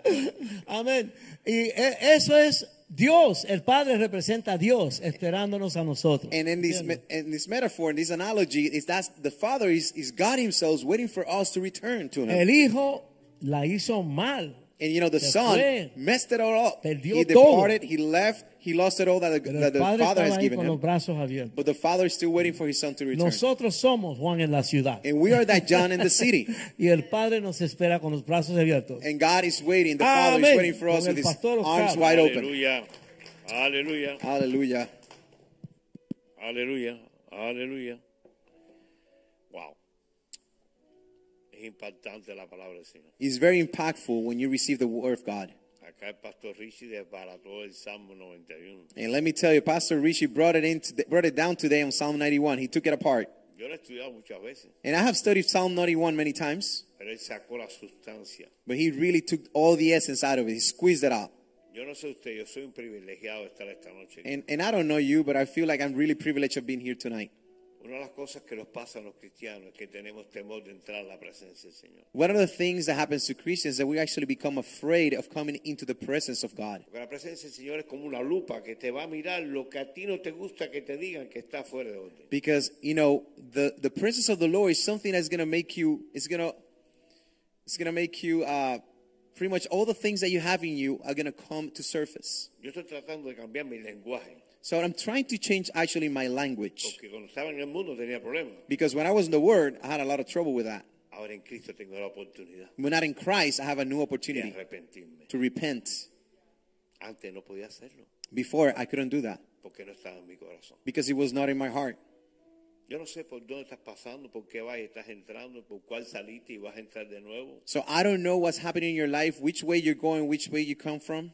Speaker 2: Amén. Y e- eso es Dios. El Padre representa a Dios esperándonos a nosotros.
Speaker 3: And in this, me-
Speaker 2: ¿Entiendes?
Speaker 3: in this metaphor, in this analogy, is that the Father is, is God Himself waiting for us to return to Him.
Speaker 2: el hijo la hizo mal.
Speaker 3: And you know, the
Speaker 2: Se
Speaker 3: son
Speaker 2: fue.
Speaker 3: messed it all up.
Speaker 2: Perdió
Speaker 3: He
Speaker 2: todo.
Speaker 3: departed, he left, he lost it all that the,
Speaker 2: Pero
Speaker 3: that
Speaker 2: el
Speaker 3: the
Speaker 2: padre
Speaker 3: Father
Speaker 2: estaba
Speaker 3: has
Speaker 2: ahí
Speaker 3: given
Speaker 2: con los
Speaker 3: him.
Speaker 2: brazos abiertos.
Speaker 3: But the Father is still waiting for His Son to return.
Speaker 2: Nosotros somos Juan en la ciudad.
Speaker 3: And we are that John in
Speaker 2: *laughs*
Speaker 3: the city.
Speaker 2: Y el Padre nos espera con los brazos abiertos.
Speaker 3: And God is waiting. The Father
Speaker 2: Amén.
Speaker 3: is waiting for us
Speaker 2: Con
Speaker 3: with
Speaker 2: el
Speaker 3: His
Speaker 2: pastor Oscar.
Speaker 3: arms wide open.
Speaker 4: Aleluya. Aleluya.
Speaker 3: Hallelujah.
Speaker 4: Aleluya. Aleluya. Wow. Es impactante la palabra del Señor.
Speaker 3: It's very impactful when you receive the word of God.
Speaker 4: Acá el pastor Richie desbarató el Salmo 91.
Speaker 3: And let me tell you, Pastor Rishi brought it in, to- brought it down today on Psalm 91. He took it apart,
Speaker 4: Yo lo he estudiado muchas veces,
Speaker 3: and I have studied Psalm 91 many times,
Speaker 4: pero él sacó la sustancia.
Speaker 3: but he really took all the essence out of it. He squeezed it out.
Speaker 4: Yo no sé usted, yo soy un privilegiado de estar esta noche.
Speaker 3: And and I don't know you, but I feel like I'm really privileged of being here tonight.
Speaker 4: Una de las cosas que nos pasa a los cristianos es que tenemos temor de entrar a la presencia del Señor.
Speaker 3: One of the things that happens to Christians is that we actually become afraid of coming into the presence of God.
Speaker 4: Porque la presencia del Señor es como una lupa que te va a mirar lo que a ti no te gusta que te digan que está fuera de orden.
Speaker 3: Because you know the the presence of the Lord is something that's gonna make you. It's gonna it's gonna make you. Uh, pretty much all the things that you have in you are gonna come to surface.
Speaker 4: Yo estoy tratando de cambiar mi lenguaje,
Speaker 3: So I'm trying to change actually my language
Speaker 4: porque cuando estaba en el mundo tenía problemas.
Speaker 3: because when I was in the Word, I had a lot of trouble with that.
Speaker 4: Ahora en Cristo tengo la oportunidad
Speaker 3: When I'm in Christ, I have a new
Speaker 4: de
Speaker 3: opportunity
Speaker 4: arrepentirme.
Speaker 3: to repent.
Speaker 4: Antes no podía hacerlo,
Speaker 3: Before I couldn't do that
Speaker 4: porque no estaba en mi corazón.
Speaker 3: because it was not in my heart.
Speaker 4: Yo no sé por dónde estás pasando, por qué vas y estás entrando, por cuál saliste y vas a entrar de nuevo.
Speaker 3: So I don't know what's happening in your life, which way you're going, which way you come from.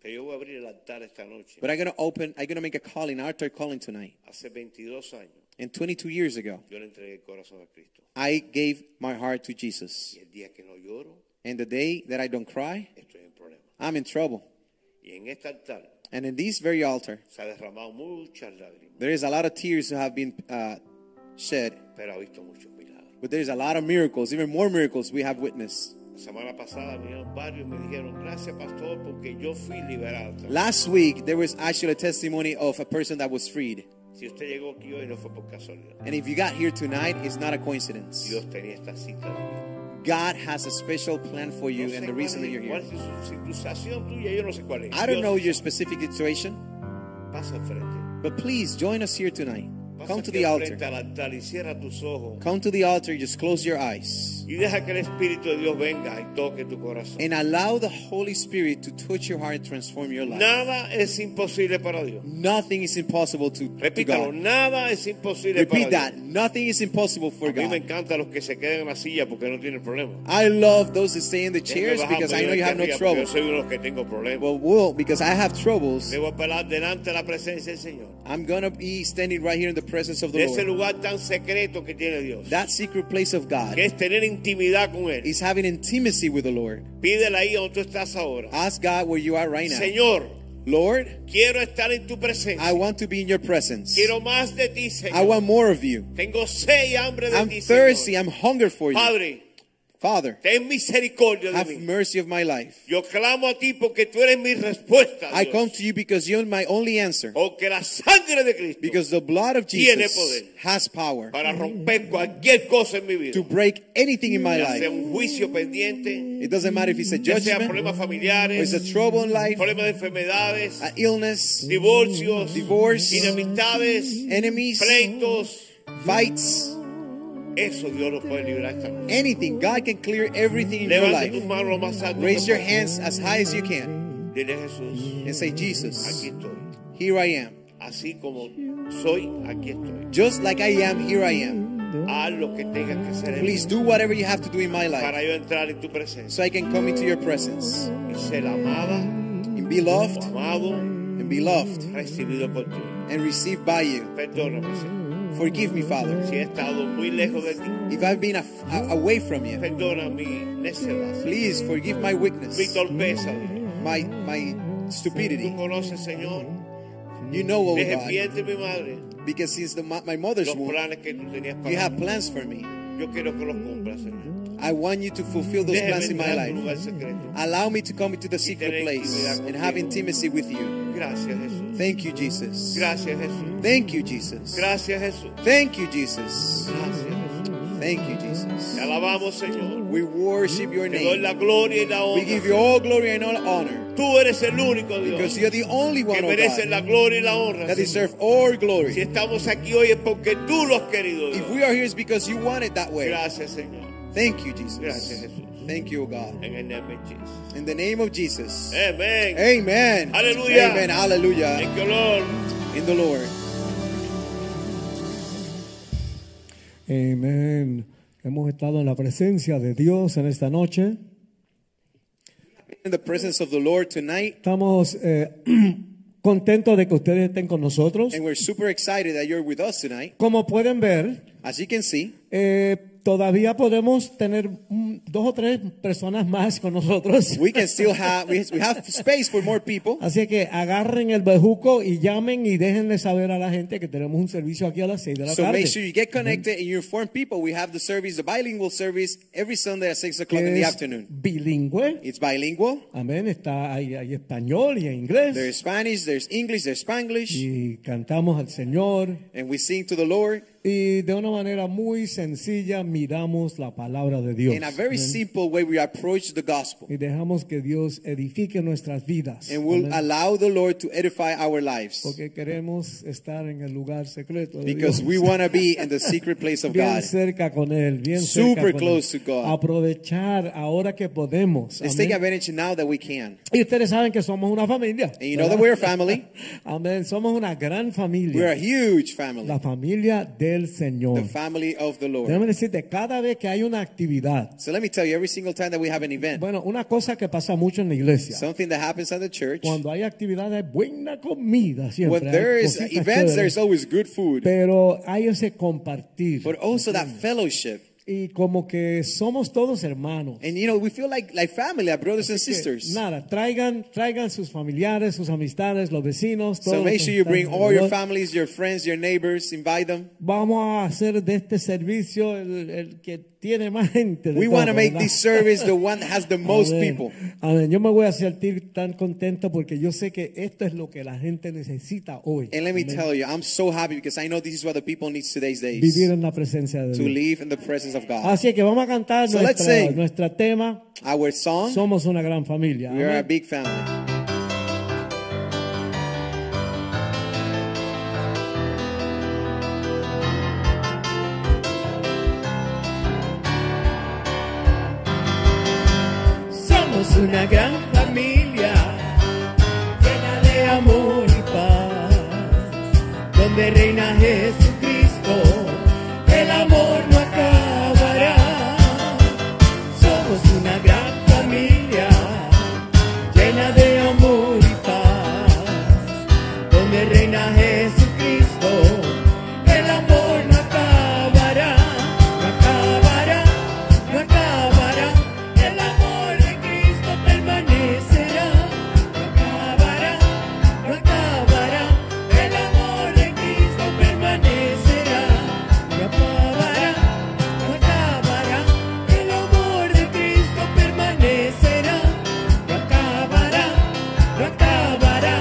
Speaker 4: Pero yo voy a abrir el altar esta noche.
Speaker 3: But I'm gonna open. I'm gonna make a calling, altar calling tonight.
Speaker 4: Hace 22 años
Speaker 3: And 22 years ago,
Speaker 4: yo le entregué el corazón a Cristo.
Speaker 3: I gave my heart to Jesus.
Speaker 4: Y el día que no lloro,
Speaker 3: And the day that I don't cry,
Speaker 4: estoy en problemas.
Speaker 3: I'm in trouble.
Speaker 4: Y en este altar
Speaker 3: And in this very altar,
Speaker 4: se ha derramado muchas lágrimas,
Speaker 3: there is a lot of tears that have been uh, shed,
Speaker 4: pero ha visto muchos milagros.
Speaker 3: but there's a lot of miracles, even more miracles we have witnessed.
Speaker 4: La semana pasada vinieron varios y me dijeron, gracias pastor, porque yo fui liberado.
Speaker 3: Last week, there was actually a testimony of a person that was freed.
Speaker 4: Si usted llegó aquí hoy no fue por casualidad.
Speaker 3: And if you got here tonight, it's not a coincidence.
Speaker 4: Dios tenía esta cita. de
Speaker 3: God has a special plan for
Speaker 4: mí.
Speaker 3: you
Speaker 4: No sé
Speaker 3: and the
Speaker 4: cuál
Speaker 3: reason
Speaker 4: es-
Speaker 3: that you're
Speaker 4: cuál
Speaker 3: here.
Speaker 4: es tu situación tuya, yo no sé cuál es.
Speaker 3: I don't
Speaker 4: Dios
Speaker 3: know your specific situation,
Speaker 4: Pasa al frente.
Speaker 3: but please join us here tonight.
Speaker 4: Pasa
Speaker 3: Come to
Speaker 4: aquí
Speaker 3: the
Speaker 4: al
Speaker 3: altar.
Speaker 4: frente al altar y cierra tus ojos.
Speaker 3: Come to the altar, just close your eyes.
Speaker 4: Y deja que el Espíritu de Dios venga y toque tu corazón.
Speaker 3: and allow the Holy Spirit to touch your heart and transform your life.
Speaker 4: Nada es imposible para Dios.
Speaker 3: Nothing is impossible to, to
Speaker 4: Repítalo,
Speaker 3: God.
Speaker 4: nada es imposible
Speaker 3: Repeat
Speaker 4: para
Speaker 3: that.
Speaker 4: Dios.
Speaker 3: Nothing is impossible for
Speaker 4: A mí me
Speaker 3: God.
Speaker 4: encantan los que se quedan en la silla porque no tienen problema.
Speaker 3: I love those that stay in the
Speaker 4: Déjame
Speaker 3: chairs
Speaker 4: bajar
Speaker 3: because I
Speaker 4: porque
Speaker 3: know
Speaker 4: yo
Speaker 3: you
Speaker 4: aquí
Speaker 3: have no
Speaker 4: arriba, porque
Speaker 3: trouble.
Speaker 4: Yo soy uno de los que tengo problemas.
Speaker 3: Well, well, because I have troubles,
Speaker 4: Debo pelar delante de la presencia del Señor.
Speaker 3: I'm gonna be standing right here in the presence of
Speaker 4: De
Speaker 3: the
Speaker 4: ese
Speaker 3: Lord.
Speaker 4: lugar tan secreto que tiene Dios.
Speaker 3: That secret place of God
Speaker 4: Que es tener intimidad con Él.
Speaker 3: is having intimacy with the Lord.
Speaker 4: Pídele ahí donde tú estás ahora.
Speaker 3: Ask God where you are right now.
Speaker 4: Señor,
Speaker 3: Lord,
Speaker 4: quiero estar en
Speaker 3: I
Speaker 4: tu presencia.
Speaker 3: want to be in your presence.
Speaker 4: Quiero más de ti,
Speaker 3: I
Speaker 4: Señor.
Speaker 3: want more of you.
Speaker 4: Tengo sed y hambre de
Speaker 3: I'm
Speaker 4: ti,
Speaker 3: thirsty.
Speaker 4: Señor.
Speaker 3: I'm hunger for you.
Speaker 4: Padre,
Speaker 3: Father,
Speaker 4: ten misericordia
Speaker 3: have
Speaker 4: de mí.
Speaker 3: mercy of my life.
Speaker 4: Yo clamo a ti porque tú eres mi respuesta.
Speaker 3: I
Speaker 4: Dios.
Speaker 3: come to you because you're my only answer.
Speaker 4: Porque la sangre de Cristo
Speaker 3: Because the blood of Jesus
Speaker 4: poder.
Speaker 3: has power
Speaker 4: para romper cualquier cosa en mi vida.
Speaker 3: to break anything in my
Speaker 4: Ya sea
Speaker 3: life.
Speaker 4: un juicio pendiente,
Speaker 3: It doesn't matter if it's a
Speaker 4: ya sea
Speaker 3: judgment, or
Speaker 4: problemas familiares,
Speaker 3: it's a trouble in life,
Speaker 4: problemas de enfermedades,
Speaker 3: an illness,
Speaker 4: divorcios,
Speaker 3: Divorce.
Speaker 4: inamistades,
Speaker 3: enemies,
Speaker 4: pleitos.
Speaker 3: fights,
Speaker 4: Eso Dios lo puede librar esta noche.
Speaker 3: anything. God can clear everything in your
Speaker 4: Levanta tus
Speaker 3: life.
Speaker 4: manos lo más alto.
Speaker 3: Raise
Speaker 4: que
Speaker 3: your
Speaker 4: puedas.
Speaker 3: hands as high as you can
Speaker 4: Dile Jesús,
Speaker 3: and say,
Speaker 4: aquí
Speaker 3: Jesus,
Speaker 4: estoy.
Speaker 3: here I am.
Speaker 4: Así como soy, aquí estoy.
Speaker 3: Just like I am, here I am.
Speaker 4: Haz lo que tengas que hacer en mí
Speaker 3: Please do whatever you have to do in my
Speaker 4: para
Speaker 3: life
Speaker 4: yo entrar en tu presencia
Speaker 3: so I can come into your presence
Speaker 4: y ser amada
Speaker 3: and be
Speaker 4: o
Speaker 3: loved
Speaker 4: amado,
Speaker 3: and be loved
Speaker 4: recibido por ti.
Speaker 3: and received by you.
Speaker 4: Perdóname, Señor.
Speaker 3: Forgive me, Father,
Speaker 4: Si he estado muy lejos de ti,
Speaker 3: if I've been af- a- away from you.
Speaker 4: perdona mi necedad,
Speaker 3: Please forgive my
Speaker 4: mi
Speaker 3: weakness,
Speaker 4: torpeza.
Speaker 3: my my
Speaker 4: Tú
Speaker 3: stupidity.
Speaker 4: conoces, Señor,
Speaker 3: You know, oh
Speaker 4: desde
Speaker 3: God,
Speaker 4: bien de mi madre,
Speaker 3: because since the, my, my mother's
Speaker 4: los
Speaker 3: womb,
Speaker 4: planes que tú tenías
Speaker 3: you
Speaker 4: para
Speaker 3: have
Speaker 4: mí.
Speaker 3: plans for me.
Speaker 4: Yo quiero que los cumplas, Señor.
Speaker 3: I want you to fulfill those
Speaker 4: Déjame
Speaker 3: plans in my
Speaker 4: entrar a tu
Speaker 3: life.
Speaker 4: lugar secreto. Ah,
Speaker 3: Allow me to come into the secret place and have intimacy with you.
Speaker 4: Gracias, Jesús.
Speaker 3: Thank you, Jesus.
Speaker 4: Gracias, Jesús.
Speaker 3: Thank you, Jesus.
Speaker 4: Gracias, Jesús.
Speaker 3: Thank you, Jesus.
Speaker 4: Gracias, Jesús.
Speaker 3: Thank you, Jesus.
Speaker 4: Te alabamos, Señor.
Speaker 3: We worship your
Speaker 4: Te doy
Speaker 3: name.
Speaker 4: la gloria y la
Speaker 3: We
Speaker 4: honra.
Speaker 3: give you all glory and all honor
Speaker 4: Tú eres el único
Speaker 3: because
Speaker 4: Dios
Speaker 3: you're the only
Speaker 4: que
Speaker 3: one, oh
Speaker 4: merece la
Speaker 3: God,
Speaker 4: gloria y la honra.
Speaker 3: that
Speaker 4: Señor.
Speaker 3: deserve all
Speaker 4: Si
Speaker 3: glory.
Speaker 4: estamos aquí hoy es porque tú lo has querido. Dios.
Speaker 3: If we are here, it's because you want it that way.
Speaker 4: Gracias, Señor.
Speaker 3: Thank you,
Speaker 4: Gracias,
Speaker 3: Jesus.
Speaker 4: Jesús.
Speaker 3: Thank you, oh God.
Speaker 4: En el nombre de Jesús.
Speaker 3: In the name of Jesus.
Speaker 4: Amén.
Speaker 3: Amen.
Speaker 4: Aleluya.
Speaker 3: Amen. Hallelujah.
Speaker 4: Thank you, Lord.
Speaker 3: In the Lord.
Speaker 2: Amén. Hemos estado en la presencia de Dios en esta noche.
Speaker 3: In the presence of the Lord tonight.
Speaker 2: Estamos eh, *clears throat* contentos de que ustedes estén con nosotros.
Speaker 3: And we're super excited that you're with us tonight.
Speaker 2: Como pueden ver,
Speaker 3: As you can see,
Speaker 2: eh, todavía podemos tener mm, dos o tres personas más con nosotros.
Speaker 3: we can still have we, we have space for more people.
Speaker 2: *laughs*
Speaker 4: Ah,
Speaker 2: Así que agarren el bejuco y llamen y déjenle saber a la gente que tenemos un servicio aquí a las 6 de la
Speaker 3: So
Speaker 2: tarde.
Speaker 3: make sure you get connected and you inform people. We have the service, the bilingual service, every Sunday at six o'clock in
Speaker 2: que
Speaker 3: the
Speaker 2: es
Speaker 3: afternoon.
Speaker 2: bilingüe.
Speaker 3: It's bilingual.
Speaker 2: Amén. Está hay, hay español y hay inglés.
Speaker 3: There's Spanish, there's English, there's Spanglish,
Speaker 2: y cantamos al Señor.
Speaker 3: and we sing to the Lord
Speaker 2: Y de una manera muy sencilla miramos la palabra de Dios.
Speaker 3: in a very
Speaker 2: Amén.
Speaker 3: simple way. We approach the gospel,
Speaker 2: y dejamos que Dios edifique nuestras vidas.
Speaker 3: and we'll
Speaker 2: Amén.
Speaker 3: allow the Lord to edify our lives
Speaker 2: Porque queremos estar en el lugar secreto. de
Speaker 3: because
Speaker 2: Dios.
Speaker 3: we want to be in the secret place of
Speaker 2: bien
Speaker 3: God.
Speaker 2: cerca con él, bien
Speaker 3: Super
Speaker 2: cerca con
Speaker 3: close
Speaker 2: él.
Speaker 3: to God.
Speaker 2: Aprovechar ahora que podemos.
Speaker 3: Let's
Speaker 2: Amén.
Speaker 3: take advantage now that we can.
Speaker 2: Y ustedes saben que somos una familia.
Speaker 3: And you know that we're a family.
Speaker 2: *laughs* Amén. Somos una gran familia.
Speaker 3: We're a huge family,
Speaker 2: la familia del Señor.
Speaker 3: the family of the Lord.
Speaker 2: Déjame decirte, cada vez que hay una actividad,
Speaker 3: So let me tell you, every single time that we have an event,
Speaker 2: bueno, una cosa que pasa mucho en la iglesia.
Speaker 3: something that happens at the church,
Speaker 2: Cuando hay actividades, hay buena comida siempre.
Speaker 3: when
Speaker 2: hay
Speaker 3: there is
Speaker 2: cositas
Speaker 3: events,
Speaker 2: chéveres,
Speaker 3: there's always good food,
Speaker 2: pero hay ese compartir.
Speaker 3: but also that fellowship.
Speaker 2: y como que somos todos hermanos.
Speaker 3: And you know, we feel like like family, like brothers and sisters.
Speaker 2: Nada, traigan, traigan sus familiares, sus amistades, los vecinos. todos
Speaker 3: So make
Speaker 2: los
Speaker 3: sure
Speaker 2: que
Speaker 3: you
Speaker 2: están
Speaker 3: bring all your
Speaker 2: alrededor.
Speaker 3: families, your friends, your neighbors, invite them.
Speaker 2: Vamos a hacer de este servicio el, el que tiene más *laughs* gente. de
Speaker 3: We
Speaker 2: todo,
Speaker 3: want to make
Speaker 2: ¿verdad?
Speaker 3: this service
Speaker 2: *laughs*
Speaker 3: the one that has the most
Speaker 2: Amén.
Speaker 3: people.
Speaker 2: Amén. Yo me voy a sentir tan contento porque yo sé que esto es lo que la gente necesita hoy.
Speaker 3: And let me
Speaker 2: Amén.
Speaker 3: tell you, I'm so happy because I know this is what the people need today's
Speaker 2: Vivir
Speaker 3: days
Speaker 2: en la presencia de
Speaker 3: to
Speaker 2: Dios.
Speaker 3: live in the presence of God.
Speaker 2: Así que vamos a cantar
Speaker 3: So let's
Speaker 2: nuestra,
Speaker 3: sing.
Speaker 2: nuestra tema.
Speaker 3: Our song,
Speaker 2: Somos una gran familia.
Speaker 3: we are a
Speaker 2: Amén.
Speaker 3: big family.
Speaker 1: Somos una gran familia, llena de amor y paz, donde reina Jesucristo, el amor no acabará. Somos una gran familia, llena de amor y paz, donde reina Jesucristo, el amor no acabará, no acabará, no acabará, el amor de Cristo permanecerá, no acabará, no acabará, el amor de Cristo permanecerá, no acabará, no acabará, el amor de Cristo permanecerá, no acabará, no acabará,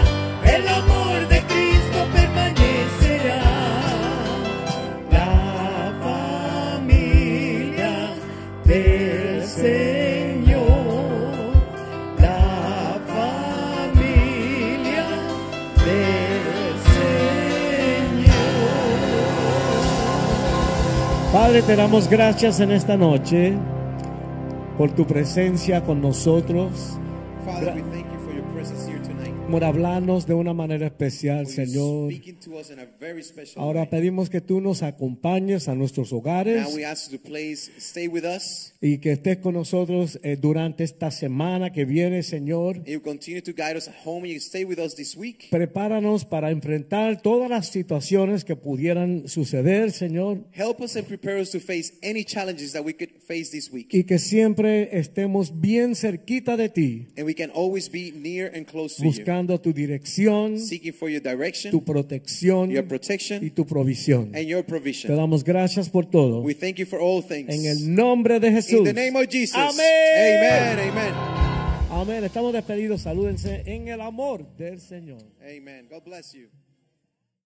Speaker 1: el amor de Cristo permanecerá la familia del Señor, la familia del Señor.
Speaker 2: Padre, te damos gracias en esta noche por tu presencia con nosotros.
Speaker 3: Father, we thank you for your presence here tonight.
Speaker 2: por hablarnos de una manera especial,
Speaker 3: for you
Speaker 2: Señor.
Speaker 3: speaking to us in a very special
Speaker 2: Ahora
Speaker 3: way.
Speaker 2: pedimos que tú nos acompañes a nuestros
Speaker 3: Now
Speaker 2: hogares
Speaker 3: we ask you to please stay with us
Speaker 2: y que estés con nosotros eh, durante esta semana que viene, Señor.
Speaker 3: and you continue to guide us at home and you stay with us this week.
Speaker 2: Prepáranos para enfrentar todas las situaciones que pudieran suceder, Señor,
Speaker 3: Help us and prepare us to face any challenges that we could face this week.
Speaker 2: y que siempre estemos bien cerquita de ti,
Speaker 3: And we can always be near and close to you,
Speaker 2: buscando tu dirección,
Speaker 3: seeking for your direction
Speaker 2: tu protección
Speaker 3: Your protection
Speaker 2: y tu provisión.
Speaker 3: and your
Speaker 2: Te
Speaker 3: provision.
Speaker 2: damos gracias por todo.
Speaker 3: We thank you for all things.
Speaker 2: En el nombre de Jesús.
Speaker 3: In the name of Jesus.
Speaker 2: Amén.
Speaker 3: Amen. Amen.
Speaker 2: Amén. Estamos despedidos. Salúdense en el amor del Señor.
Speaker 3: Amen. God bless you.